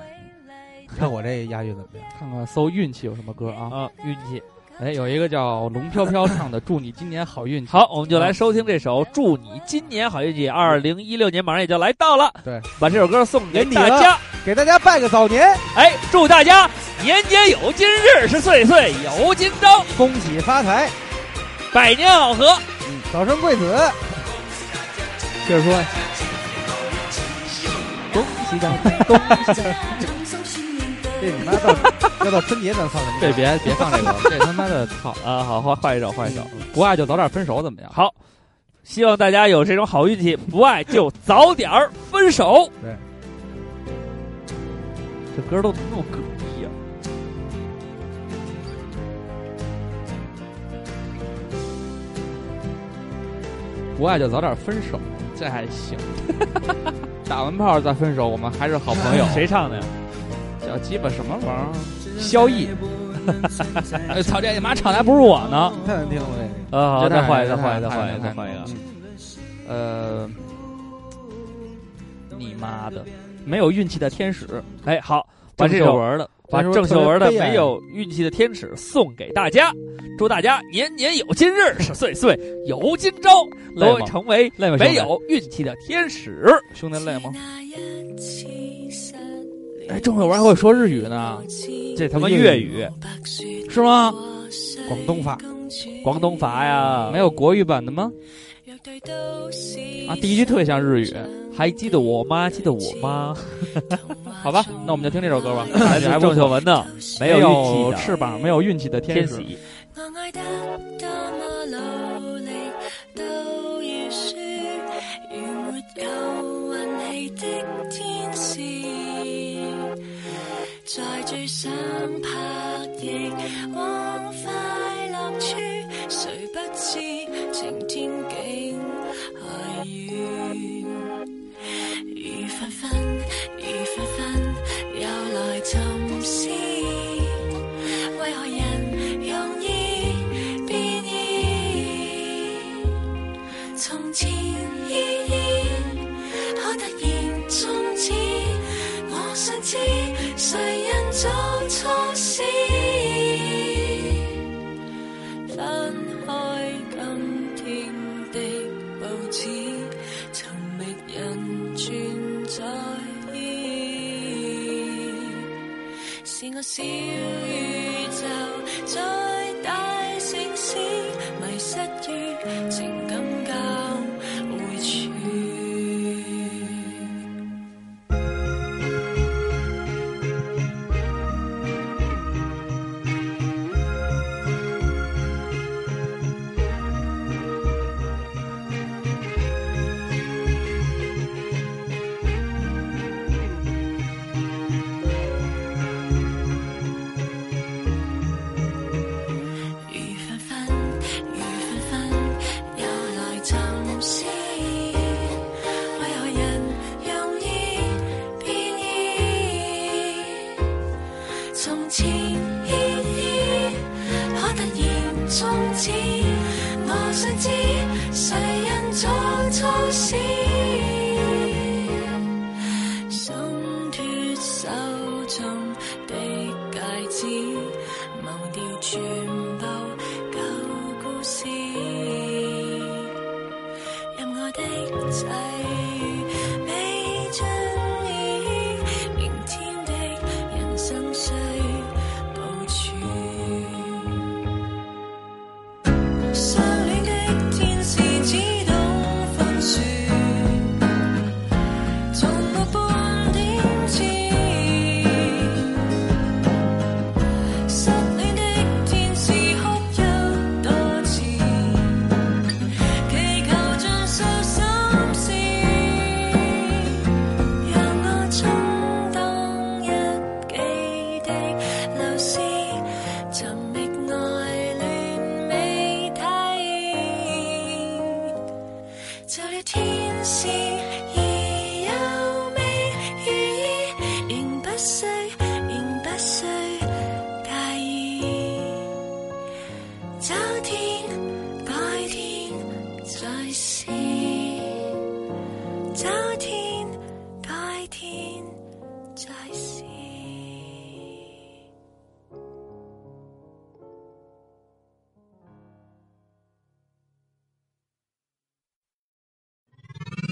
C: 你看我这押韵怎么样？
N: 看看搜运气有什么歌啊？
Q: 啊，运气。
N: 哎，有一个叫龙飘飘唱的《祝你今年好运气》。
Q: 好，我们就来收听这首《祝你今年好运气》。
N: 嗯
Q: 二零一六年马上也就来到了，
C: 对，
Q: 把这首歌送给
C: 年底
Q: 大家。
C: 给大家拜个早年，
Q: 哎，祝大家年年有今日，是岁岁有今朝，
C: 恭喜发财，
Q: 百年好合。
C: 早生贵子。
N: 接着说，
C: 这你妈到要到春节咱放什么？
N: 这别别放这 个，这他妈的操！嗯
Q: 啊，好，换换一首，换一首。
N: 不爱就早点分手，怎么样？
Q: 好，希望大家有这种好运气，不爱就早点儿分手。
C: 对，
Q: 这歌都那么狗逼啊呀、
N: 不爱就早点分手，这还行。 打完炮再分手，我们还是好朋 友。
Q: 谁唱的呀？
N: 叫鸡巴什么玩意儿？萧 逸。哎，操！这你妈唱的还不是我呢。
C: 太难听了这个。
Q: 啊，好
N: 这
Q: 再
N: 太
Q: 换一
N: 太
Q: 个，换一个，
N: 太
Q: 换一个，
N: 太
Q: 再换一个。
N: 呃，你妈的，没有运气的天使，
Q: 哎，好，把这
N: 郑秀
Q: 首
N: 文的，
Q: 把
C: 这首
Q: 郑
C: 特
Q: 秀
C: 别
Q: 文的
C: 悲
Q: 《
C: 哀
Q: 没有运气的天使》送给大家，祝大家年年有今日，岁岁有今 朝，
N: 累
Q: 都
N: 吗
Q: 成为
N: 累吗？
Q: 没有运气的天使。
N: 兄弟累吗？哎，郑秀文还会说日语呢，
Q: 这他妈粤语
N: 是吗？
C: 广东话，
Q: 广东法呀，
N: 没有国语版的吗？
Q: 啊，第一句特别像日语，还记得我吗？记得我吗？
N: 好吧，那我们就听这首歌吧。
Q: 还是郑秀文的《
N: 没
Q: 有
N: 有
Q: 运气
N: 翅膀、没有运气的
Q: 的天
N: 使》。
Q: 喜
A: 我愛得多麼努力，都要輸，如沒有運氣的天使，在最想拍翼往快樂處，誰不知晴天竟係雨，雨紛紛，雨紛紛，又來尋思。為何人容易變異？從前意義可突然終止，我想知誰人做錯事？翻開今天的報紙，尋覓人存在意義。是我小宇宙在大城市迷失於情感交匯處。雨紛紛，雨紛紛，又來尋思，為何人容易變異？從前意義可突然終止，我想知誰人做錯事？鬆脱手中的戒指。忘掉全部舊故事，任我的際遇未盡意，明天的人生需部署。相戀的天使只懂寬恕，從沒半點痴。失戀的天使哭泣多次，祈求盡訴心事，讓我充當一己的老師，尋覓愛戀美體。就了天使，而又未如意，仍不需，仍不需介意。找天，改天，再試。找天，改天，再試。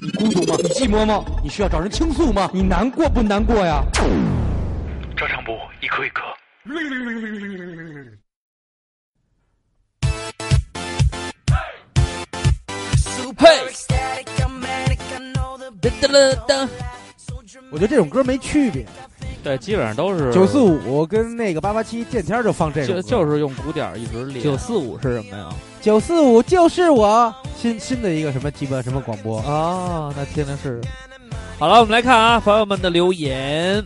G: 你孤独吗？你寂寞吗？你需要找人倾诉吗？你难过不难过呀？
S: 照常不误，一颗一颗。
C: 我觉得这种歌没区别。
N: 对，基本上都是
C: 九四，五跟那个八八七见天儿就放这
N: 就
C: 种
N: 嗯
C: 歌，
N: 就是用鼓点儿一直练。
Q: 九四五是什么呀？
C: 九四五就是我新新的一个什么鸡巴什么广播，
Q: 哦，那听听试试。好了，我们来看啊，朋友们的留言。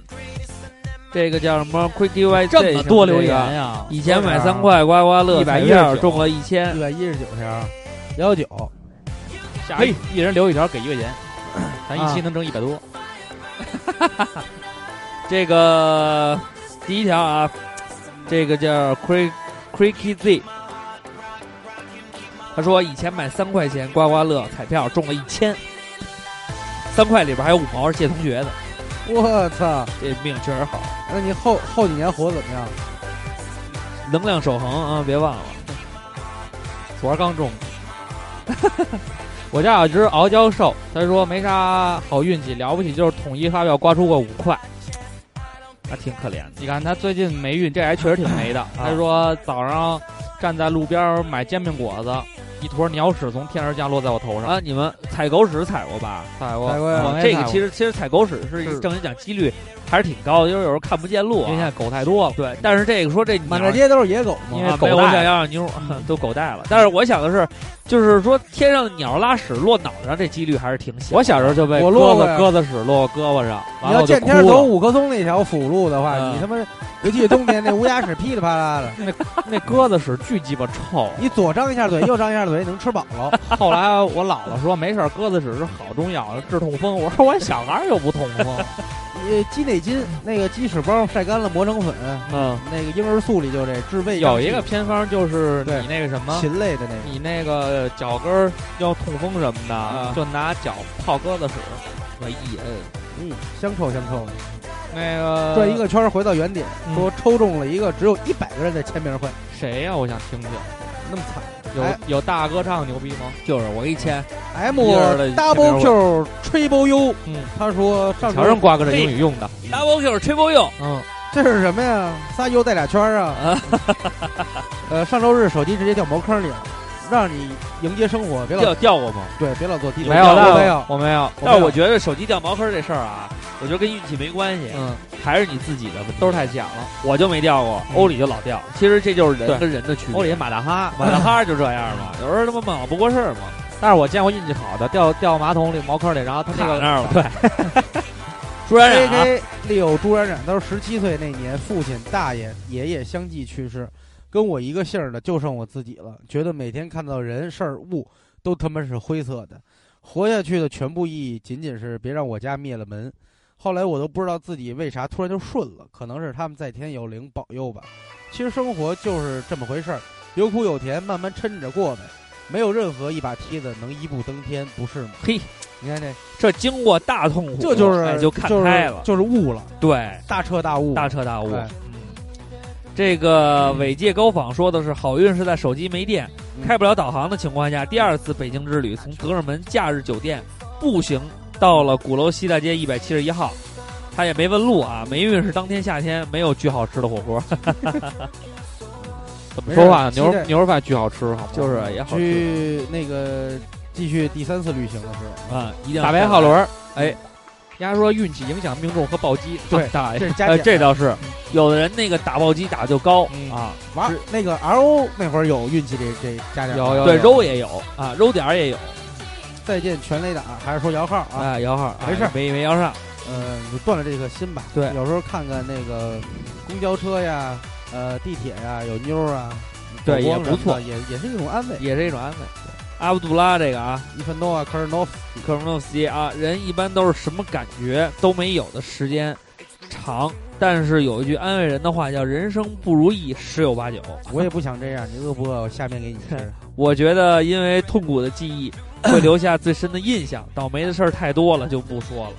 Q: 这个叫什么？Quicky Y
N: 这么多留言呀、
Q: 以前买三块刮刮乐，
N: 119
Q: 彩票中啊了一千
C: 一，百一十九条，幺九九，
N: 下一一人留一条给一块钱，咱一期
Q: 啊
N: 能挣一百多。
Q: 这个第一条啊，这个叫 Cri Cricky Z，他说以前买三块钱刮刮乐彩票中了一千，三块里边还有五毛是借同学的，
C: 我操！
Q: 这命确实好，
C: 那你后后几年活得怎么样？
Q: 能量守恒啊，别忘了。
N: 昨儿 刚中的。我家有只傲娇兽，他说没啥好运气，了不起就是统一发票刮出过五块。
Q: 那挺可怜的。
N: 你看他最近霉运，这还确实挺霉的。他说早上站在路边儿买煎饼果子，一坨鸟屎从天而降落在我头上
Q: 啊！你们踩狗屎踩过吧？
N: 踩过
Q: 踩
N: 过呀
Q: 这个其实其实踩狗屎是
N: 是
Q: 正经讲几率还是挺高的，因为有时候看不见路啊。
N: 因为现在狗太多了。
Q: 对，但是这个说这
C: 满大街都是野狗嘛，
Q: 因为狗想要让妞 都狗带了，但是我想的是，就是说天上的鸟拉屎落脑袋上，这几率还是挺小的。
N: 我小时候就被
C: 我
N: 鸽
C: 落
N: 子
C: 过呀
N: 鸽子屎落我胳膊上，
C: 你
N: 完了
C: 要
N: 我就
C: 见
N: 哭
C: 天走
N: 了。
C: 五棵松那条辅路的话，
N: 嗯
C: 你他妈，尤其是冬天那乌鸦屎噼里啪啦的，
N: 那鸽子屎巨鸡巴
Q: 啊
N: 臭。
C: 你左张一下嘴，右张一下嘴，能吃饱了。
N: 后来我姥姥说没事儿，鸽子屎是好中药，治痛 风。我说我小孩儿又不痛风。
C: 你呃鸡内金那个鸡屎包晒干了磨成粉，
N: 嗯，
C: 那个婴儿素里就这治胃胀
N: 有
C: 气。
N: 一个偏方就是
C: 对
N: 你那个什么，
C: 禽类的那个，
N: 你那个脚跟儿要痛风什么的，就拿脚泡鸽子屎，我一摁，
C: 嗯，香臭香臭的，
N: 那个
C: 转一个圈儿回到原点，
N: 嗯
C: 说抽中了一个只有一百个人的签名会，
N: 谁呀？我想听听，
C: 那么惨。哎
N: 有有大歌唱牛逼吗？
Q: 就是我给你签，
C: M
Q: 一人的签名
C: double
Q: 会
C: Q triple U，
N: 嗯，
C: 他说上周
N: 瞧上瓜哥这英语用的，
Q: double Q 吹波用，
N: 嗯，
C: 这是什么呀？仨 U 带俩圈儿啊！呃，上周日手机直接掉茅坑里了，让你迎接生活，别
Q: 掉
C: 老
Q: 掉过吗？
C: 对，别老做低头。
N: 没有
C: 我
N: 的，
C: 没有，
N: 我没有，
C: 没有
Q: 但是我觉得手机掉茅坑这事儿啊，我觉得跟运气没关系，
N: 嗯，
Q: 还是你自己的问题。
N: 都是太假了。
Q: 我就没掉过，欧里就老掉。其实这就是人
N: 对
Q: 跟人的区别。
N: 欧里
Q: 马大哈，马大哈就这样 嘛，有时候他妈忙不过事儿嘛，
N: 但是我见过运气好的，掉掉马桶里茅坑里，然后他那
Q: 卡
N: 个
Q: 那儿了。对， 朱然
C: ，A
Q: 然啊
C: K 利友朱冉冉都是十七岁那年，父亲、大爷、爷爷相继去世，跟我一个姓儿的就剩我自己了。觉得每天看到人、事儿、物都他妈是灰色的，活下去的全部意义仅仅是别让我家灭了门。后来我都不知道自己为啥突然就顺了，可能是他们在天有灵保佑吧。其实生活就是这么回事儿，有苦有甜，慢慢抻着过呗。没有任何一把梯子能一步登天，不是吗？
Q: 嘿，
C: 你看这，
Q: 这经过大痛苦，
C: 这就是、
Q: 哎就看
C: 就是
Q: 开了。嗯
C: 就是悟了，
Q: 对，
C: 大彻大悟，
Q: 大彻大悟。
C: 哎
Q: 嗯，这个伟界高仿说的是，好运是在手机没电、
C: 嗯
Q: 开不了导航的情况下，第二次北京之旅从德胜门假日酒店步行到了鼓楼西大街一百七十一号。他也没问路啊，霉运是当天夏天没有巨好吃的火锅，
N: 怎么
C: 没事
N: 说话？
C: 期
N: 牛
C: 待
N: 肉牛肉饭巨好吃，好吗？
Q: 就是也好吃
C: 去那个继续第三次旅行的时候，
Q: 啊、一定要
N: 打
Q: 吃
N: 牌
Q: 到
N: 好轮儿，哎，人家说运气影响命中和暴击，
C: 对
N: 大爷
C: 这是加
Q: 呃，
C: 减的、
Q: 这倒是，有的人那个打暴击打得就高、
N: 嗯
Q: 啊，
C: 玩儿那个 R O 那会儿有运气这这加点儿
N: 有有
Q: 对，揉也有啊，揉点儿也有
C: 再见全垒打还是说摇号啊？
Q: 啊，摇号啊
C: 没事儿
Q: 没没摇上，
C: 呃，你就断了这颗心吧。
Q: 对
C: 有时候看看那个公交车呀，呃，地铁呀，有妞儿啊，
Q: 对
C: 有
Q: 也
C: 光什
Q: 不
C: 么
Q: 错
C: 的，也也是一种安慰。
Q: 也是一种安慰。阿卜杜拉这个啊，
C: 伊凡诺啊，科尔诺夫，
Q: 克罗诺夫斯基啊，人一般都是什么感觉都没有的时间长，但是有一句安慰人的话叫“人生不如意十有八九
C: 我也不想这样。你饿不饿？我下面给你吃。”。
Q: 我觉得，因为痛苦的记忆会留下最深的印象，倒霉的事儿太多了就不说了。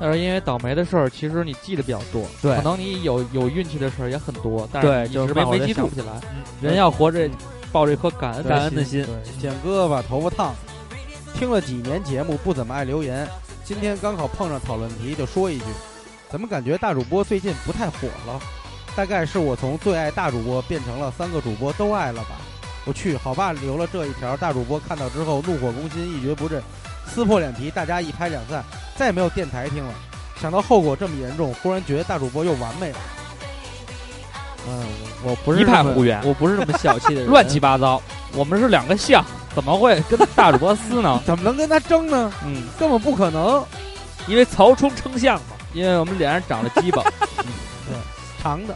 N: 但是因为倒霉的事儿，其实你记得比较多，
C: 对
N: 可能你有有运气的事儿也很多，但
Q: 对
N: 是你
Q: 就
N: 一时
Q: 是没
N: 半会儿真
Q: 没记
N: 想
Q: 住
N: 不起来。
Q: 嗯，
N: 人要活着，抱着一颗感恩
Q: 感恩
N: 心
Q: 的心，
C: 对，剪胳膊，头发烫。听了几年节目，不怎么爱留言。今天刚好碰上讨论题，就说一句：怎么感觉大主播最近不太火了？大概是我从最爱大主播变成了三个主播都爱了吧？我去，好吧，留了这一条。大主播看到之后怒火攻心，一蹶不振，撕破脸皮，大家一拍两散，再也没有电台听了。想到后果这么严重，忽然觉得大主播又完美了。嗯，我我不是
N: 一派
C: 那么？
N: 胡言，
Q: 我不是那么小气的人，
N: 乱七八糟。我们是两个像，怎么会跟大主播撕呢
C: 怎么能跟他争呢？
N: 嗯，
C: 根本不可能。
Q: 因为曹冲称象嘛。
N: 因为我们脸上长了鸡巴。
C: 长的，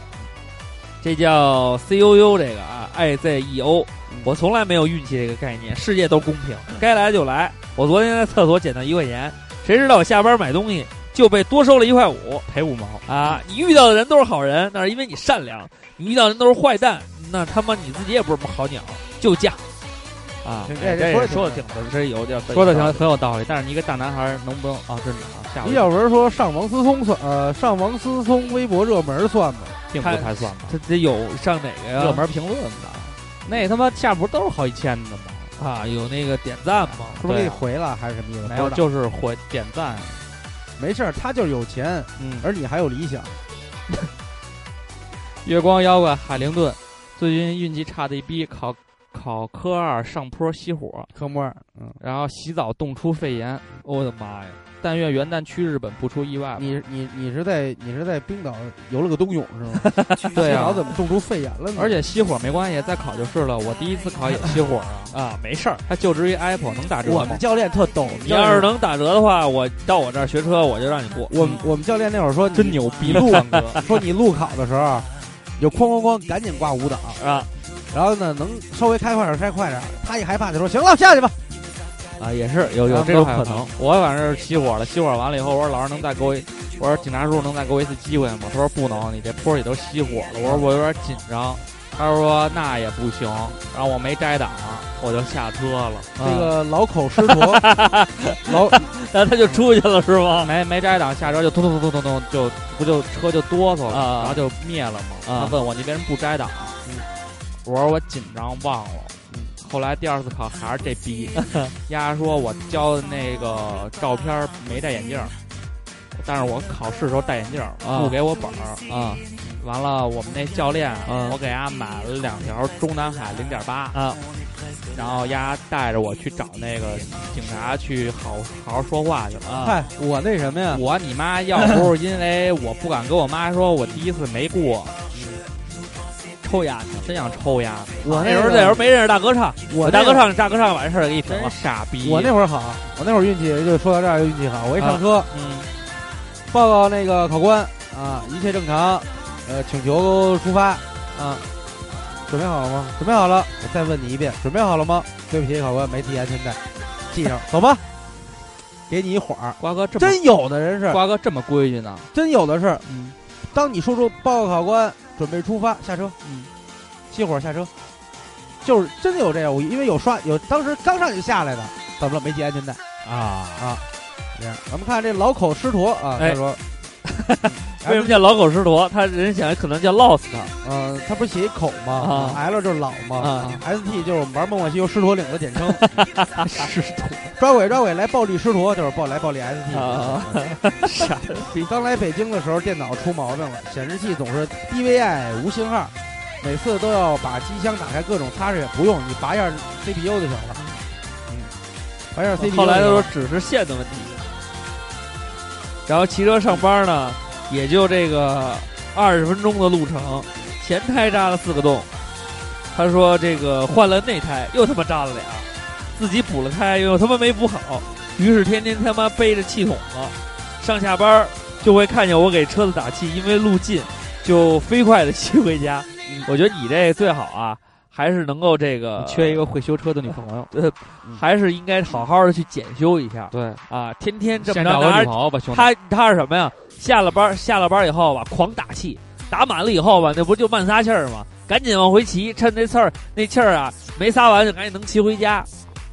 Q: 这叫 C U U 这个啊，I Z E O。我从来没有运气这个概念，世界都公平，该来就来。我昨天在厕所捡到一块钱，谁知道我下班买东西就被多收了一块五
N: 赔五毛，
Q: 啊！你遇到的人都是好人，那是因为你善良；你遇到的人都是坏蛋，那他妈你自己也不是什么好鸟，就犟啊！
C: 挺
Q: 哎
C: 这
Q: 这
C: 说得
Q: 也说的
C: 挺
Q: 挺的，这有点
N: 说的挺很有道理，但是你一个大男孩儿能不能啊？这是你啊，下
C: 李
N: 回
C: 小文说上王思聪算，呃，上王思聪微博热门算吗？
N: 并不太算吧。
Q: 这这有上哪个呀？
N: 热门评论吧，那他妈下边不是都是好几千的吗？
Q: 啊，有那个点赞吗？
C: 是不是
N: 对
C: 给你
N: 啊
C: 回了还是什么意思？
N: 没有，
C: 不知道
N: 就是火点赞。
C: 没事儿，他就是有钱，
N: 嗯，
C: 而你还有理想。
N: 月光妖怪海灵顿，
Q: 最近运气差的一逼，考考科二上坡熄火，
C: 科目二，嗯，
Q: 然后洗澡冻出肺炎，
N: 我的妈呀！
Q: 但愿元旦去日本不出意外吧。
C: 你你你是在你是在冰岛游了个冬泳是吗？
Q: 对啊
C: 冰岛怎么冻出肺炎了呢？
Q: 而且熄火没关系，再考就是了。我第一次考也熄火啊啊，没事儿，它就职于 Apple 能打折吗
C: 我们教练特逗，
Q: 你要是能打折的话，我到我这儿学车，我就让你过。
C: 我们我们教练那会儿说
Q: 真牛
C: 你
Q: 逼，
C: 路
Q: 三哥
C: 说你路考的时候，就哐哐哐赶紧挂五档
Q: 啊，
C: 然后呢能稍微开快点儿开快点儿，他一害怕就说行了下去吧，
Q: 啊，也是有有
N: 咱们
Q: 这
N: 都
Q: 种
N: 害
Q: 可
N: 怕
Q: 能。我反正是熄火了，熄火完了以后，我说老师能再给我一，我说警察叔叔能再给我一次机会吗？他说不能，你这坡也都熄火了。我说我有点紧张，他说那也不行，然后我没摘档，我就下车了。
N: 啊
C: 这个老口师徒老
Q: 然后他就出去了是吗？没没摘档，下车就咚咚咚咚咚咚，就不就车就哆嗦了，
N: 啊
Q: 然后就灭了嘛。
N: 啊嗯
Q: 他问我你为什么不摘档？我说我紧张忘了。后来第二次考还是这 逼，丫说我交的那个照片儿没戴眼镜儿，但是我考试时候戴眼镜儿，
N: 啊
Q: 不给我本儿
N: 啊。
Q: 完了，我们那教练，
N: 啊
Q: 我给丫买了两条中南海零点八
N: 啊，
Q: 然后丫带着我去找那个警察去好好好说话去了。
C: 嗨，我那什么呀，
Q: 我啊你妈要不是因为我不敢跟我妈说我第一次没过，抽烟去了，真想抽烟。
C: 我那
Q: 啊那时候
C: 个
Q: 那时候没认识大哥唱，
C: 我
Q: 大
C: 那
Q: 哥
C: 会儿
Q: 唱大哥唱完事儿给你停了，
C: 真
Q: 傻逼。
C: 我那会儿好，我那会儿运气就说到这儿就运气好，我一上车
Q: 嗯
C: 报告那个考官啊，一切正常，呃，请求出发啊。准备好了吗？准备好了，我再问你一遍，准备好了吗？对不起，考官，没系安全带，系上，走吧。给你一会儿，
Q: 瓜哥这么
C: 真有的人是，
Q: 瓜哥这么规矩呢？
C: 真有的是，
Q: 嗯
C: 当你说出报告考官，准备出发，下车，
Q: 嗯，
C: 熄火下车，就是真的有这样，我因为有刷有当时刚上去下来的，怎么了？没系安全带
N: 啊，
C: 啊？这样，咱们看这老口师徒啊，
Q: 哎
C: 他说，
Q: 为什么叫老狗师徒？他人显然可能叫 Lost
C: 嗯、他不是写一口吗、
Q: 啊
C: l 就是老嘛、
Q: 啊
C: s T 就是我们玩梦幻西游狮驼岭的简 称，
Q: 师徒
C: 抓鬼抓鬼来暴力师徒就是暴来暴力 ST。
Q: 啊傻逼。
C: 刚来北京的时候，电脑出毛病了，显示器总是 DVI 无信号，每次都要把机箱打开，各种擦拭也不用，你拔一下 CPU 就行了。嗯，拔一下 CPU 就行了。
Q: 啊后来他说只是线的问题。然后骑车上班呢，也就这个二十分钟的路程，前胎扎了四个洞，他说这个换了内胎又他妈扎了俩，自己补了胎又他妈没补好，于是天天他妈背着气筒子，上下班儿就会看见我给车子打气，因为路近，就飞快的骑回家。
N: 嗯
Q: 我觉得你这最好啊，还是能够这个
N: 缺一个会修车的女朋友，
Q: 呃，还是应该好好的去检修一下
N: 对，
Q: 啊！天天这么
N: 先
Q: 着
N: 找个
Q: 拿
N: 女
Q: 着，
N: 朋友吧，兄弟。
Q: 他他是什么呀？下了班下了班以后吧，狂打气，打满了以后吧，那不就慢撒气儿吗？赶紧往回骑，趁那气儿那气儿啊没撒完，就赶紧能骑回家。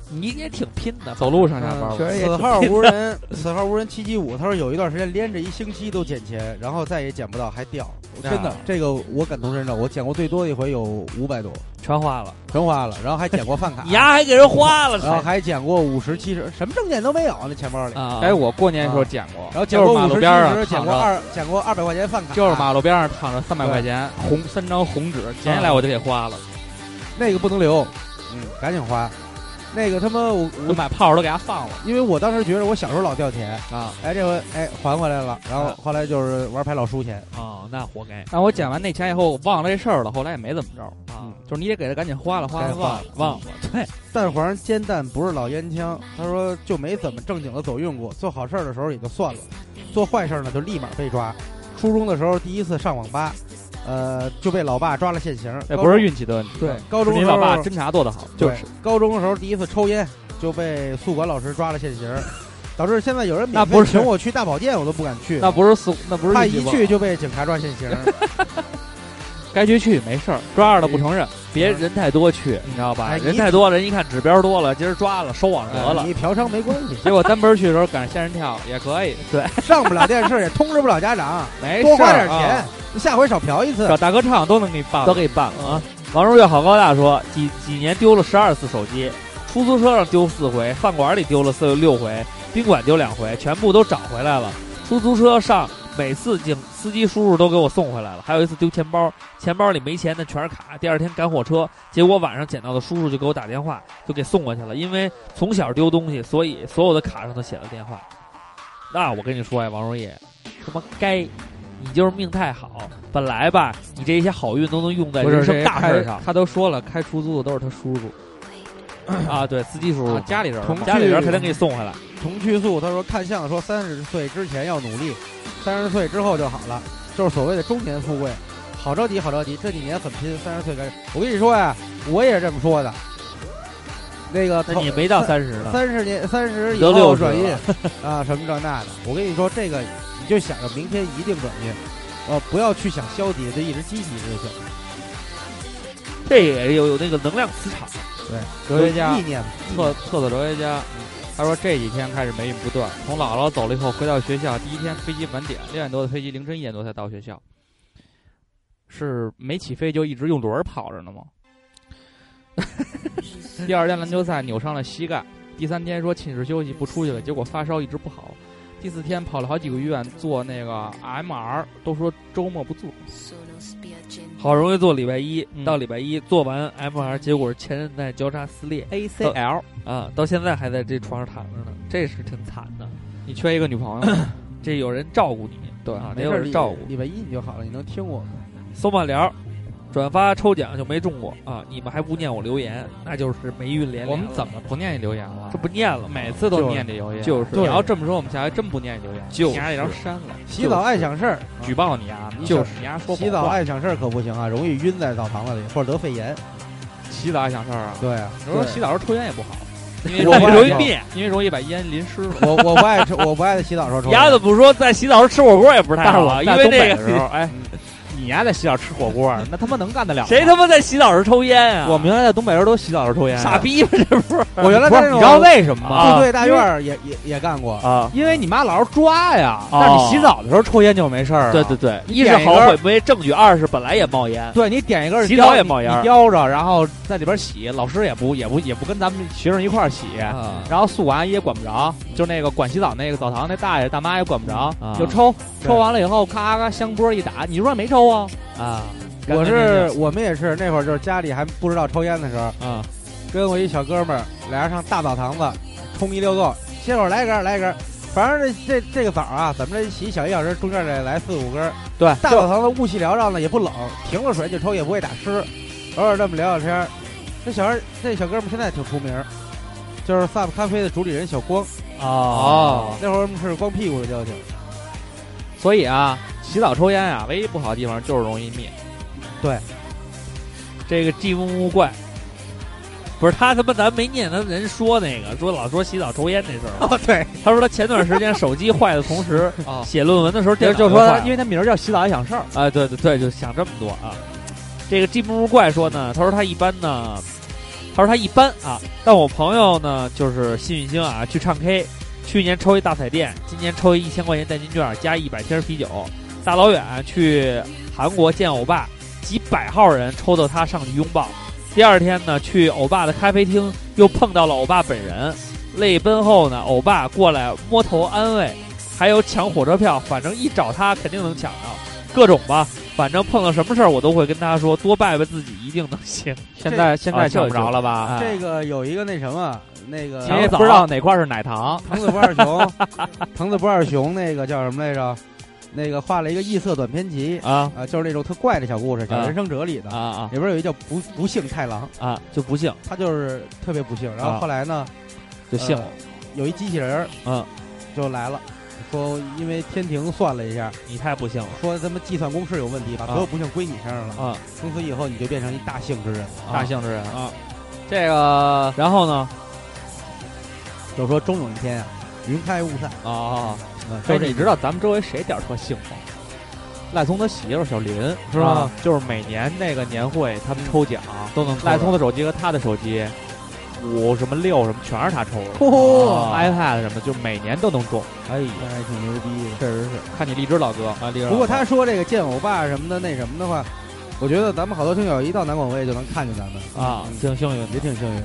Q: 你也挺拼的，
N: 走路上下班吧
Q: 确实也
C: 此
Q: 挺
C: 号
Q: 拼
C: 无人，此号无人七七五。他说有一段时间连着一星期都捡钱，然后再也捡不到，还掉。真的，这个我感同身受。我捡过最多的一回有五百多，
Q: 全花了，
C: 全花了，然后还捡过饭卡
Q: 你，丫还给人花了，
C: 然
N: 啊
C: 后还捡过五十、七十，什么证件都没有那钱包里。
Q: 啊！
N: 哎，我过年的时候捡过，
C: 然后捡
N: 就
C: 过
N: 是马
C: 五
N: 路
C: 十、七
N: 边儿上啊躺
C: 十，啊捡过
N: 着，
C: 二，捡过二百块钱饭卡，
N: 就是马路边上躺着三百块钱红三张红纸，捡
Q: 啊
N: 起来我就给花了，
C: 那个不能留，嗯，赶紧花。那个他妈我
N: 我
C: 我，
N: 买炮都给他放了
C: 因为我当时觉得我小时候老掉钱，
N: 啊。
C: 哎，这回哎还回来了，然后后来就是玩牌老输钱，
Q: 哦，那活该。
N: 哎但我捡完那钱以后，我忘了这事儿了，后来也没怎么着
Q: 啊，
N: 就是你得给他赶紧花了，花
C: 该
N: 了
C: 花
N: 忘了忘了，对，
C: 蛋黄煎蛋不是老烟枪，他说就没怎么正经的走运过，做好事儿的时候也就算了，做坏事儿呢就立马被抓。初中的时候第一次上网吧，呃，就被老爸抓了现行。
N: 这
C: 高
N: 哎不是
C: 中
N: 运气的问题，啊
C: 对，高中
N: 是你
C: 时候
N: 老爸侦查做得好，
C: 对高中的时候第一次抽烟就被宿管老师抓了现行，导致现在有人免
N: 那
C: 费
N: 不是
C: 请我去大保健我都不敢去，
N: 那不是四，那不是
C: 怕
N: 运
C: 一
N: 气
C: 去就被警察抓现 行。
N: 不好该去去没事儿，抓着了不承认，
Q: 别人太多去，你知道吧？
C: 哎
Q: 人
C: 你
Q: 太多了，人一看指标多了，今儿抓了，收网得了。
N: 哎
C: 你嫖娼没关系，
N: 结果单门儿去的时候赶上仙人跳也可以，
C: 上不了电视也通知不了家长，
N: 没
C: 多
N: 事
C: 花
N: 儿
C: 点钱
N: 啊，
C: 下回少嫖一次
N: 找。大哥唱都能给你办
Q: 都
N: 了，
Q: 给你办了啊！王如月好高大说，几几年丢了十二次手机，出租车上丢四回，饭馆里丢了四六回，宾馆丢两回，全部都找回来了。出租车上每次警司机叔叔都给我送回来了。还有一次丢钱包，钱包里没钱，那全是卡。第二天赶火车，结果晚上捡到的叔叔就给我打电话，就给送过去了。因为从小丢东西，所以所有的卡上都写了电话。那我跟你说呀，啊王若野，他妈该，你就是命太好。本来吧，你这些好运都能用在
N: 不是
Q: 人生
N: 这
Q: 大
N: 开
Q: 事上。
N: 他都说了，开出租的都是他叔叔。
Q: 啊，对，司机叔叔
N: 啊家里人
Q: 同
N: 嘛
Q: 家里人肯定给你送回来。
C: 同去诉他说看相说三十岁之前要努力，三十岁之后就好了，就是所谓的中年富贵。好着急，好着急，这几年很拼，三十岁开始。我跟你说呀，我也是这么说的。那个
Q: 那
C: 头
Q: 你没到30呢
C: 三十年三十以
Q: 都
C: 后
Q: 60
C: 转运
Q: 了
C: 啊，什么这那的。我跟你说，这个你就想着明天一定转运，呃，不要去想消极，就一直积极就行。
Q: 这也有有那个能量磁场。
C: 对，
N: 哲学家
C: 有意念
N: 特特色哲学家，他说这几天开始霉运不断，从姥姥走了以后回到学校，第一天飞机晚点，六点多的飞机，凌晨一点多才到学校，是没起飞就一直用轮儿跑着呢吗？ 第二天篮球赛扭伤了膝盖，第三天说寝室休息不出去了，结果发烧一直不好，第四天跑了好几个医院做那个 MR，都说周末不做。
Q: 好容易做礼拜一，
N: 嗯
Q: 到礼拜一做完 MR，结果是前韧带交叉撕裂
N: ACL
Q: 到啊，到现在还在这床上躺着呢，这是挺惨的。
N: 你缺一个女朋友 吗，
Q: 这有人照顾你，对啊，得
C: 没
Q: 有
C: 事，
Q: 人
C: 礼
Q: 照顾。
C: 礼拜一你就好了，你能听我吗？
Q: 搜马聊，转发抽奖就没中过啊！你们还不念我留言，那就是霉运连连。
N: 我们怎么啊不念你留言啊了？
Q: 这不念了吗？
N: 每次都念这留言，
Q: 就是
N: 你要这么说，我们下回真不念你留言，
Q: 就是
N: 你丫这条删了。
C: 洗澡爱想事儿，
N: 举报你啊！
C: 你
N: 就是
C: 想
N: 你丫说
C: 洗澡爱想事儿可不行啊，容易晕在澡堂子里或者得肺炎。
N: 洗澡爱想事儿啊！
C: 对啊，
N: 你说洗澡时候抽烟也不好，因为
C: 我
N: 容易
C: 不爱
N: 容易
C: 抽
N: 因为容易把烟淋湿 了。
C: 我我不爱吃，我不爱洗澡时
N: 哎
C: 候抽烟。
Q: 丫怎么说在洗澡时吃火锅也不是太好啊？因为这
N: 的 时候，
Q: 个
N: 哎，你丫在洗澡吃火锅， 那他妈能干得了吗？
Q: 谁他妈在洗澡时抽烟啊？
N: 我们原来在东北人都洗澡时候抽烟啊，
Q: 傻逼吧？这不是
C: 我原来
N: 不
C: 在
N: 是
C: 那种
N: 你知道为什么吗？
C: 部队大院儿也也也干过，
Q: 啊？
N: 因为你妈老是抓呀，但是你
C: 哦
N: 洗澡的时候抽烟就没事儿了。
Q: 对对对，一
N: 啊点
Q: 是
N: 一
Q: 后
N: 根儿
Q: 悔没证据，二是本来也冒烟。
N: 对你点一根儿
Q: 洗澡
N: 叼
Q: 也冒烟儿
N: 你叼着，然后在里边洗，老师也不也不也不跟咱们学生一块儿洗，
Q: 啊
N: 然后宿管阿姨也管不着，就那个管洗澡那个澡堂那大爷大妈也管不着，
Q: 啊
N: 就抽，
C: 对
N: 抽完了以后咔咔香波一打，你说没抽啊？
Q: 啊
C: 我是我们也是那会儿就是家里还不知道抽烟的时候，
N: 啊，
C: 跟我一小哥们儿俩人上大澡堂子冲一溜够，歇会儿来一根儿来一根儿，反正这这这个澡啊，怎么着洗小一小时，中间得来四五根儿。
N: 对
C: 大澡堂子雾气缭绕呢，也不冷，停了水就抽也不会打湿，偶尔这么聊聊天儿。这小孩儿这小哥们儿现在挺出名儿，就是萨姆咖啡的主理人小光，
N: 哦，
C: 那会儿我们是光屁股的交情。
N: 所以啊，洗澡抽烟啊，唯一不好的地方就是容易灭。
Q: 这个寂寞木怪，不是他他妈咱没念他人说那个说老说洗澡抽烟那事儿，
C: 哦，对，
Q: 他说他前段时间手机坏的同 时
N: 哦
Q: 写论文的时候电
N: 就
Q: 脑
N: 就说
Q: 坏
N: 他
Q: 了，
N: 因为他名儿叫洗澡爱想事儿，
Q: 啊，对对对，就想这么多啊。这个 G 木怪说呢，他说他一般呢，他说他一般啊，但我朋友呢就是幸运星啊，去唱 K，去年抽一大彩电，今年抽一一千块钱代金券加一百瓶啤酒，大老远去韩国见欧巴，几百号人抽到他上去拥抱。第二天呢，去欧巴的咖啡厅又碰到了欧巴本人，泪奔后呢，欧巴过来摸头安慰，还有抢火车票，反正一找他肯定能抢到，各种吧，反正碰到什么事儿我都会跟他说，多拜拜自己一定能行。
N: 现在现在
Q: 啊
N: 抢不着了吧？
C: 这个有一个那什么，那个
N: 你也不知道哪块儿是奶糖，
C: 藤子不二雄，藤子不二雄那个叫什么来着？那个画了一个异色短篇集
Q: 啊
C: 啊，就是那种特怪的小故事，讲
Q: 啊
C: 人生哲理的
Q: 啊。啊
C: 里边有一叫不不幸太郎，
Q: 啊，就不幸
C: 他就是特别不幸。然后
Q: 啊
C: 后来呢，
Q: 就幸
C: 呃有一机器人儿，
Q: 嗯，
C: 就来了，说因为天庭算了一下，
Q: 你太不幸了
C: 说他们计算公式有问题，把所有不幸归你身上了。
Q: 啊！
C: 从此以后你就变成一大幸之人。
N: 大幸之人啊，
Q: 这个，然后呢？
C: 就说终有一天啊，云开雾散。
N: 啊，
C: 嗯
N: 哎，
C: 都这
N: 你知道咱们周围谁点儿特幸福？赖聪他媳妇儿小林是吧、
C: 啊
N: 就是每年那个年会，他们嗯抽奖、
Q: 都能抽
N: 赖聪的手机和他的手机，五什么六什么全是他抽的、
C: 嚯
N: 啊 iPad 什么就每年都能中。哎呀，
C: 那还挺牛逼的。
N: 确实是。看你荔枝老哥啊，荔枝老哥
C: 不过他说这个见我爸什么的那什么的话，我觉得咱们好多听友一到南广卫就能看见咱们
N: 啊
C: 嗯
Q: 挺幸运
C: 也挺幸运的。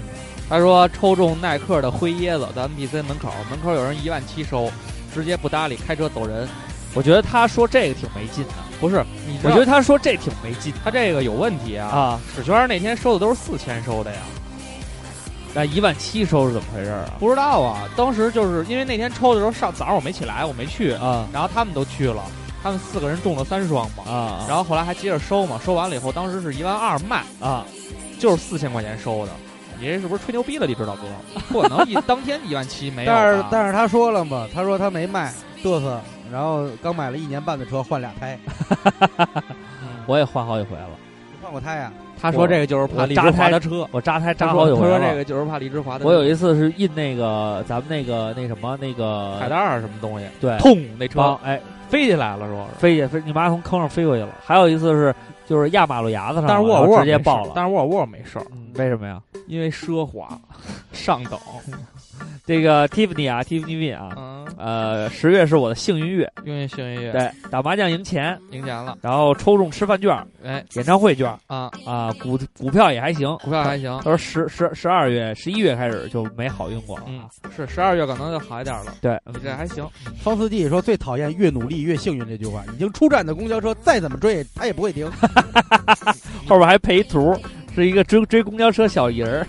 N: 他说抽中耐克的灰椰子，在 NPC 门口，门口有人一万七收，直接不搭理，开车走人。
Q: 我觉得他说这个挺没劲的，不是？
N: 知道
Q: 我觉得他说这挺没劲，
N: 他这个有问题啊！
Q: 啊，
N: 史圈那天收的都是四千收的呀，
Q: 那一万七收是怎么回事啊？
N: 不知道啊。当时就是因为那天抽的时候上早上我没起来，我没去
Q: 啊，
N: 然后他们都去了，他们四个人中了三双嘛
Q: 啊
N: 然后后来还接着收嘛，收完了以后，当时是一万二卖
Q: 啊，
N: 就是四千块钱收的。你这是不是吹牛逼了，李指导哥？不可能一当天一万七没有吧。
C: 但是但是他说了嘛，他说他没卖，嘚瑟，然后刚买了一年半的车，换俩胎，
Q: 我也换好几回了。
C: 你换过胎呀、
N: 他说这个就是怕
Q: 我
N: 李
Q: 扎
N: 志华
Q: 胎
N: 的车，
Q: 我扎胎扎
N: 他
Q: 好
N: 说
Q: 几
N: 他
Q: 回
N: 说
Q: 了。
N: 这个就是怕李志华的车。
Q: 我有一次是印那个咱们那个那什么那个
N: 海带儿啊什么东西，
Q: 对，
N: 痛那车
Q: 帮哎
N: 飞起来了，说是。
Q: 飞也飞，你妈从坑上飞过去了。还有一次是就是压马路牙子上了，
N: 但是沃
Q: 然
N: 尔
Q: 后
N: 沃
Q: 直接
N: 没事儿
Q: 爆了。嗯
N: 但是沃尔沃没事儿，
Q: 为什么呀？
N: 因为奢华、上等。
Q: 这个 Tiffany 啊，Tiffany Win 啊，
N: 嗯，
Q: 呃，十月是我的幸运月，
N: 用乐幸运乐，
Q: 对，打麻将赢钱，
N: 赢钱了。
Q: 然后抽中吃饭券、
N: 哎
Q: 演唱会券
N: 啊，
Q: 啊，股股票也还行。
N: 股票还行
Q: 他，说十十十二月、十一月开始就没好运过了。
N: 嗯，是十二月可能就好一点了。
Q: 对，
N: 你这还行，
C: 方四弟说最讨厌“越努力越幸运”这句话，已经出站的公交车再怎么追他也不会停。
Q: 后边还配一图，是一个追追公交车小人儿。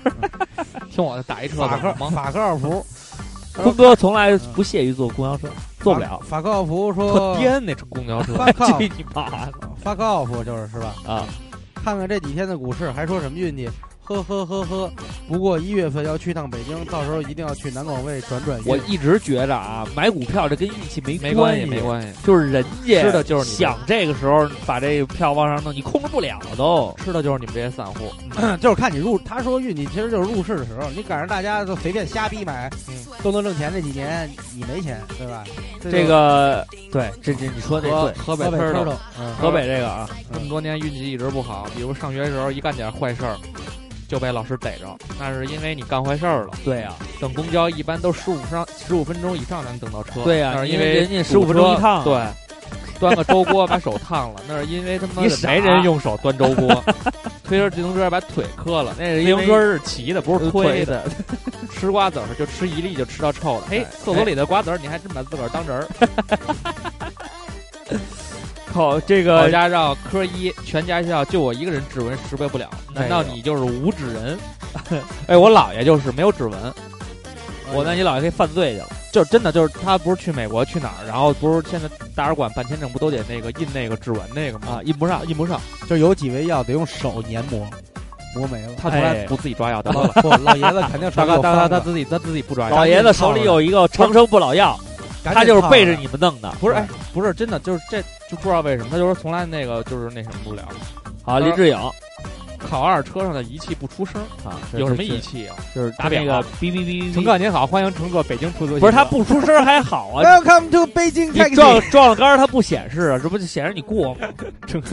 N: 听我的打一车
C: 法
N: 吧
C: 克
N: 忙。
C: 法克奥福
Q: 坤哥从来不屑于坐公交车，坐不了，
C: 法克奥福
N: 特
C: 说
N: 颠那公交车，
C: 法克
Q: 去你妈的
C: 法克奥福就是是吧？
Q: 啊！
C: 看看这几天的股市，还说什么运气？呵呵呵呵。不过一月份要去趟北京，到时候一定要去南广卫转转运。
Q: 我一直觉着啊，买股票这跟运气没
N: 没
Q: 关
N: 系，没关系，
Q: 就是人家
N: 吃的就是你
Q: 想这个时候把这票往上弄，你控制不了都。
N: 吃的就是你们这些散户。
C: 就是看你入，他说运气其实就是入市的时候，你赶上大家都随便瞎逼买，都能挣钱那几年，你没钱对吧？
Q: 这个对，这这你说的
N: 河
Q: 对，
N: 河
C: 河
N: 北
C: 北
N: 村
C: 吃
N: 的
C: 的，嗯，
Q: 河北这个啊，
N: 这么多年运气一直不好，比如上学的时候一干点坏事儿。就被老师逮着，那是因为你干坏事儿了。
Q: 对啊呀，
N: 等公交一般都十五上十五分钟以上才能等到车。
Q: 对呀
N: 那啊是因
Q: 因为
N: 为
Q: 人家15分钟一趟啊
N: 对，端个粥锅把手烫了，那是因为他妈
Q: 你
N: 的
Q: 傻
N: 没人用手端粥锅， 推着自行车把腿磕了，那是
Q: 自
N: 因
Q: 行
N: 为
Q: 车
N: 是骑的，不
Q: 是推
N: 推的。吃瓜子儿就吃一粒就吃到臭了。哎，厕所里的瓜子儿你还真把自个儿当人儿。
Q: 靠这
N: 我
Q: 个
N: 家让科一全家校就我一个人指纹识别不了，难道你就是无指人？ 哎，我姥爷就是没有指纹，
Q: 我那你姥爷可以犯罪去了，
N: 就是真的就是他不是去美国去哪儿，然后不是现在大使馆办签证不都得那个印那个指纹那个吗？
Q: 啊，印不上，印不上，
C: 就有几味药得用手研磨，磨没 了。
N: 他从来
Q: 哎
N: 不自己抓药的。
C: 老不老爷子肯定
N: 大
C: 手
N: 哥，
C: 给我
N: 大哥，他
C: 放着，
N: 自己他自己不抓药。
Q: 老爷子手里有一个长生不老药，
C: 赶紧
Q: 他就是
C: 放
Q: 背
C: 着
Q: 着你们弄的。
N: 不是哎，不是真的，就是这就不知道为什么，他就是从来那个就是那什么不了。啊
Q: 好，林志颖
N: 考二车上的仪器不出声，
Q: 啊，
N: 有什么
Q: 意
N: 仪
Q: 思？
N: 器啊？
Q: 就是
N: 打表
Q: 那个哔哔哔
N: 乘
Q: 哔哔，
N: 客您好，欢迎乘坐北京出租汽车。
Q: 不是他不出声还好啊，
E: Welcome to 北 京
Q: 你
E: taxi，
Q: 撞撞了杆儿，它不显示啊，这不就显示你过吗？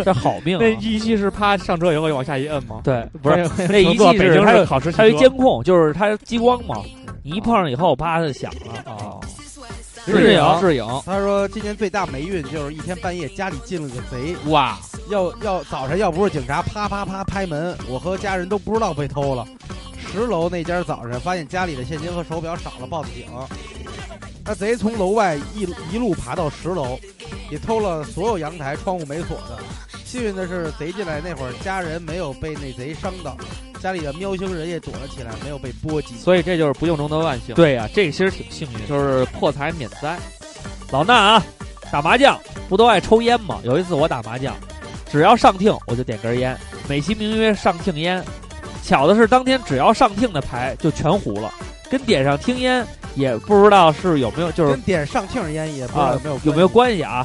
Q: 这好命啊
N: 那！仪器是啪上车以后往下一摁吗？
Q: 对，不是
N: 欢迎
Q: 那仪
N: 乘坐
Q: 器
N: 北
Q: 是
N: 京
Q: 它
N: 市
Q: 有
N: 考试汽
Q: 它有一
N: 车
Q: 监控，就是它激光嘛，你一碰上以后，啪它就响了。
N: 哦，
Q: 志颖
N: 智颖，
C: 他说今年最大霉运就是一天半夜家里进了个贼，
N: 哇，
C: 要要早上要不是警察啪啪啪拍门，我和家人都不知道被偷了。十楼那家早上发现家里的现金和手表少了，报的警。那贼从楼外一一路爬到十楼，也偷了所有阳台、窗户没锁的。幸运的是，贼进来那会儿家人没有被那贼伤到，家里的喵星人也躲了起来，没有被波及。
N: 所以这就是不幸中的万幸，，
Q: 对呀、啊这个其实挺幸运的。
N: 就是破财免灾。
Q: 老衲啊，打麻将不都爱抽烟吗？有一次我打麻将，只要上听我就点根烟，美其名曰上听烟。巧的是，当天只要上听的牌就全糊了，跟点上听烟也不知道是有没有，就是
C: 跟点上庆烟也不知道
Q: 啊
C: 有没有、
Q: 有没有？关系啊？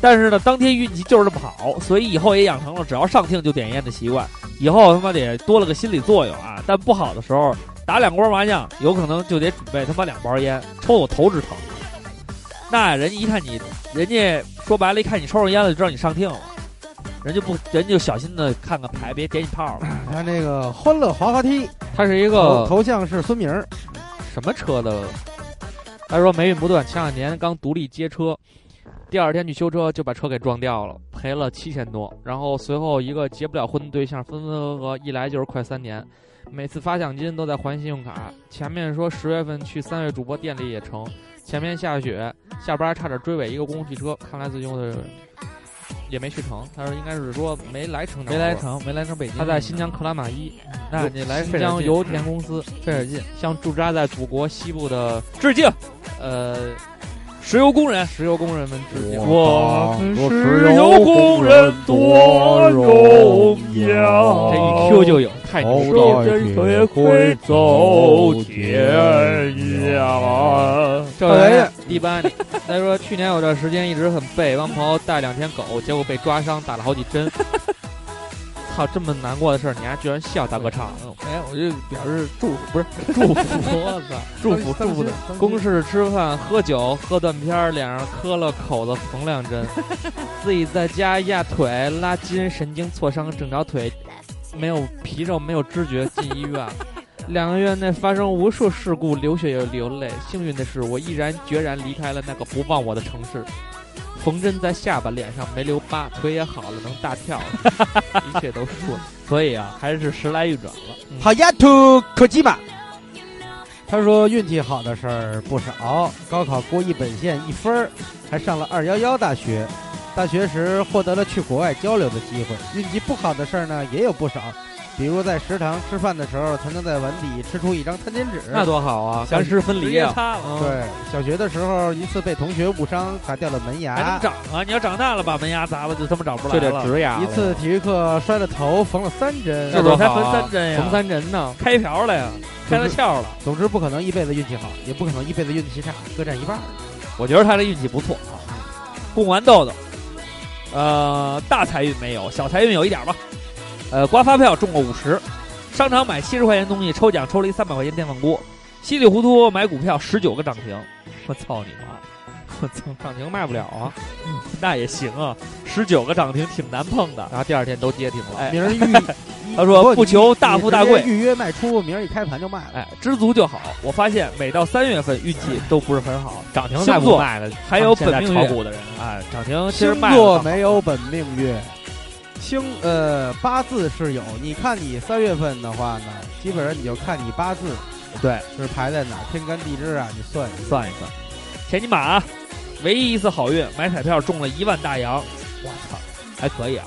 Q: 但是呢，当天运气就是这么好，所以以后也养成了只要上听就点烟的习惯。以后他妈得多了个心理作用啊！但不好的时候，打两锅麻将，有可能就得准备他妈两包烟，抽我头直疼。那人家一看你，人家说白了，一看你抽上烟了，就知道你上听了，人就不，人就小心的看看牌，别点你炮了。
C: 你看这个欢乐滑滑梯，
N: 它是一
C: 头
N: 个
C: 头像是孙明儿，
N: 什么车的？他说霉运不断，前两年刚独立接车，第二天去修车就把车给撞掉了，赔了七千多。然后随后一个结不了婚的对象分分合合，一来就是快三年，每次发奖金都在还信用卡。前面说十月份去三位主播店里也成，前面下雪，下班差点追尾一个公共汽车，看来最终的也没去成。他说应该是说没来成，
Q: 没来成，没来成北京。
N: 他在新疆克拉玛依，
Q: 那
N: 由
Q: 你来
N: 新
Q: 费点
N: 疆
Q: 劲
N: 油田公司
Q: 费点劲，
N: 向驻扎在祖国西部的
Q: 致敬，
N: 呃
Q: 石油工人，
N: 石油工人们致敬。
Q: 我们
N: 石
Q: 石油工人多荣耀。
N: 这一
C: 哦
N: Q 就有，太牛逼了！
Q: 谁会走天涯？
N: 赵源一般，他说去年有段时间一直很背，帮朋友带两天狗，结果被抓伤，打了好几针。操，这么难过的事儿，你还居然笑，大哥唱。
Q: 哎，我就表示祝福，不是
N: 祝福，我操，祝福祝福的。公事吃饭喝酒喝断片儿，脸上磕了口子缝两针，自己在家压腿拉筋，神经挫伤，整条腿没有皮肉，没有知觉，进医院。两个月内发生无数事故，流血又流泪。幸运的是，我毅然决然离开了那个不忘我的城市。缝针在下巴，脸上没留疤，腿也好了，能大跳了，一切都顺。
Q: 所以啊，还是时来运转了。
C: 好呀，土科技嘛。他说运气好的事儿不少，高考过一本线一分儿，还上了二幺幺大学。大学时获得了去国外交流的机会。运气不好的事儿呢也有不少，比如在食堂吃饭的时候，才能在碗底吃出一张餐巾纸，
N: 那多好啊，
C: 小
N: 干湿分
Q: 直
N: 离
Q: 接
N: 啊！
Q: 擦了，
C: 对，小学的时候一次被同学误伤，砸掉了门
Q: 还能
C: 牙。
Q: 长啊！你要长大了，把门牙砸了，就他妈长不来了。
N: 牙
C: 一次体育课摔了头，缝了三针。
Q: 这
N: 那多
Q: 会儿才
N: 好
Q: 分
N: 啊
Q: 三针呀，
N: 缝三针呢。
Q: 开瓢了呀，开了窍了。
C: 总之，不可能一辈子运气好，也不可能一辈子运气差，各占一半儿。
Q: 我觉得他这运气不错啊。贡丸豆豆，呃，大财运没有，小财运有一点吧。呃，刮发票中过五十，商场买七十块钱东西抽奖抽了一三百块钱电饭锅，稀里糊涂买股票十九个涨停，我操你妈！我操，
N: 涨停卖不了啊，
Q: 那也行啊，十九个涨停挺难碰的。
N: 然啊后第二天都跌停了。
Q: 哎
C: 明儿预，
Q: 他说不求大富大
C: 你
Q: 贵
C: 直接预约卖出，明儿一开盘就卖了。
Q: 哎，知足就好。我发现每到三月份运气都不是很好，
N: 涨停
Q: 星
N: 再
Q: 座
N: 不卖了，
Q: 还有
N: 他们
Q: 本
N: 现
Q: 命
N: 在
Q: 月
N: 炒股的人啊，
Q: 哎，涨停其实
C: 星
Q: 卖
C: 座
Q: 了。
C: 没有本命月，星呃八字是有。你看你三月份的话呢，基本上你就看你八字
Q: 对，
C: 是排在哪儿，天干地支啊，你算一算。
Q: 算一算，前几马啊，唯一一次好运买彩票中了一万大洋，我操，还可以啊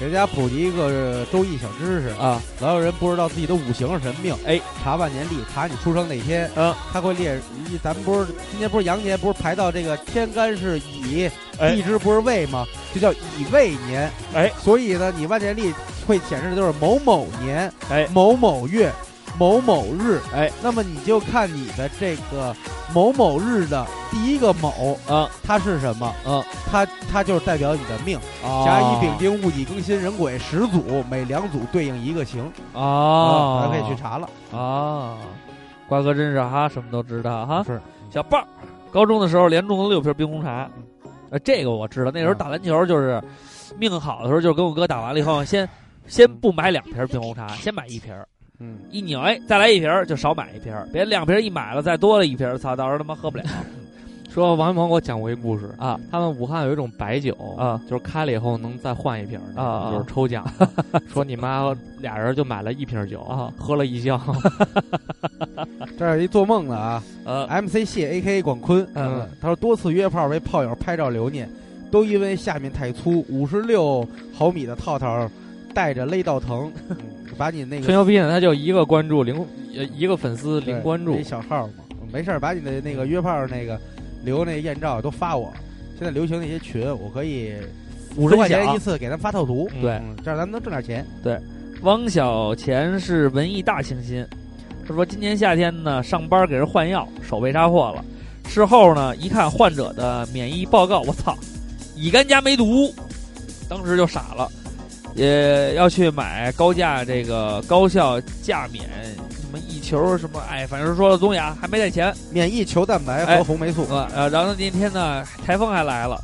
C: 给大家普及一个周易小知识，
Q: 啊！
C: 老有人不知道自己的五行是什么命，
Q: 哎，
C: 查半年历，查你出生那天，
Q: 嗯，
C: 他会列。一咱们不是今年不是羊年，不是排到这个天干是乙，
Q: 哎
C: 地支不是未吗？就叫乙未年，
Q: 哎，
C: 所以呢，你万年历会显示的就是某某年，
Q: 哎
C: 某某月，某某日，
Q: 哎，
C: 那么你就看你的这个某某日的第一个某，
Q: 啊
C: 它是什么？
Q: 嗯，
C: 它它就是代表你的命。
N: 哦
Q: 啊
C: 甲乙丙丁戊己庚辛壬癸十组，每两组对应一个行
N: 哦
Q: 啊，
C: 大家可以去查了。
Q: 查啊。瓜哥真是哈，什么都知道哈。
C: 是
Q: 小豹儿，高中的时候连中了六瓶冰红茶，呃，这个我知道。那时候
C: 嗯
Q: 打篮球就是命好的时候，就是跟我哥打完了以后，先先不买两瓶冰红茶，先买一瓶儿。
C: 嗯，
Q: 一拧哎，再来一瓶儿就少买一瓶儿，别两瓶儿一买了再多了一瓶儿，操，到时候他妈喝不了
N: 说王一萌给我讲过一故事，
Q: 啊
N: 他们武汉有一种白酒
Q: 啊，
N: 就是开了以后能再换一瓶儿的
Q: 啊啊
N: 就是抽奖。 说你妈俩人就买了一瓶酒
Q: 啊，
N: 喝了一箱，
C: 这儿有一做梦的啊
Q: 呃，
C: ，MC 谢 AK 广坤，
Q: 嗯，
C: 他说多次约炮为炮友拍照留念，都因为下面太粗，五十六毫米的套套带着勒到疼，把你那
N: 吹
C: 个
N: 牛逼呢，他就一个关注零，呃一个粉丝
C: 对
N: 零关注
C: 那，小号嘛，没事儿把你的那个约炮那个留那艳照都发我。现在流行那些群，我可以五十块钱一次给他们发套图，
N: 嗯
Q: 对，
C: 嗯，这样咱们能挣点钱。
Q: 汪小钱是文艺大清新，他说今年夏天呢，上班给人换药，手被扎破了，事后呢一看患者的免疫报告，我操，乙肝加梅毒，当时就傻了，也要去买高价这个高效价免什么一球什么，哎，反正说了东西啊，还没带钱，
C: 免疫球蛋白
Q: 哎
C: 和红霉素，
Q: 啊，呃，然后那天呢，台风还来了，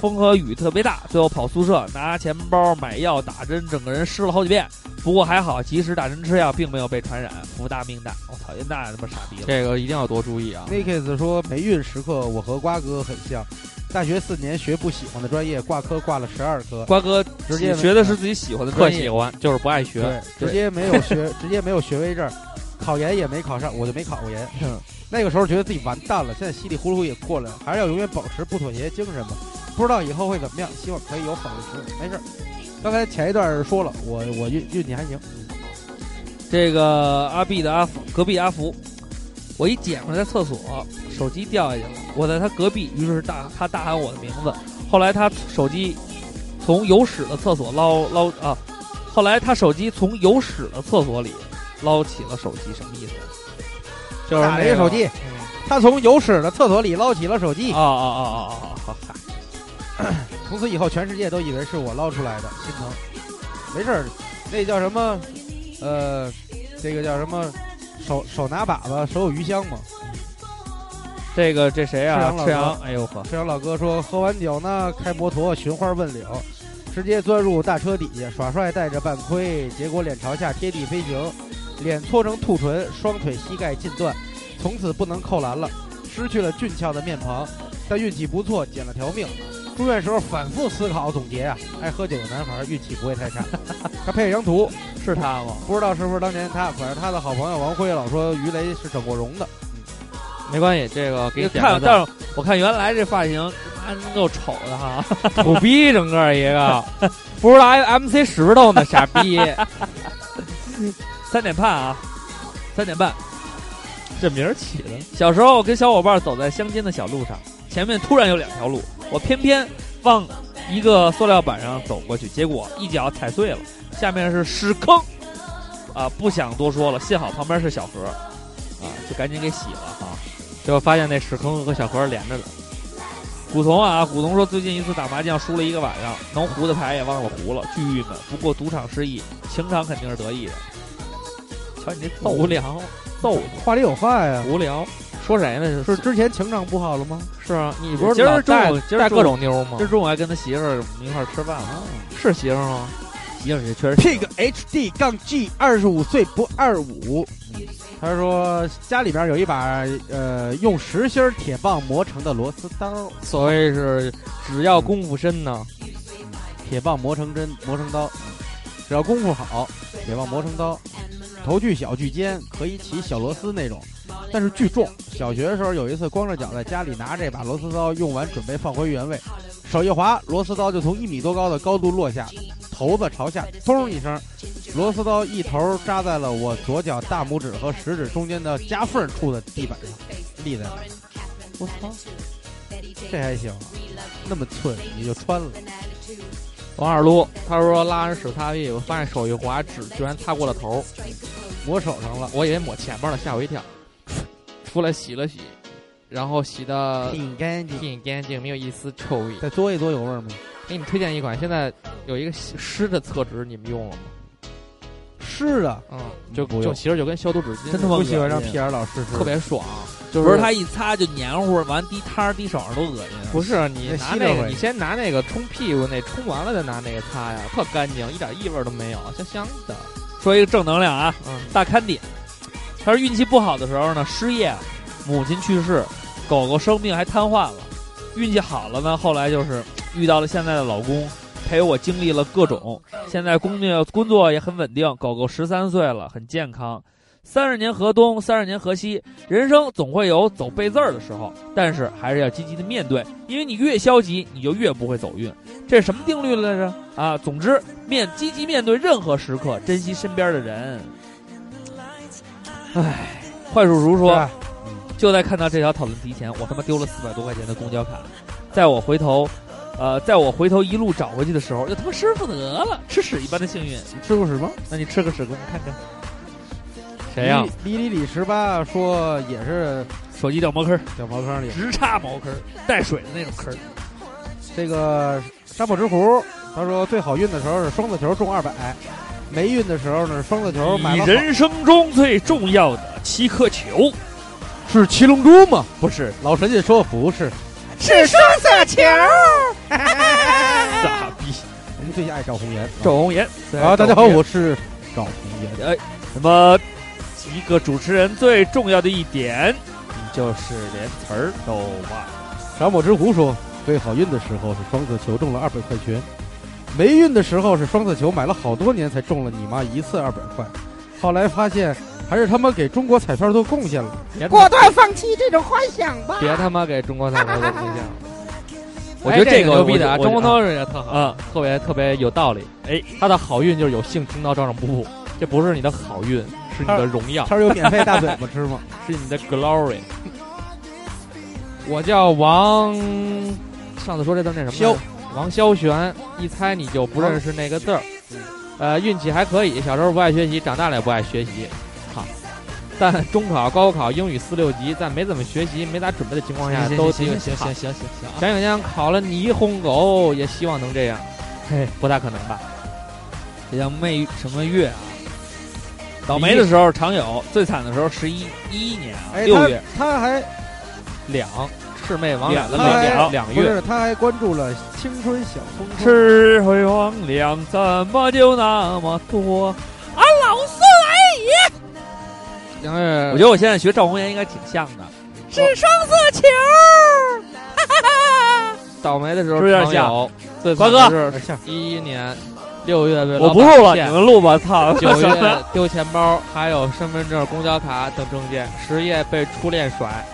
Q: 风和雨特别大，最后跑宿舍拿钱包买药打针，整个人湿了好几遍。不过还好，及时打针吃药，并没有被传染，福大命大。我操，那他妈傻逼了！
N: 这个一定要多注意啊。
C: Nakis 说，霉运时刻我和瓜哥很像，大学四年学不喜欢的专业，挂科挂了十二科，
Q: 瓜哥
C: 直接
Q: 学的是自己喜欢的
N: 特
Q: 专
N: 喜
Q: 业，
N: 欢，就是不爱学。
C: 对，直接没有学，直接没有学位证。考研也没考上，我就没考过 研。
Q: 嗯
C: 那个时候觉得自己完蛋了，现在稀里糊涂也过来了，还是要永远保持不妥协精神吧。不知道以后会怎么样，希望可以有好的结果。没事儿，刚才前一段说了，我我运运气还行。
Q: 这个阿 B 的阿福，隔壁阿福，我一姐们在厕所，手机掉下去了，我在她隔壁，于是大她大喊我的名字。后来她手机从有屎的厕所捞捞啊，后来她手机从有屎的厕所里捞起了手机，什么意思？就是
C: 打了
Q: 那
C: 一个
Q: 个嗯
C: 手机，他从有屎的厕所里捞起了手机。
Q: 哦哦哦哦哦，
C: 从此以后，全世界都以为是我捞出来的，心疼。没事儿，那叫什么？呃，这个叫什么？手手拿粑粑，手有余香嘛。
Q: 这个这谁啊？
C: 赤阳老
Q: 赤阳
C: 哥，
Q: 哎呦呵，
C: 赤阳老哥说，喝完酒呢，开摩托寻花问柳，直接钻入大车底下，耍帅戴着半盔，结果脸朝下贴地飞行，脸搓成兔唇，双腿膝盖尽断，从此不能扣篮了，失去了俊俏的面庞，但运气不错，捡了条命。住院时候反复思考总结啊，爱喝酒的男孩运气不会太差。他配一张图，
Q: 是他吗？
C: 不知道是不是当年他，反正他的好朋友王辉老说于雷是整过容的。
Q: 没关系，这个给你
C: 你
Q: 看
C: 看，
Q: 但
C: 但
Q: 是我看原来这发型，妈够丑的哈， 土逼整个一个，不知道 M C 石头呢，傻 逼。 三点半啊，三点半，这名儿起的。小时候跟小伙伴走在乡间的小路上，前面突然有两条路，我偏偏往一个塑料板上走过去，结果一脚踩碎了，下面是屎坑。啊，不想多说了，幸好旁边是小河，啊，就赶紧给洗了哈、结果发现那屎坑和小河连着的。古潼啊，古潼说最近一次打麻将输了一个晚上，能胡的牌也忘了胡了，巨郁闷。不过赌场失意，情场肯定是得意的。瞧你这无聊，逗
C: 话里有话呀，
Q: 无聊。说谁呢？
C: 是之前情场不好了吗？
Q: 是啊，你
C: 你
Q: 不是
L: 今儿中
Q: 老带
L: 午
Q: 今儿
L: 带
Q: 中
L: 各
Q: 午
L: 种妞吗
Q: 今儿中午还跟他媳妇儿我们一块儿吃饭了，是啊媳妇儿吗？媳妇儿确实
C: Pig HD 杠 G 二十五岁不二五，他说家里边有一把呃用实心儿铁棒磨成的螺丝刀，
N: 所谓是只要功夫深呢，
C: 铁棒磨成针磨成刀，只要功夫好，铁棒磨成刀，头巨小巨尖，可以起小螺丝那种，但是巨重。小学的时候有一次光着脚在家里拿这把螺丝刀，用完准备放回原位，手一滑，螺丝刀就从一米多高的高度落下，头子朝下，砰一声，螺丝刀一头扎在了我左脚大拇指和食指中间的夹缝处的地板上，立在那儿。我操，这还行，啊那么寸也就穿了。
N: 王二撸，他说拉人屎擦屁股，发现手一滑，纸居然擦过了头，
C: 抹手上了，
N: 我以为抹前面了，吓我一跳。出来洗了洗，然后洗的
C: 挺干净，
N: 挺干净，没有一丝臭味。
C: 啊再嘬一嘬有味儿吗？
N: 给你推荐一款，现在有一个洗湿的厕纸，你们用了吗？
C: 是啊，
N: 嗯，就
C: 嗯不用
N: 就其实就跟消毒纸巾似的，
C: 真他妈不喜欢让屁眼老师知
N: 特别爽，就
Q: 不是他一擦就黏糊，完滴汤儿滴手上都恶心。
N: 不是你拿
Q: 吸
N: 那
Q: 溜
N: 个，
Q: 回
N: 你先拿那个冲屁股那，冲完了再拿那个擦呀，特干净，一点异味都没有，香香的。嗯
Q: 说一个正能量啊，大看点。他说运气不好的时候呢，失业，母亲去世，狗狗生病还瘫痪了。运气好了呢，后来就是遇到了现在的老公，陪我经历了各种。现在工作工作也很稳定，狗狗十三岁了，很健康。三十年河东，三十年河西，人生总会有走背字儿的时候，但是还是要积极的面对，因为你越消极，你就越不会走运。这是什么定律来着？啊，总之面积极面对任何时刻，珍惜身边的人。唉，坏叔叔
C: 啊
Q: 说，就在看到这条讨论题前，我他妈丢了四百多块钱的公交卡，在我回头，呃，在我回头一路找回去的时候，就他妈失不得了，吃屎一般的幸运。
C: 吃过屎吗？
Q: 那你吃个屎给我们看看。谁呀、
C: 李李李十八说也是
Q: 手机掉茅坑，
C: 掉茅坑里
Q: 直插茅坑，带水的那种坑。
C: 这个沙漠之狐，他说最好运的时候是双子球中二百，没运的时候呢，双子球买
Q: 你
C: 了好
Q: 人生中最重要的七颗球，
C: 是七龙珠吗？
Q: 不是，
C: 老神仙说不是，
E: 是双色球。
Q: 傻逼！
C: 人最爱赵红颜，
Q: 赵红颜
C: 啊！大家好，我是赵红颜。
Q: 哎，那么一个主持人最重要的一点，就是连词儿都忘了。
C: 沙漠之狐说，最好运的时候是双子球中了二百块钱，没运的时候是双子球买了好多年才中了你妈一次二百块，后来发现还是他妈给中国彩票做贡献了。
E: 果断放弃这种幻想吧。
N: 别他妈给中国彩票做 贡献了。
Q: 我觉得
N: 这
Q: 这个
N: 牛逼的
Q: 我
N: 啊，
Q: 觉
N: 张国焘
Q: 我觉
N: 人家特好，
Q: 嗯，
N: 啊特别特别有道理。
Q: 哎，
N: 他的好运就是有幸听到照常不误，这不是你的好运，是你的荣耀。
C: 他是有免费大嘴巴吃吗？
N: 是你的 glory。我叫王，上次说这字念什么？
Q: 萧，
N: 王萧璇。一猜你就不认识那个字儿。呃，运气还可以，小时候不爱学习，长大了也不爱学习。好，但中考、高考英语四六级，在没怎么学习、没咋准备的情况下，
Q: 行行
N: 都
Q: 行
N: 挺
Q: 行
N: 好
Q: 行行行行啊
N: 想想想考了泥烘狗，也希望能这样。嘿，不大可能吧？
Q: 这叫媚什么月啊？倒霉的时候常有，最惨的时候十一一一年啊，
C: 哎，
Q: 六月
C: 他他还
N: 两魑魅魍魉的
C: 他还
N: 两两
C: 不
N: 月
C: 是，他还关注了青春小聪聪。
Q: 吃回皇粮怎么就那么多？
M: 俺老孙来也
N: 两月。
Q: 我觉得我现在学赵红岩应该挺像的，
M: 是双色球，哈哈哈！
N: 倒霉的时候
Q: 是不是有点
N: 常有，最
Q: 瓜
N: 惨
Q: 哥
N: 的是一一年六月被
Q: 我不录
N: 录
Q: 了，你们录吧，操！
N: 九月丢钱包，还有身份证、公交卡等证件。十月被初恋甩，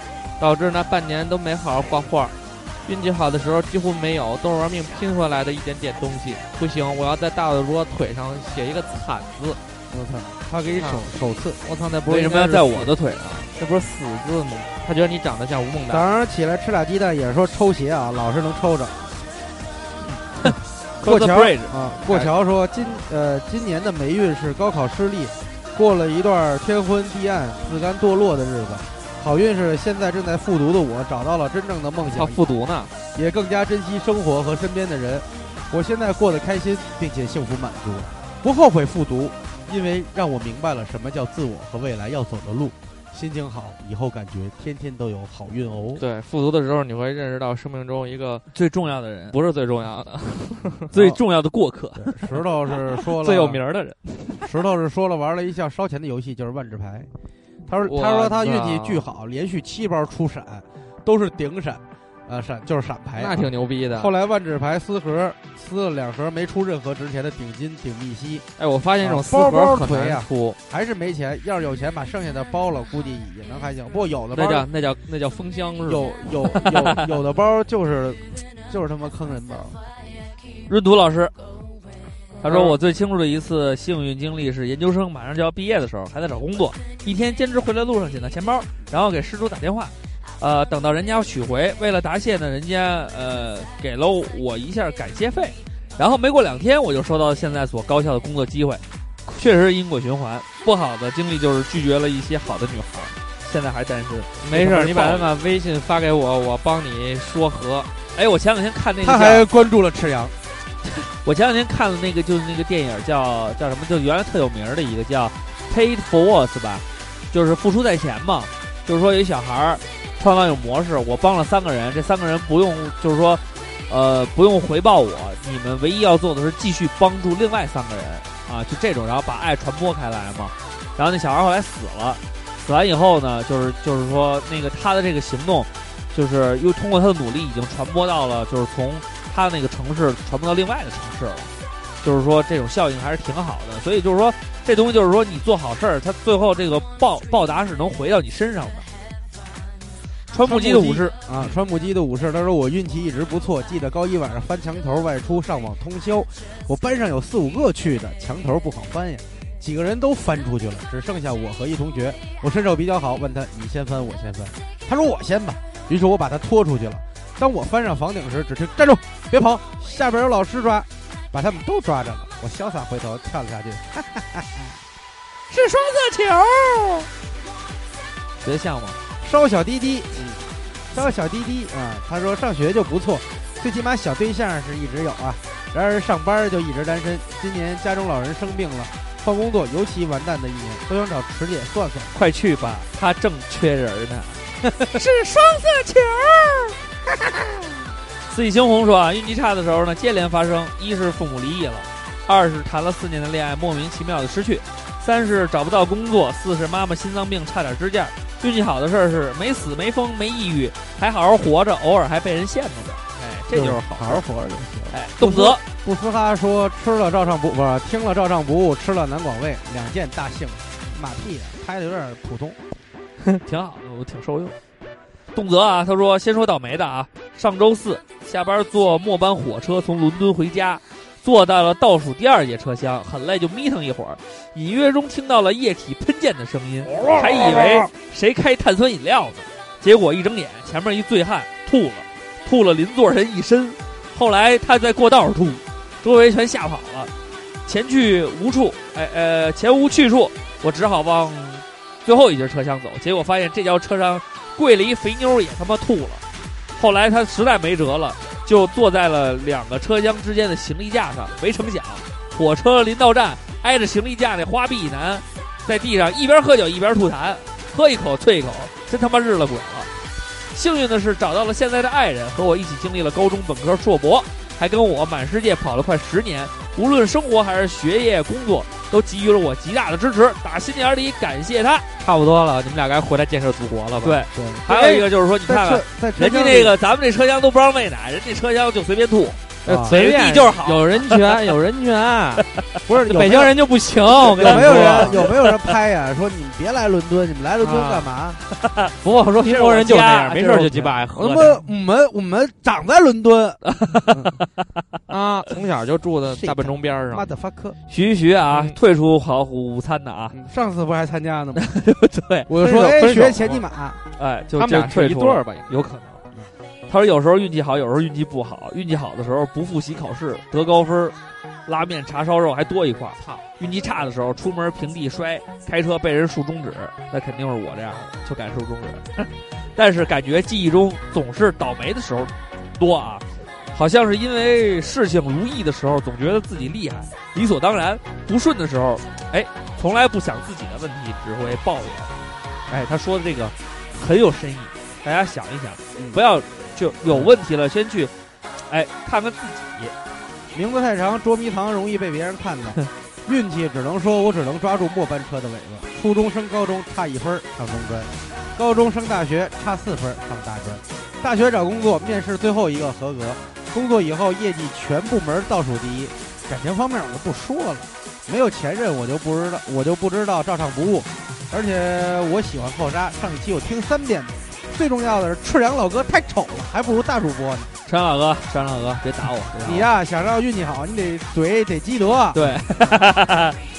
N: 导致那半年都没好好画画。运气好的时候几乎没有，都是玩命拼回来的一点点东西。不行，我要在大耳朵腿上写一个惨字。
C: 我操，他给你手手刺。
N: 我操，那不是
Q: 为什么要
N: 应该是
Q: 在我的腿上？
N: 这不是死字吗？他觉得你长得像吴孟
C: 早
N: 达。
C: 上起来吃俩鸡蛋，也是说抽鞋啊，老是能抽 着。
Q: Cross
C: 过桥
Q: the bridge
C: 啊，过桥说今呃今年的霉运是高考失利，过了一段天昏地暗、自甘堕落的日子。好运是现在正在复读的我找到了真正的梦
N: 他
C: 想，
N: 复读呢，
C: 也更加珍惜生活和身边的人。我现在过得开心，并且幸福满足，不后悔复读，因为让我明白了什么叫自我和未来要走的路。心情好，以后感觉天天都有好运哦。
N: 对复读的时候，你会认识到生命中一个
Q: 最重要的人，
N: 不是最重要的。
Q: 最重要的过客，
C: 石头是说了
Q: 最有名儿的人。
C: 石头是说了玩了一项烧钱的游戏，就是万智牌。他说
N: 我
C: 他说他运气
N: 操
C: 巨好，连续七包出闪，都是顶闪，呃闪就是闪牌。
N: 那挺牛逼的。
C: 后来万智牌撕盒撕了两盒，没出任何值钱的顶金、顶密西，
N: 哎，我发现这种
C: 啊
N: 私
C: 包包
N: 活很
C: 腿
N: 难
C: 啊
N: 出，
C: 还是没钱。要是有钱把剩下的包了，估计也能还行。不过有的
N: 那叫
C: 包
N: 那叫那叫封箱是吧？
C: 有有有有的包就是就是他妈坑人包。
Q: 润土老师，他说
N: 嗯
Q: 我最清楚的一次幸运经历是研究生马上就要毕业的时候，还在找工作，一天兼职回来路上捡到钱包，然后给失主打电话，呃，等到人家要取回，为了答谢呢，人家呃给了我一下感谢费，然后没过两天我就收到现在所高校的工作机会，确实是因果循环。不好的经历就是拒绝了一些好的女孩，现在还单身。
N: 没事
Q: 这
N: 儿，
Q: 是
N: 你把
Q: 报
N: 他
Q: 应
N: 把微信发给我，我帮你说和。
Q: 哎，我前两天看那个
C: 他
Q: 叫
C: 还关注了赤羊，
Q: 我前两天看了那个，就是那个电影叫叫什么，就原来特有名儿的一个叫《Paid Forward》吧，就是付出在前嘛。就是说，有一小孩儿创造一种模式，我帮了三个人，这三个人不用，就是说，呃，不用回报我，你们唯一要做的是继续帮助另外三个人啊，就这种，然后把爱传播开来嘛。然后那小孩后来死了，死完以后呢，就是就是说，那个他的这个行动，就是又通过他的努力，已经传播到了，就是从他那个城市传播到另外的城市了。就是说，这种效应还是挺好的，所以就是说，这东西就是说，你做好事儿，它最后这个报报答是能回到你身上的。川木基的武士，
C: 啊，川木基的武士，他说我运气一直不错，记得高一晚上翻墙头外出上网通宵，我班上有四五个去的，墙头不好翻呀，几个人都翻出去了，只剩下我和一同学，我身手比较好，问他你先翻我先翻，他说我先吧，于是我把他拖出去了。当我翻上房顶时，只听站住，别跑，下边有老师抓，把他们都抓着了。我潇洒回头跳了下去，
M: 是双色球。
Q: 觉得像吗？
C: 烧小滴滴，烧小滴滴啊。他说上学就不错，最起码小对象是一直有啊。然而上班就一直单身。今年家中老人生病了，换工作尤其完蛋的一年，都想找池姐算算。
Q: 快去吧，他正缺人呢。
M: 是双色球。
Q: 四季猩红说啊，运气差的时候呢，接连发生：一是父母离异了，二是谈了四年的恋爱莫名其妙的失去，三是找不到工作，四是妈妈心脏病差点支架。运气好的事儿是没死没疯没抑郁，还好好活着，偶尔还被人羡慕着。哎，这就是好。
C: 好好活着就行。
Q: 哎，动辄
C: 不斯哈说吃了照上不不是听了照上不误，吃了南广味，两件大幸。马屁拍的有点普通。
Q: 挺好的，我挺受用。动泽啊，他说先说倒霉的啊，上周四下班坐末班火车从伦敦回家，坐到了倒数第二节车厢，很累就眯腾一会儿，隐约中听到了液体喷溅的声音，还以为谁开碳酸饮料呢，结果一睁眼前面一醉汉吐了，吐了邻座人一身，后来他在过道吐，周围全吓跑了，前去无处，哎呃前无去处，我只好往最后一节车厢走，结果发现这节车厢跪了一肥妞，也他妈吐了。后来他实在没辙了，就坐在了两个车厢之间的行李架上。没成想，火车临到站，挨着行李架那花臂男，在地上一边喝酒一边吐痰，喝一口啐一口，真他妈日了鬼了。幸运的是找到了现在的爱人，和我一起经历了高中、本科、硕博，还跟我满世界跑了快十年，无论生活还是学业、工作，都给予了我极大的支持，打心眼里感谢他。
N: 差不多了，你们俩该回来建设祖国了吧？啊
Q: 对
C: 对，
Q: 还
N: 哎
Q: 有一个就是说，你
C: 哎在
Q: 看看
C: 车在车
Q: 人家
C: 厢
Q: 那
C: 里
Q: 个咱们这车厢都不让喂奶，人家车厢就随便吐，
N: 呃随
Q: 人
N: 便
Q: 地就是好
N: 有人权，有人权。
C: 不是有没
N: 北
C: 有
N: 京人 就不行，我跟你
C: 有没有
N: 说
C: 人有没有人拍呀？说你们别来伦敦，你们来伦
Q: 啊
C: 敦干嘛？
N: 不过我说中国人就是那样，没
C: 这是
N: 事儿
C: 我家
N: 就鸡巴爱
C: 我
N: 喝
C: 他
N: 的
C: 妈我们我们长在伦敦，
N: 啊！从小就住在大笨钟边
C: 妈
N: 上，
C: 的 fuck！
Q: 徐徐徐啊，
N: 嗯
Q: 退出好午餐的啊，
C: 上次不还参加呢吗？
Q: 对，
C: 我就
N: 分手
C: 说哎，
N: 分手
C: 学前尼玛，
Q: 哎，就
N: 他们
Q: 就
N: 俩
Q: 退
N: 是一
Q: 出
N: 对
Q: 了
N: 儿吧？应
Q: 有可能。他说有时候运气好，有时候运气不好。运气好的时候不复习考试得高分儿，拉面茶烧肉还多一块儿。操！运气差的时候出门平地摔，开车被人竖中指，那肯定是我这样的，就敢竖中指。 但是感觉记忆中总是倒霉的时候多啊，好像是因为事情如意的时候，总觉得自己厉害，理所当然；不顺的时候，哎，从来不想自己的问题，只会抱怨。哎，他说的这个很有深意，大家想一想，不要就有问题了，先去，哎，看看自己。
C: 名字太长，捉迷藏容易被别人看到。运气只能说我只能抓住末班车的尾巴。初中升高中差一分儿上中专，高中升大学差四分儿上大专，大学找工作面试最后一个合格，工作以后业绩全部门倒数第一。感情方面我就不说了，没有前任我就不知道，我就不知道照唱不误。而且我喜欢后沙，上一期我听三遍呢。最重要的是赤阳老哥太丑了，还不如大主播呢。
Q: 陈老哥，陈老哥，别打我，别打我
C: 你呀、想让运气好，你得嘴得积德。
Q: 对，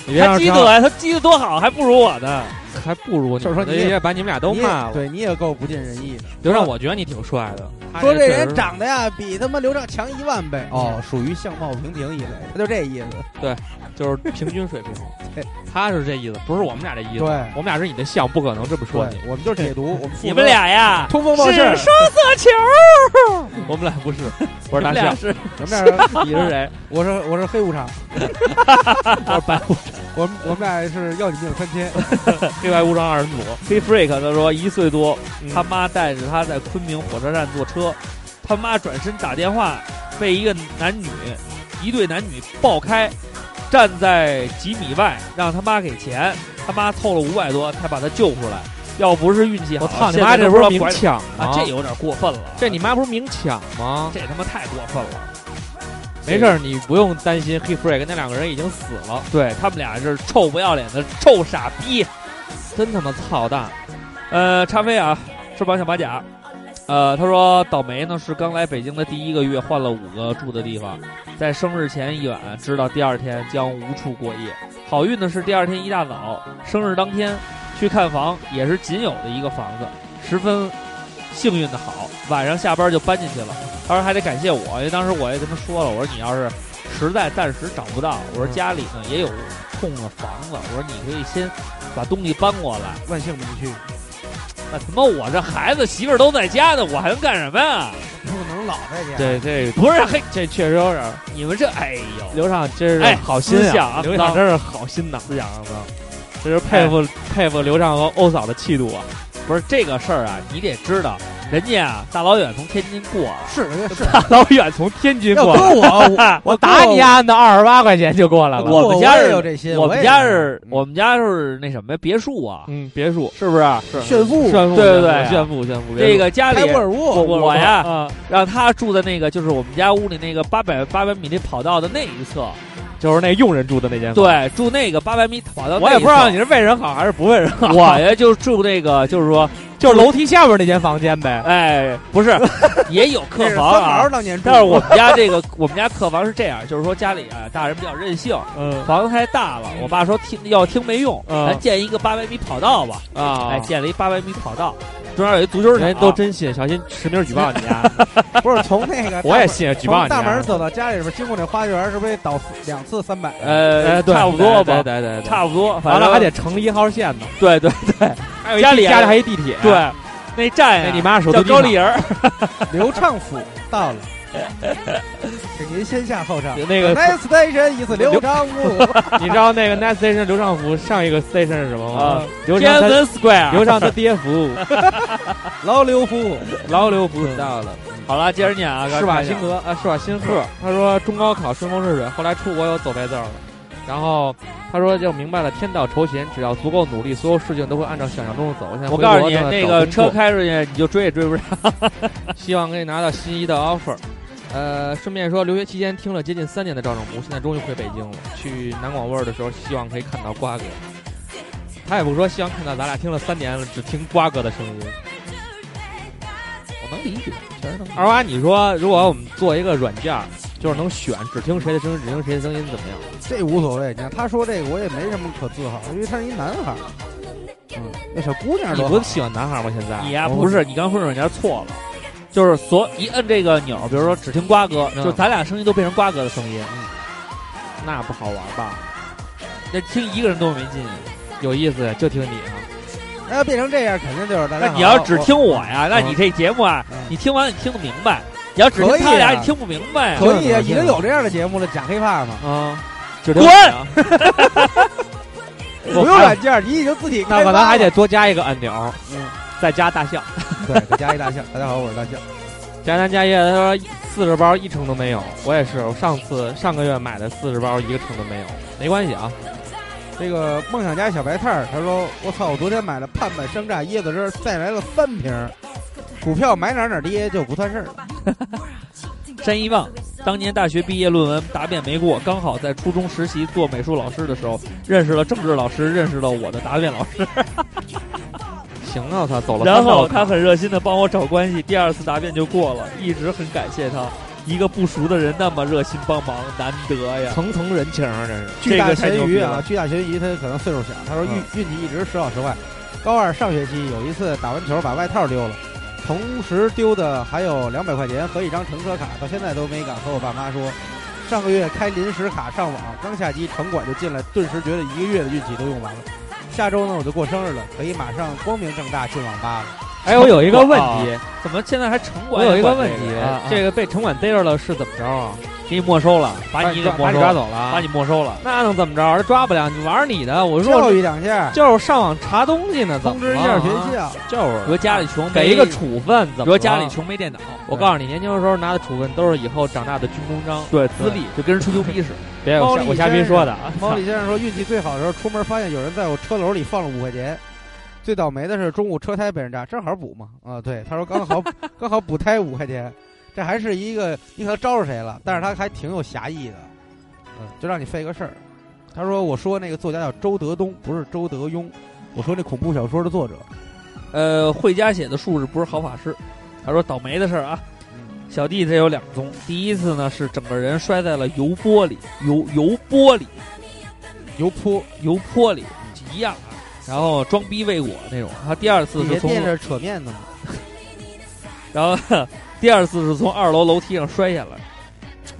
N: 你别
Q: 他
N: 让
Q: 积
N: 他，
Q: 得他积得多好，还不如我呢。
N: 还不如你
C: 就是说
N: 们的，
C: 你也
N: 也把你们俩都
C: 你也
N: 骂了，
C: 对你也够不尽人意的。
N: 就让我觉得你挺帅的。他
C: 说这
N: 确实
C: 人
N: 是
C: 长得呀比他妈刘畅强一万倍哦，属于相貌平平一类，他就这意思。
N: 就是平均水平
C: 对，
N: 他是这意思，不是我们俩这意思。
C: 对
N: 我们俩是你的像，不可能这么说你。
C: 对，我们就是解读， 我们负责
Q: 你们俩呀，
C: 通风报信儿，
Q: 色球，
N: 我们俩不是，我是
Q: 你
N: 大
Q: 们俩
N: 象，
Q: 是
C: 我们俩是，
Q: 你是谁？
C: 我是我是黑无常，
Q: 我是白虎
C: 我们我们俩是要你命三千。
Q: 黑白无常二人组。黑 freak 他说一岁多，
N: 嗯
Q: 他妈带着他在昆明火车站坐车，他妈转身打电话，被一个男女，一对男女爆开，站在几米外，让他妈给钱，他妈凑了五百多才把他救出来。要不是运气好，
N: 我操你
Q: 现在
N: 妈！
Q: 都
N: 这
Q: 不知
N: 是
Q: 道
N: 明
Q: 拐
N: 抢吗
Q: 啊，？这有点过分了。
N: 这你妈不是明抢吗？
Q: 这他妈太过分了。
N: 没事儿，你不用担心。黑 freak 那两个人已经死了，
Q: 对他们俩是臭不要脸的臭傻逼。
N: 真他妈操蛋！
Q: 呃，咖啡啊，翅膀小马甲。呃，他说倒霉呢是刚来北京的第一个月换了五个住的地方，在生日前一晚知道第二天将无处过夜。好运的是第二天一大早，生日当天去看房，也是仅有的一个房子，十分幸运的好。晚上下班就搬进去了，当时还得感谢我，因为当时我也跟他说了，我说你要是实在暂时找不到，我说
N: 嗯
Q: 家里呢也有空的房子，我说你可以先把东西搬过来。
C: 万幸没去，
Q: 那他妈我这孩子媳妇儿都在家呢，我还能干什么呀？
C: 不能老在家。
N: 这这
Q: 不是，嘿，
N: 这确实有点儿。
Q: 你们这，哎呦，
N: 刘畅真是
Q: 哎
N: 好心
Q: 思想啊
N: 呀，刘畅
Q: 当
N: 真是好心呐，思想啊，这是佩服佩服刘畅和欧嫂的气度啊。
Q: 不是这个事儿啊，你得知道，人家啊大老远从天津过来，
C: 是是，
N: 大老远从天津
C: 要
N: 过来，
C: 搁我，我
N: 啊我打你
C: 呀！
N: 丫的二十八块钱就过来了。
C: 我
Q: 们家
C: 也
Q: 是
C: 有这心，
Q: 我
C: 也
Q: 们
C: 有
Q: 家是
C: 嗯
Q: 我们家是那什么呀别墅啊，
N: 嗯，别墅
Q: 是不是？
C: 炫富，
N: 炫富，
Q: 对对对
N: 炫富炫富。
Q: 这个家里
C: 开沃尔
Q: 我
C: 沃，
Q: 我呀，
N: 呀，
Q: 让他住在那个就是我们家屋里那个八百八百米那跑道的那一侧，就是那佣人住的那间
N: 房
Q: 对，住那个八百米跑到
N: 我也不知道你
Q: 是
N: 是为人好还是不为人好。
Q: 我呀，就住那个，就是说，
N: 就是楼梯下边那间房间呗。
Q: 哎，不 是，也有客房
N: 这是三毛
Q: 啊。
N: 当年住
Q: 但是我们家这个， 我们家客房是这样，就是说家里啊，大人比较任性，
N: 嗯，
Q: 房子太大了，我爸说听要听没用，
N: 嗯
Q: 咱建一个八百米跑道吧。
N: 啊
Q: 哎，建了一八百米跑道，中间有一足球场，
N: 人都真信，小心实名举报你啊！
C: 不是从那个
N: 我也信举报
C: 从
N: 你啊
C: 大门走到家里边，经过那花园，是不是得倒两次三百？
Q: 呃，
N: 哎对
Q: 差不多吧，
N: 对对对对对
Q: 差不多，反
N: 完了
Q: 正
N: 还得乘一号线呢，
Q: 对对对，
N: 还有一
Q: 家里啊
N: 地家里还一地铁，
Q: 对，那站
N: 那
Q: 呀
N: 你妈首
Q: 哎叫
N: 都
Q: 高丽人儿，
C: 刘畅府到了， 请您先下后场。
N: 那 个
C: Next station is 刘 昌武。
N: 你知道那个 Next Station 刘尚福上一个 Station 是什么吗
Q: 啊？
N: 刘
Q: 天
N: 畅他
Q: 安门 Square
N: 刘畅他爹服务，
C: 老刘夫，
N: 老刘服务到了。
Q: 好了，接着念啊，
N: 施瓦辛格啊，施瓦辛赫，他说中高考顺风顺水，后来出国又走白字儿了。然后他说就明白了，天道酬勤，只要足够努力，所有事情都会按照想象中的走。现在
Q: 我
N: 回
Q: 告诉
N: 国
Q: 你，
N: 正在
Q: 那
N: 找
Q: 个
N: 工
Q: 车
N: 作
Q: 开出去你就追也追不上。
N: 希望可以拿到心仪的 offer。呃，顺便说，留学期间听了接近三年的赵正武，现在终于回北京了。去南广味儿的时候，希望可以看到瓜哥。他也不说希望看到咱俩听了三年了，只听瓜哥的声音。我能理解，确实能。二娃，你说如果我们做一个软件儿，就是能选只听谁的声音，只听谁的声音，怎么样？
C: 这无所谓。你看他说这个，我也没什么可自豪，因为他是一男孩儿。嗯，那小姑娘
N: 你
C: 多
N: 不
C: 好
N: 是喜欢男孩吗？现在
Q: 你呀、
N: 我
Q: 不是，你刚说软件错了，就是所一摁这个钮儿，比如说只听瓜哥，
N: 嗯
Q: 就咱俩声音都变成瓜哥的声音，
N: 那不好玩吧？
Q: 那听一个人多没劲啊！
N: 有意思，就听你啊。
C: 那要变成这样，肯定就是大家
Q: 那
C: 好。
Q: 你要只听我呀，那
C: 嗯
Q: 你这节目啊，你听完你听得明白，你要只听
C: 可以
Q: 他俩，
C: 啊
Q: 你听不明白呀。
C: 可以啊，已经有这样的节目了，假黑怕嘛，
N: 啊，
Q: 滚！
C: 不用软件，你已经自己
N: 那
C: 开
N: 可
C: 发
N: 能
C: 了
N: 还得多加一个按钮，
C: 嗯，
Q: 再加大象，
C: 对，再加一大象。大家好，我是大象。
N: 加单加液，他说四十包一称都没有，我也是，我上次上个月买的四十包一个称都没有，没关系啊，
C: 这个梦想家小白菜儿，他说：“我操，我昨天买了盼盼山楂椰子汁儿，再来了三瓶儿，股票买哪儿哪儿跌就不算事儿。
Q: 山一望，当年大 学毕业论文答辩没过，刚好在初中实习做美术老师的时候，认识了政治老师，认识了我的答辩老师，
N: 行啊，我操，走了
Q: 然
N: 三道
Q: 后
N: 坎
Q: 他
N: 儿。
Q: 很热心的帮我找关系，第二次答辩就过了，一直很感谢他，一个不熟的人那么热心帮忙，难得呀。
N: 层层人情啊，这是”
C: 巨
Q: 这
C: 大
Q: 个太
C: 咸
Q: 牛
C: 鱼
Q: 逼
C: 啊
Q: 了，嗯
C: 巨大咸鱼，他可能岁数小，他说运、运气一直时好时坏。高二上学期有一次打完球把外套丢了，同时丢的还有两百块钱和一张乘车卡，到现在都没敢和我爸妈说。上个月开临时卡上网，刚下机城管就进来，顿时觉得一个月的运气都用完了。下周呢我就过生日了，可以马上光明正大进网吧了。
N: 哎，我有一个问题，
Q: 怎么现在还城
N: 我
Q: 管？
N: 有一个问题，这
Q: 这个啊
N: 个被城管逮着了是怎么着啊？
Q: 给你没收了，把
N: 把
Q: 你
N: 你
Q: 给
N: 抓把
Q: 没收
N: 你
Q: 了
N: 抓走了啊
Q: 把你没收了。
N: 那能怎么着？他抓不了你，玩你的。我说
C: 教
N: 我
C: 育两下，
N: 就是上网查东西呢，怎么
C: 通知
N: 了
C: 一
N: 啊
C: 下学校。
N: 就是
Q: 比如家里穷，
N: 给一个处分，
Q: 比
N: 怎么
Q: 如
N: 了
Q: 家里，穷没电脑，
N: 我告诉你，年轻的时候拿的处分都是以后长大的军功章，
Q: 对资历就跟人吹牛逼似的。
N: 别我瞎我瞎逼说的啊。
C: 毛李先生说，运气最好的时候，出门发现有人在我车篓里放了五块钱。最倒霉的是中午车胎被人扎，正好补嘛。啊，对，他说刚好刚好补胎五块钱，这还是一个你可能招惹谁了，但是他还挺有侠义的，嗯，就让你费个事儿。他说我说那个作家叫周德东，不是周德庸，我说那恐怖小说的作者，
Q: 呃，惠家写的术士不是好法师。他说倒霉的事儿啊，
C: 嗯
Q: 小弟这有两宗。第一次呢是整个人摔在了油锅里，油油锅里，
C: 油泼
Q: 油锅里一样啊。然后装逼未果那种。他第二次
C: 你
Q: 是
C: 别
Q: 从，
C: 惦着扯面子嘛。
Q: 然后第二次是从二楼楼梯上摔下来，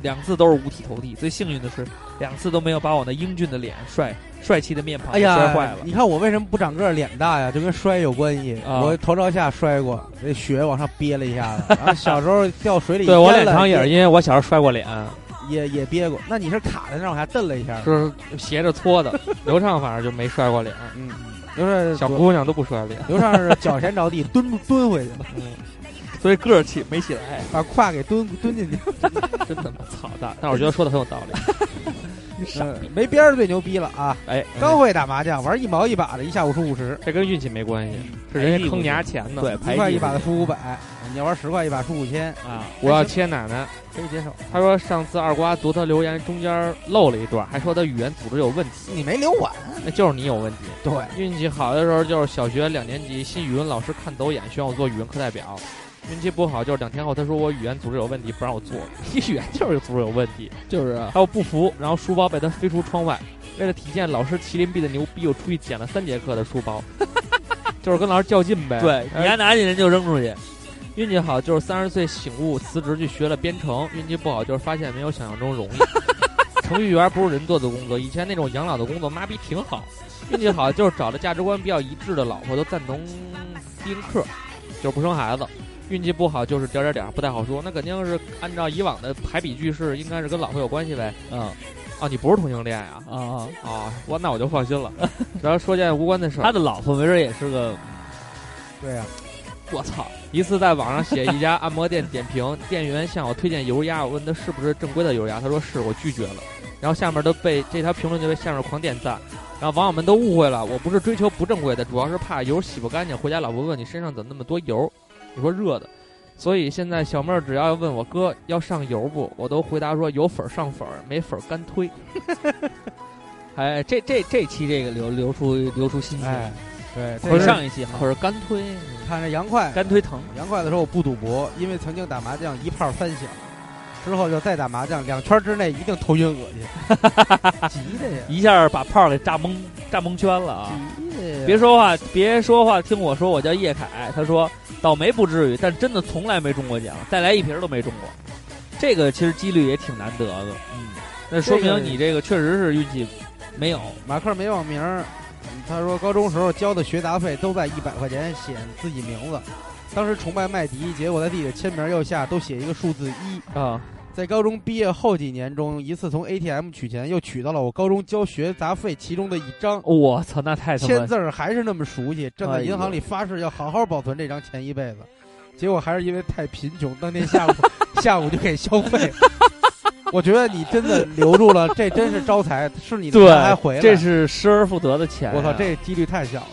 Q: 两次都是五体投地。最幸运的是，两次都没有把我那英俊的脸、帅帅气的面庞
C: 哎
Q: 给
C: 呀，
Q: 啊摔坏了。
C: 你看我为什么不长个儿，脸大呀？就跟摔有关系。
Q: 啊
C: 我头朝下摔过，那血往上憋了一下子。然后小时候掉水里，
N: 对我
C: 淹
N: 脸
C: 了
N: 长也是因为我小时候摔过脸，
C: 也也憋过。那你是卡在那儿往下蹬了一下，
N: 是斜着搓 的。刘畅反正就没摔过脸，
C: 嗯，刘畅是
N: 小姑娘都不摔脸。
C: 刘畅是脚先着地蹲蹲回去了。
N: 所以个儿起没起来，
C: 把胯给蹲蹲进去，
N: 真他妈操蛋！但是我觉得说的很有道理。
C: 嗯没边儿最牛逼了啊！
N: 哎，
C: 刚会打麻将，玩一毛一把的，一下午输五十，
N: 这跟运气没关系，是人家坑你家钱呢。
C: 对，
Q: 哎
C: 一块一把的输五百，你要玩十块一把输五千
N: 啊！我要切奶奶，嗯
C: 可以接受。
N: 他说上次二瓜读他留言中间漏了一段，还说他语言组织有问题。
C: 你没留完，
N: 那就是你有问题。
C: 对，
N: 运气好的时候就是小学两年级新语文老师看走眼，选我做语文课代表。运气不好就是两天后他说我语言组织有问题，不让我做。 你语言就是组织有问题，
Q: 就是啊
N: 还有不服，然后书包被他飞出窗外。为了体现老师麒麟臂的牛逼，我出去捡了三节课的书 包，就是跟老师较劲呗。
Q: 对，
C: 哎
Q: 你还拿起人就扔出去。
N: 运气好就是三十岁醒悟，辞职去学了编程；运气不好就是发现没有想象中容易。程序员不是人做的工作，以前那种养老的工作，妈逼挺好。运气好就是找了价值观比较一致的老婆，都赞同丁克，就是不生孩子。运气不好就是点儿点儿点儿，不太好说。那肯定是按照以往的排比句式，应该是跟老婆有关系呗。
Q: 嗯，
N: 哦，你不是同性恋啊？
Q: 啊啊
N: 啊，我那我就放心了。然后说件无关的事 儿，
Q: 他的老婆没准也是个，
C: 对呀、
N: 我操！一次在网上写一家按摩店点评，店员向我推荐油压，我问他是不是正规的油压，他说是，我拒绝了。然后下面都被这条评论就被下面狂点赞，然后网友们都误会了，我不是追求不正规的，主要是怕油洗不干净。回家老婆问你身上怎么那么多油，你说热的。所以现在小妹儿只要问我哥要上油不，我都回答说有粉儿上粉儿，没粉儿干推。
Q: 哎，这这这期这个流流出流出新
C: 哎
Q: 鲜，，
C: 对，
Q: 可
C: 这
Q: 是上一期好
N: 可，是干推，
C: 看着杨快，
Q: 干推疼，
C: 杨快的时候我不赌博，因为曾经打麻将一炮三响，之后就再打麻将两圈之内一定头晕恶心， 急的呀，
Q: 一下把炮给炸蒙炸蒙圈了啊！
C: 急的呀，
Q: 别说话，别说话，听我说，我叫叶凯。他说倒霉不至于，但真的从来没中过奖，再来一瓶都没中过。这个其实几率也挺难得的，嗯，那说
C: 这个
Q: 明你这个确实是运气没有。
C: 马克没网名儿，嗯他说高中时候交的学杂费都在一百块钱写自己名字，当时崇拜麦迪，结果在自己的签名右下都写一个数字一。
N: 啊，
C: 在高中毕业后几年中，一次从 ATM 取钱，又取到了我高中交学杂费其中的一张，
Q: 我操，那太他
C: 签
Q: 妈
C: 字儿还是那么熟悉，正
Q: 哎
C: 在银行里发誓要好好保存这张钱一辈子，结果还是因为太贫穷，当天下午下午就 给消费了。 我觉得你真的留住了，这真是招财，是你的钱还回来。
Q: 这是失而复得的钱、
C: 我靠，这几率太小了。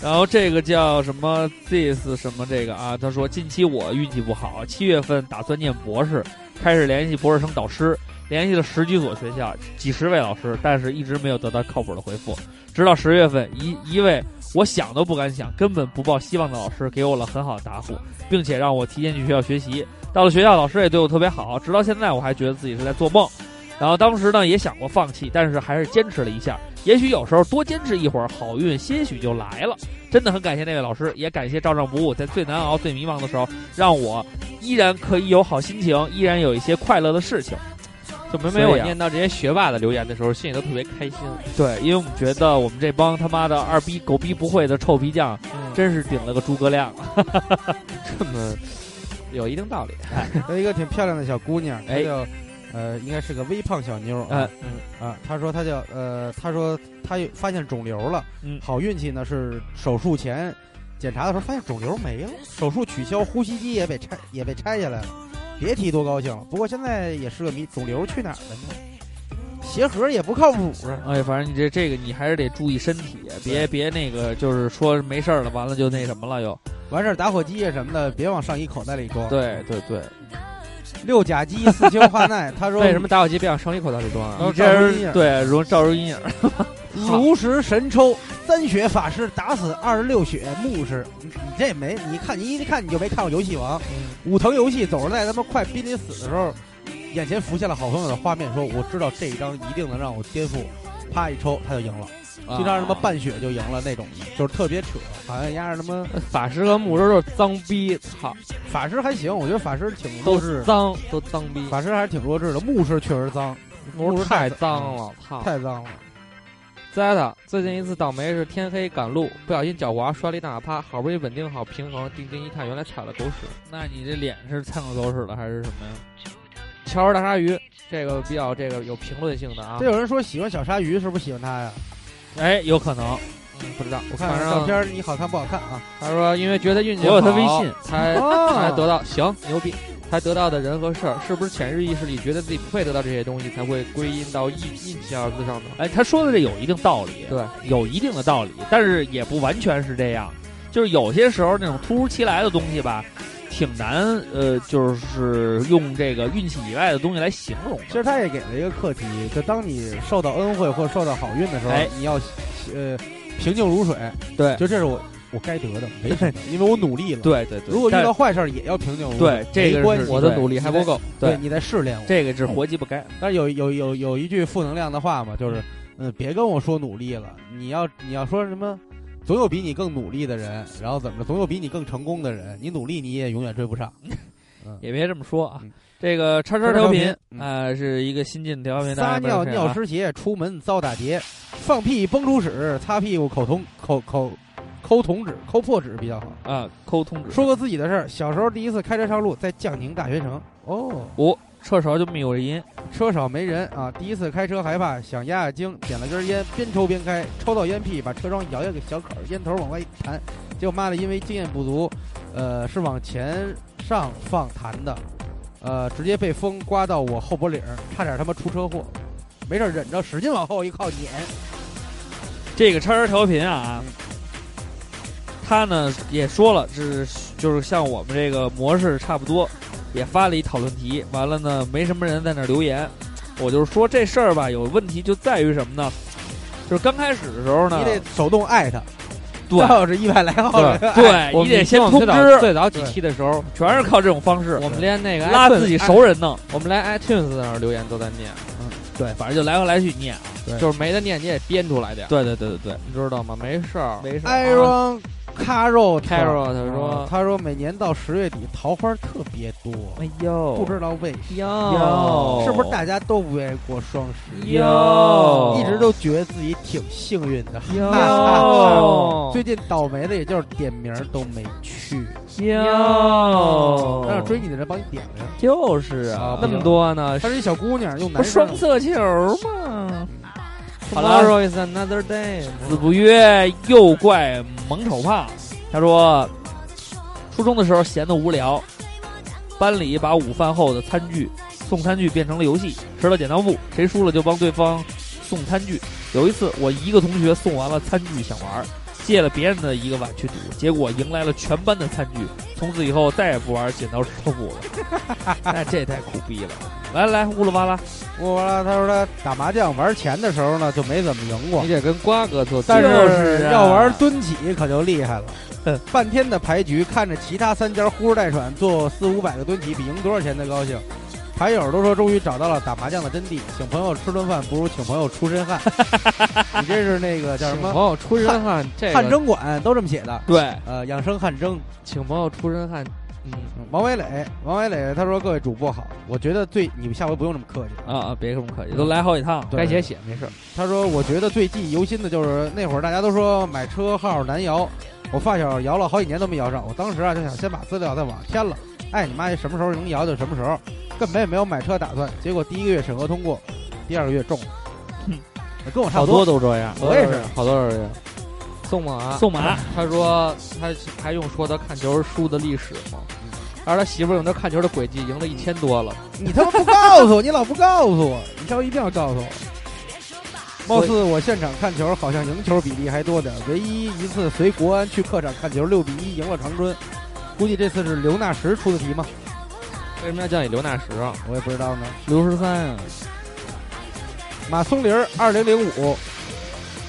Q: 然后这个叫什么 this 什么这个啊？他说近期我运气不好，七月份打算念博士，开始联系博士生导师，联系了十几所学校，几十位老师，但是一直没有得到靠谱的回复。直到十月份，一一位我想都不敢想，根本不抱希望的老师给我了很好的答复，并且让我提前去学校学习。到了学校，老师也对我特别好，直到现在我还觉得自己是在做梦。然后当时呢也想过放弃，但是还是坚持了一下。也许有时候多坚持一会儿，好运些许就来了。真的很感谢那位老师，也感谢照照不误，在最难熬、最迷茫的时候，让我依然可以有好心情，依然有一些快乐的事情。
N: 就每
Q: 所以
N: 每
Q: 啊
N: 我念到这些学霸的留言的时候，心里都特别开心。
Q: 对，因为我们觉得我们这帮他妈的二逼、狗逼不会的臭皮匠，
N: 这
Q: 真是顶了个诸葛亮 啊！
N: 这么有一定道理。
C: 有一个挺漂亮的小姑娘，她
Q: 哎
C: 叫、呃，应该是个微胖小妞儿
Q: 嗯
C: 啊、啊。她说她叫呃，她说她有发现肿瘤了，
Q: 嗯
C: 好运气呢是手术前检查的时候发现肿瘤没了，手术取消，呼吸机也被拆也被拆下来了，别提多高兴了。不过现在也是个谜，肿瘤去哪儿了呢？鞋盒也不靠谱啊。
Q: 哎，反正你这这个你还是得注意身体，别别那个就是说没事儿了，完了就那什么了又。
C: 完事儿打火机啊什么的，别往上衣口袋里装。，
Q: 对对对，
C: 六甲基四氢化钠，她说
N: 为什么打火机别往上衣口袋里装啊？
C: 你
Q: 你
C: 这
Q: 这
C: 是
Q: 是对容照如阴影。
C: 炉石神抽，三血法师打死二十六血牧师。你你这没，你看你一看你就没看过《游戏王》
N: 嗯
C: 武藤游戏总是在他妈快濒临死的时候，眼前浮现了好朋友的画面，说我知道这一张一定能让我颠覆，啪一抽他就赢了，
Q: 啊
N: 啊
C: 经常是他妈半血就赢了那种，就是特别扯，好像压 着他妈
N: 法师和牧师都是脏逼，操，
C: 法师还行，我觉得法师挺弱
N: 都
C: 智，
N: 脏，都脏逼，
C: 法师还是挺弱智的，牧师确实脏，
N: 牧
C: 牧
N: 师
C: 师
N: 太
C: 脏
N: 脏了，操！
C: 太脏了。
N: Zeta 最近一次倒霉是天黑赶路，不小心脚滑摔了一大趴，好不容易稳定好平衡，定睛一看，原来踩了狗屎。
Q: 那你这脸是蹭了狗屎了还是什么呀？
N: 乔尔大鲨鱼这个比较这个有评论性的啊
C: 这，有人说喜欢小鲨鱼，是不是喜欢他呀？
Q: 哎，有可能。
N: 嗯不知道，我
C: 看
N: 反正
C: 照片儿你好看不好看啊？
N: 他说因为觉得运气好，
C: 我有他微信
N: 才
C: 哦
N: 才得到行牛逼，才得到的人和事儿，是不是潜意识里觉得自己不配得到这些东西，才会归因到运运气二字上呢？
Q: 哎，他说的这有一定道理，
N: 对，
Q: 有一定的道理，但是也不完全是这样。就是有些时候那种突如其来的东西吧，挺难呃，就是用这个运气以外的东西来形容。
C: 其实他也给了一个课题，就当你受到恩惠或受到好运的时候，
Q: 哎
C: 你要呃平静如水。
N: 对
C: 就这是我我该得的，没什么，因为我努力了。
Q: 对对对
C: 如果遇到
Q: 但
C: 坏事儿也要平静如水。
Q: 对这个
C: 没关
Q: 是
C: 系，
Q: 我的努力还不够
C: 对
Q: 对
C: 你在试炼我。
Q: 这个是活鸡不该。
C: 但是有有有有一句负能量的话嘛，就是嗯，别跟我说努力了，你要你要说什么？总有比你更努力的人，然后怎么着？总有比你更成功的人。你努力，你也永远追不 上。嗯
Q: 也别这么说啊。这个叉叉
C: 调
Q: 调
C: 频
Q: 频啊，是一个新进调频，
C: 撒
Q: 大家不要
C: 尿
Q: 这样啊
C: 尿湿鞋，出门遭打劫；放屁崩出屎，擦屁股口同口口抠铜纸，抠破纸比较好。
Q: 啊，抠通知。
C: 说个自己的事儿，小时候第一次开车上路，在江宁大学城。哦，
Q: 我车少就没有人，
C: 车少没人啊，第一次开车害怕，想压压惊，点了根烟，边抽边开，抽到烟屁，把车窗摇摇给小口，烟头往外一弹，结果妈的，因为经验不足，呃，是往前上放弹的，呃，直接被风刮到我后脖领儿，差点他妈出车祸。没事儿，忍着，使劲往后一靠撵。
Q: 这个叉叉调频啊，他呢也说了，是就是像我们这个模式差不多，也发了一讨论题。完了呢，没什么人在那儿留言。我就是说这事儿吧，有问题就在于什么呢？就是刚开始的时候呢，
C: 你得手动艾特，
Q: 对
C: 要是意外来号人，
Q: 对对你得先通知。
N: 最早几期的时候，
Q: 全是靠这种方式。
N: 我们连那个
Q: 拉
N: iTunes- 哎
Q: 自己熟人弄，
N: 我们连 iTunes 那儿留言都在念，嗯，
Q: 对，反正就来回来去念啊，
N: 就是没得念你也编出来点儿，
Q: 对对对对对，
N: 你知道吗？没事儿，哎没
C: Iron Carrot
N: Carrot 说
C: 他说每年到十月底桃花特别多，
Q: 哎呦
C: 不知道为什么
Q: 哟，
C: 是不是大家都为过双十一？
Q: 哟
C: 一直都觉得自己挺幸运的。
Q: 哟
C: 哈哈哈 最近倒霉的也就是点名儿都没去。
Q: 哟
C: 让追你的人帮你点了呀。
Q: 就是啊，那么多呢，
C: 她是一小姑娘，用
Q: 不
C: 男
Q: 双
C: 生
Q: 色球吗？好了
N: Tomorrow is another day。
Q: 子不曰又怪萌丑胖。他说，初中的时候闲得无聊，班里把午饭后的餐具送餐具变成了游戏，石头剪刀布，谁输了就帮对方送餐具。有一次，我一个同学送完了餐具想玩，借了别人的一个碗去赌，结果迎来了全班的餐具。从此以后再也不玩剪刀石头布了。 那这也太苦逼了。来来，乌噜巴拉，
C: 我完了，他说他打麻将玩钱的时候呢，就没怎么赢过。
N: 你得跟瓜哥做，
C: 但
N: 就是啊
C: 要玩蹲起可就厉害了。
N: 嗯
C: 半天的牌局，看着其他三家呼哧带喘做四五百个蹲起，比赢多少钱都高兴。牌友都说终于找到了打麻将的真谛，请朋友吃顿饭不如请朋友出 身汗。你这是那个叫什么？
N: 请朋友出身汗这个
C: 汗蒸馆都这么写的。
Q: 对，
C: 呃，养生汗蒸，
N: 请朋友出身汗。嗯，
C: 王伟磊，王伟磊他说：“各位主播好，我觉得最你们下回不用那么客气。”
N: 嗯
Q: 啊啊，别这么客气，都来好几趟，
C: 对
N: 该写写没事儿。
C: 他说：“我觉得最记忆犹新的就是那会儿大家都说买车号难摇，我发小摇了好几年都没摇上。我当时啊就想先把资料在网上填了，哎你妈什么时候能摇就什么时候，根本也没有买车打算。结果第一个月审核通过，第二个月中了，跟我差
N: 好
C: 不
N: 多
C: 多
N: 都这样，
C: 我也是。
N: 好多人这样。 宋马，
Q: 宋马，
N: 他说他还用说他看球输的历史吗？而他媳妇儿用他看球的轨迹赢了一千多了。
C: 你他妈不告诉我，你老不告诉我，你下回一定要告诉我。貌似我现场看球好像赢球比例还多点儿，唯一一次随国安去客场看球，六比一赢了长春，估计这次是刘纳什出的题吗？
N: 为什么要叫你刘纳什啊？
C: 我也不知道呢。
N: 刘十三啊，
C: 马松林二零零五，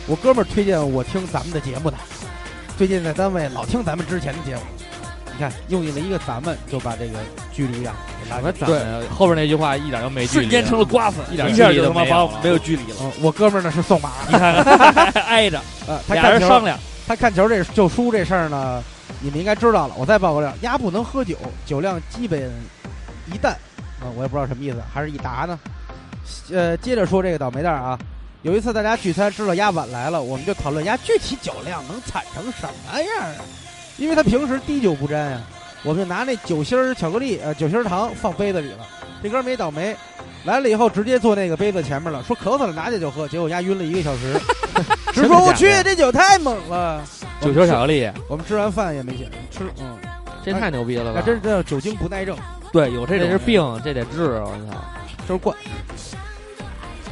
C: 我哥们儿推荐我听咱们的节目的，最近在单位老听咱们之前的节目，你看用了一个咱们就把这个距离啊给拉
N: 什么
C: 开
N: 咱们啊后边那句话一点都没距离，
Q: 瞬间成了瓜分
N: 一点
Q: 一下就
N: 距离都
Q: 他妈
N: 没有
Q: 把我
N: 了
Q: 没有距离了。
C: 嗯我哥们儿呢是送马，
Q: 你看看， 挨着，
C: 呃，他
Q: 俩
C: 看
Q: 人
C: 球
Q: 商量，
C: 他看球这就输这事儿呢，你们应该知道了。我再爆个料，鸭不能喝酒，酒量基本一旦啊、我也不知道什么意思，还是一达呢？呃，接着说这个倒霉蛋儿啊，有一次大家聚餐知道鸭晚来了，我们就讨论鸭具体酒量能惨成什么样啊？因为他平时滴酒不啊沾呀、我们就拿那酒心儿巧克力呃酒心儿糖放杯子里了。这哥们儿也倒霉，来了以后直接坐那个杯子前面了，说渴死了拿起就喝，结果丫晕了一个小时，直说我去这酒太猛了，
N: 九球巧克力，
C: 我们吃完饭也没醒，吃嗯，
N: 这太牛逼了吧
C: 那真是叫酒精不耐症，
N: 对，有这
C: 种
N: 是病，这得治，我操，
C: 就是惯。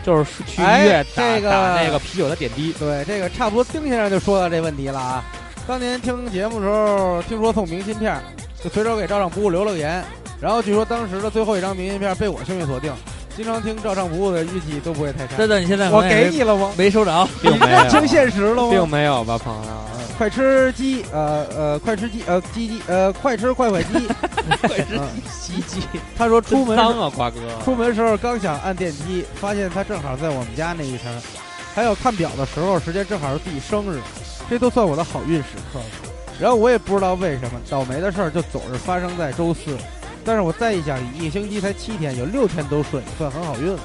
N: 就是去医
C: 哎
N: 院打、
C: 这个
N: 打那个啤酒的点滴，
C: 对，这个差不多，丁先生就说到这问题了啊。当年听节目的时候，听说送明信片儿，就随手给照上不误留了个言。然后据说当时的最后一张明信片被我兄弟锁定，经常听照上不误的运气都不会太差。
N: 真的，你现在
C: 我给你了吗？
N: 没收着，并
C: 你
N: 没
C: 认
N: 有，
C: 清现实了吗？
N: 并没有吧，朋友？
C: 快吃鸡，呃呃，快吃鸡，呃鸡鸡，呃快吃快 快鸡，快吃
N: 鸡鸡。
C: 他说出门
N: 真脏啊瓜哥
C: 出门时候刚想按电梯，发现他正好在我们家那一层。还有看表的时候，时间正好是自己生日，这都算我的好运时刻。然后我也不知道为什么，倒霉的事儿就总是发生在周四。但是我再一想，一个星期才七天，有六天都顺，算很好运了。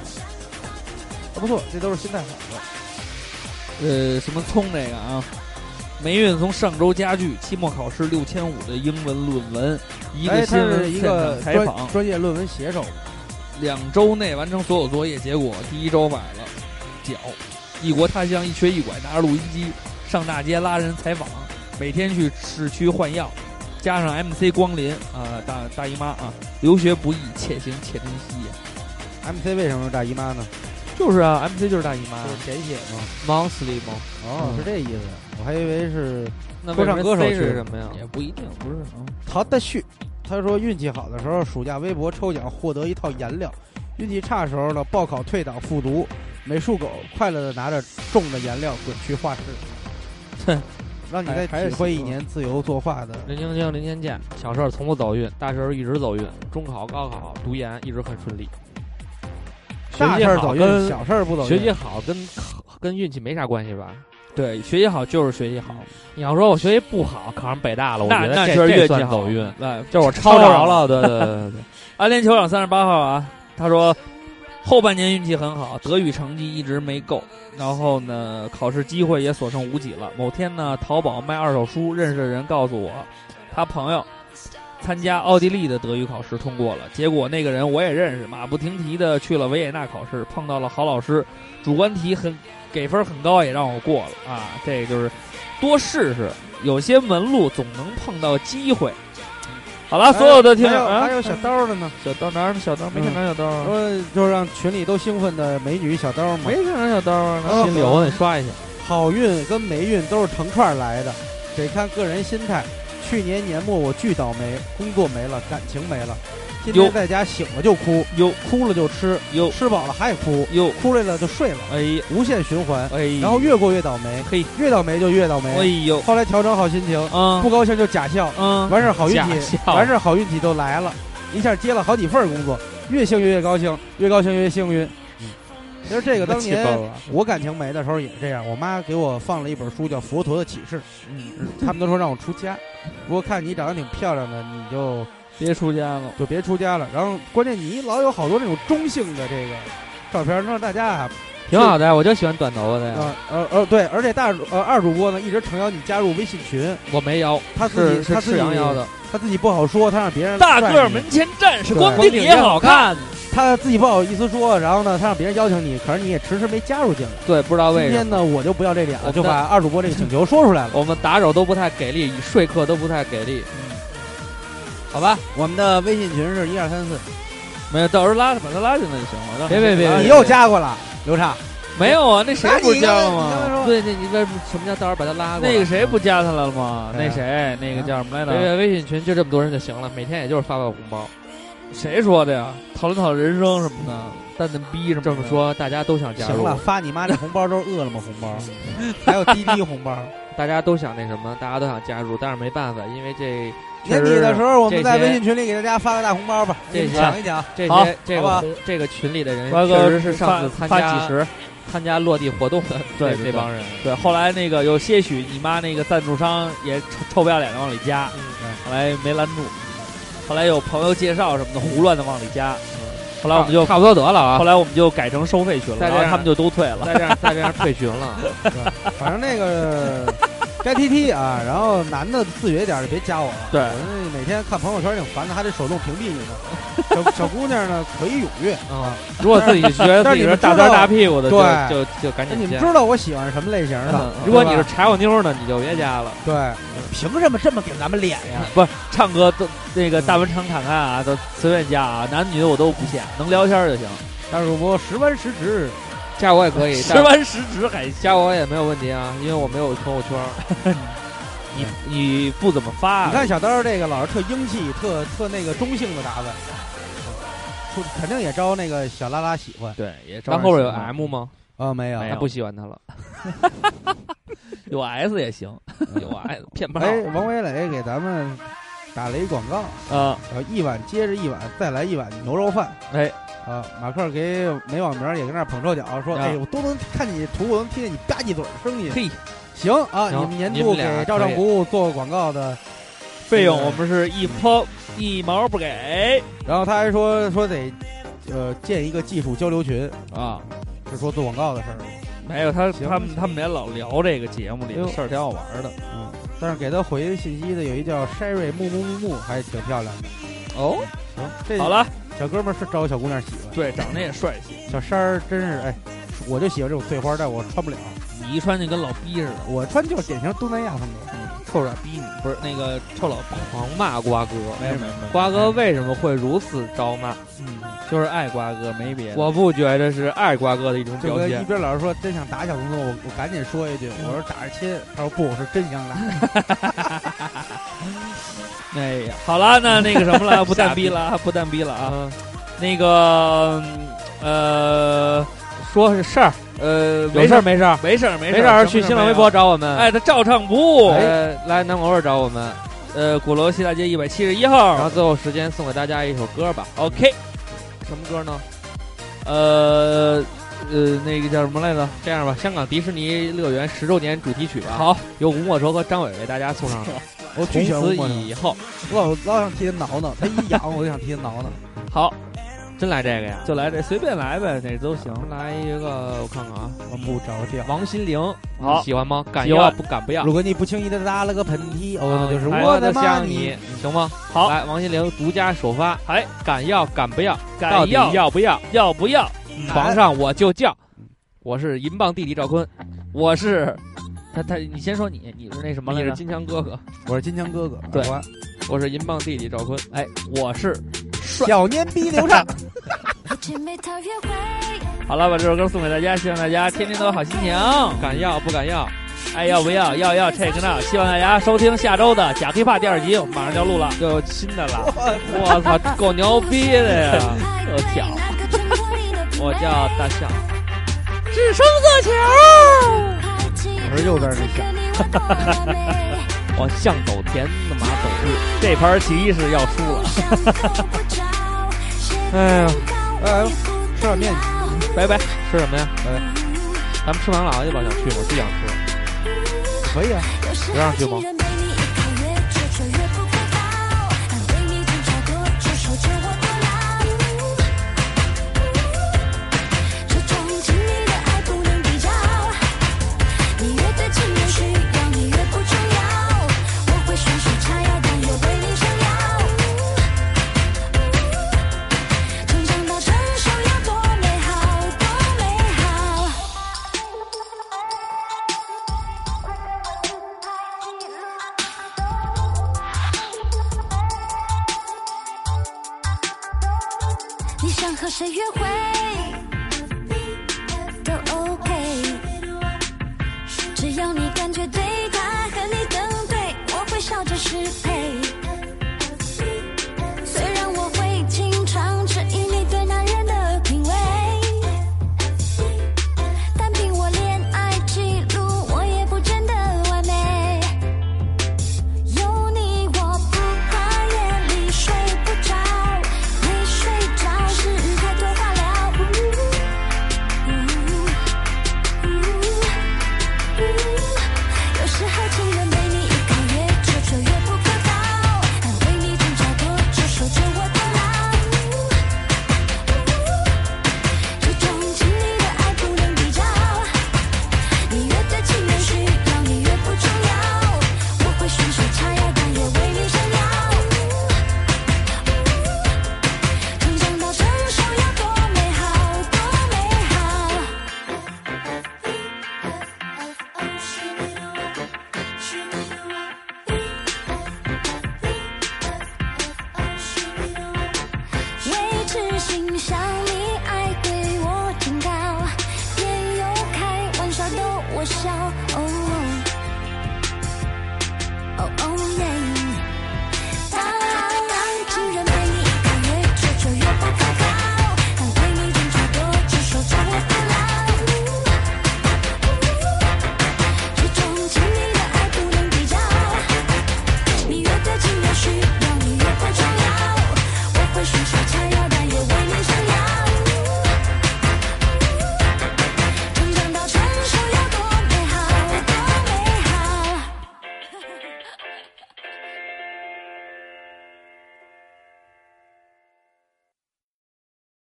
C: 啊不错，这都是心态好的。
N: 呃，什么聪这个啊？霉运从上周加剧，期末考试六千五的英文论文，一
C: 哎
N: 个
C: 他
N: 新
C: 是
N: 闻
C: 一
N: 现
C: 个
N: 场采
C: 专
N: 访，
C: 专业论文写手，
N: 两周内完成所有作业，结果第一周崴了脚，异国他乡一瘸一拐，拿着录音机上大街拉人采访，每天去市区换药，加上 MC 光临啊、大大姨妈啊，留学不易，且行且珍惜呀。啊
C: MC 为什么是大姨妈呢？
N: 就是啊，MC 就是大姨妈
C: 就是填写嘛。
N: ，monthly 嘛。
C: 哦，是这意思，我还以为是
N: 那
C: 说
N: 为什
C: 唱
N: 么
C: 歌手
N: C
C: 去
N: 是什么呀？也
C: 的
N: 不一定，不是啊。
C: 陶大旭，他说运气好的时候，暑假微博抽奖获得一套颜料；运气差时候呢，报考退档复读。美术狗快乐的拿着中的颜料滚去画室， 让你再体会一
N: 啊
C: 年自由作画的。
N: 林青青、林天健，小时候从不走运，大时候一直走运，中考、高考、读研一直很顺利。
C: 大
N: 学习
C: 事儿
N: 好
C: 走运
N: 跟
C: 小事儿不走运
N: 学习好跟考跟运气没啥关系吧？对，学习好就是学习好。你要说我学习不好，考上北嗯大了，我
Q: 那
N: 觉得
Q: 那
N: 这
Q: 确实
N: 这
Q: 运
N: 算
Q: 气好
N: 走运
Q: 那，
N: 就是我
Q: 抄
N: 抄
Q: 着
N: 着了。
Q: 了
N: 对对对 对对。
Q: 安联酋长三十八号啊，他说后半年运气很好，德语成绩一直没够，
N: 然后呢，考试机会也所剩无几了。某天呢，淘宝卖二手书，认识的人告诉我，他朋友参加奥地利的德语考试通过了。结果那个人我也认识，马不停蹄的去了维也纳考试，碰到了好老师，主观题很给分很高，也让我过了啊。这个就是多试试，有些门路总能碰到机会。好了，所有的听
C: 还
N: 众
C: 有
N: 啊，
C: 还有小刀的呢，
N: 小刀哪儿小刀没看着小刀啊，
C: 说就让群里都兴奋的美女小刀嘛
N: 没。看着小刀啊，
C: 哦
N: 心里我得刷一下。
C: 好运跟霉运都是成串儿来的，得看个人心态。去年年末我巨倒霉，工作没了，感情没了。今
N: 哟
C: 天在家醒了就哭，
N: 哟，
C: 哭了就吃，
N: 哟，
C: 吃饱了还哭，
N: 哟，
C: 哭累了就睡了，
N: 哎，
C: 无限循环。
N: 哎，
C: 然后越过越倒霉，
N: 嘿，
C: 越倒霉就越倒霉。
N: 哎呦
C: 后来调整好心情，
N: 嗯
C: 不高兴就假笑，
N: 嗯
C: 完事儿好运气
N: 假，笑
C: 完事儿好运气都来了，一下接了好几份儿工作，越幸运越高兴，越高兴越幸运。其实这个
N: 嗯
C: 当
N: 气爆
C: 年
N: 了
C: 我感情没的时候也这样，我妈给我放了一本书叫《佛陀的启示》，嗯， 他们都说让我出家，不过看你长得挺漂亮的，你就
N: 别出家了，
C: 就别出家了。然后关键你老有好多那种中性的这个照片，让大家啊
N: 挺好的，我就喜欢短头发的呀。
C: 呃呃呃，对，而且大主呃二主播呢一直诚邀你加入微信群，
N: 我没摇，
C: 他自己
N: 是
C: 他
N: 是
C: 自
N: 赤
C: 己
N: 羊摇的。
C: 他自己不好说，他让别人
Q: 大
C: 拽
Q: 个儿
C: 你
Q: 门前站是
C: 对
Q: 光腚也好看。
C: 他自己不好意思说，然后呢他让别人邀请你，可是你也迟迟没加入进来。
N: 对，不知道为
C: 今
N: 什
C: 天
N: 么。
C: 呢我就不要这脸
N: 我们
C: 了，就
N: 的
C: 把二主播这个请求说出来了。
N: 我们打手都不太给力，说客都不太给力。好吧，
C: 我们的微信群是一二三四，
N: 没有，到时候拉把他拉进来就行了。让他
Q: 别别别
N: 拉
C: 啊你
N: 进来
C: 又加过了，刘畅。
N: 没有啊？那谁
C: 那你
N: 不加了
C: 刚才你刚才
N: 吗
C: 说？
N: 对，那你为什么叫到时候把他拉过来？
Q: 那个谁不加他来了吗？
N: 对
Q: 那
N: 啊
Q: 谁，那个叫什么来
N: 别别，
Q: 着？
N: 微信群就这么多人就行了，每天也就是发发红包。
Q: 谁说的呀？讨论讨论人生什么的。
N: 蛋蛋逼什么？这么说，大家都想加
C: 行
N: 入
C: 了，，发你妈那红包都是饿了么红包，还有滴滴红包。
N: 大家都想那什么，大家都想加入，但是没办法，因为这 确
C: 年
N: 实
C: 底的时候，我们
N: 这
C: 在
N: 些
C: 微信群里给大家发个大红包吧，
N: 这
C: 你
N: 些
C: 抢一抢。
N: 这
C: 好
N: 些这
C: 好
N: 个
C: 吧
N: 红这个群里的人
Q: 瓜
N: 确
Q: 哥
N: 实是上次参
Q: 发
N: 加
Q: 发几十，
N: 参加落地活动的
Q: 对
N: 这
Q: 对
N: 这帮人，
Q: 对，后来那个有些许你妈那个赞助商也臭臭不要脸的往里加，哎后来没拦住，后来有朋友介绍什么的胡乱的往里加，后来我们就
N: 差不多得了啊
Q: 后。来我们就改成收费群了，
N: 再
Q: 然
N: 这样
Q: 后他们就都退了
N: 再。这样再这样退群了，
C: 反正那个加 TT 啊，然后男的自觉一点儿就别加我了。
Q: 对
C: 我这每天看朋友圈挺烦的，还得手动屏蔽你 们。小小姑娘呢可以踊跃
N: 嗯
Q: 啊，如果自己觉 得
C: 但是
Q: 自己
C: 你
Q: 是
C: 们
Q: 大
C: 知道
Q: 边大屁股的，就
C: 对，
Q: 就就赶紧
C: 哎你们
Q: 加
C: 知道我喜欢什么类型的
Q: 嗯？如果你
C: 对吧
Q: 是柴火妞呢，你就别加 了。
C: 对，凭什么这么给咱们脸呀？
Q: 不是唱歌都那个大文唱侃侃啊，都随便加啊，男女的我都不限，能聊天就行。
C: 但主播十弯十直，
N: 加我也可以，
Q: 十弯
N: 十直还加我也没有问题啊，因为我没有朋友圈。
Q: 你你不怎么发，
C: 你看小刀这个老是特英气，特特那个中性的打扮，出肯定也招那个小拉拉喜欢。
Q: 对，也
N: 那后边有 M 吗？
C: 啊，没有，
N: 那不喜欢他了。
Q: 有 S 也行，有 S 骗炮。
C: 哎，王伟磊给咱们打了一广告
Q: 啊，
C: 呃，一碗接着一碗，再来一碗牛肉饭。
Q: 哎，
C: 啊，马克给没网名也跟那儿捧臭脚，说：“
N: 啊
C: 哎，我都能看你图，我能听见你吧唧嘴儿声音。”
Q: 嘿，
C: 行啊，
N: 行
C: 你们年
N: 你
C: 度
N: 们俩
C: 给照常
N: 可以
C: 不误做广告的
Q: 费用我们是一抛一毛不给。
C: 然后他还说说得，呃，建一个技术交流群
Q: 啊，
C: 是说做广告的事儿吗。
Q: 没有他，
C: 行
Q: 他们他们俩老聊这个节目里哎的事儿，挺好玩的。
C: 嗯，但是给他回信息的有一叫 Sherry 木木木木，还挺漂亮的。
Q: 哦，
C: 行，这
Q: 好了，
C: 小哥们儿是招小姑娘喜欢。
Q: 对，长得也帅气，
C: 小衫儿真是哎，我就喜欢这种碎花，但我穿不了。
Q: 你一穿就跟老逼似的。
C: 我穿就是典型东南亚风格。
Q: 臭傻逼你，不是那个臭老
N: 狂骂瓜哥，
Q: 没有没有没有
N: 瓜哥为什么会如此招骂？
C: 嗯，
Q: 就是爱瓜哥，没别的。
N: 我不觉得是爱瓜哥的一种
C: 这
N: 表
C: 个一
N: 现。
C: 边老师说真想打小公主，我我赶紧说一句，我说打着亲，他说不，我是真想打。
Q: 哎呀，好了，那那个什么 了，不蛋逼了啊，不蛋逼了啊。那个嗯呃，说是事儿，
N: 呃，
Q: 有
N: 没
Q: 事
N: 事
Q: 儿
N: 儿没事儿，
Q: 没事儿没
N: 没
Q: 事
N: 事儿，啊去新浪微博。找我们。
Q: 哎，他照唱不误。
N: 呃，来南广味儿找我们。
Q: 呃，鼓楼西大街一百七十一
N: 然后
Q: 号。
N: 最后时间送给大家一首歌吧，
Q: OK，
N: 什么歌呢？
Q: 呃呃，那个叫什么来着？
N: 这样吧，香港迪士尼乐园十周年主题曲吧，
Q: 好，
N: 由吴莫愁和张伟为大家送上。
C: 我
N: 从
C: 巨喜欢
N: 此
C: 吴莫愁
N: 以后，
C: 我老老想替他挠挠，他一痒我就想替他挠挠。
Q: 好，
N: 真来这个呀？
Q: 就来这，随便来呗，哪都行。
N: 来一个，我看看啊，
C: 我不着调。
N: 王心凌，
Q: 好啊
N: 你喜欢吗？敢
Q: 喜
N: 要
Q: 欢
N: 不敢不要
C: 如？果你不轻易的打了个喷嚏，哦，那就是
N: 哎
C: 我
N: 的
C: 骂
N: 想你。，行吗？
Q: 好
N: 来，王心凌独家首发，
Q: 哎，
N: 敢要敢不要？到
Q: 敢
N: 底
Q: 要
N: 要不要？
Q: 要哎不要？
N: 皇上我就叫，我是银棒弟弟赵坤，我是
Q: 他他，你先说你，你是那什么
N: 你
Q: 来
N: 是
Q: 着？
N: 金枪哥哥，
C: 我是金枪哥哥，
N: 对
C: 我
N: 我是银棒弟弟赵坤，
Q: 哎，我是。
C: 小年逼刘畅。
Q: 好了，把这首歌送给大家，希望大家天天都有好心情。
N: 敢要不敢要？
Q: 爱哎要不要？要要 check now。希望大家收听下周的假 hiphop 第二集，我们马上就要录了。
N: 又有新的了，
Q: 我操，够牛逼的呀！
A: 哎
Q: 特屌！
N: 我叫大象。
M: 只生色球。
C: 我是右边那小，
Q: 我象走田，马走日，这盘棋是要输了。
N: 哎呀，
C: 哎，吃点面，
N: 拜拜，吃什么呀？
C: 拜拜
N: 咱们吃啊麻辣去吧，想去吗？我最想吃了。
C: 可以啊。
N: 有让去吗？
A: 这种亲密的爱不能比较，你越对情人需要，你越不重要。我会双手叉腰，但又为你撑腰。成长到成熟要多美好，多美好。你想和谁约会都 OK，只要你感觉对，他和你更对，我会笑着适配。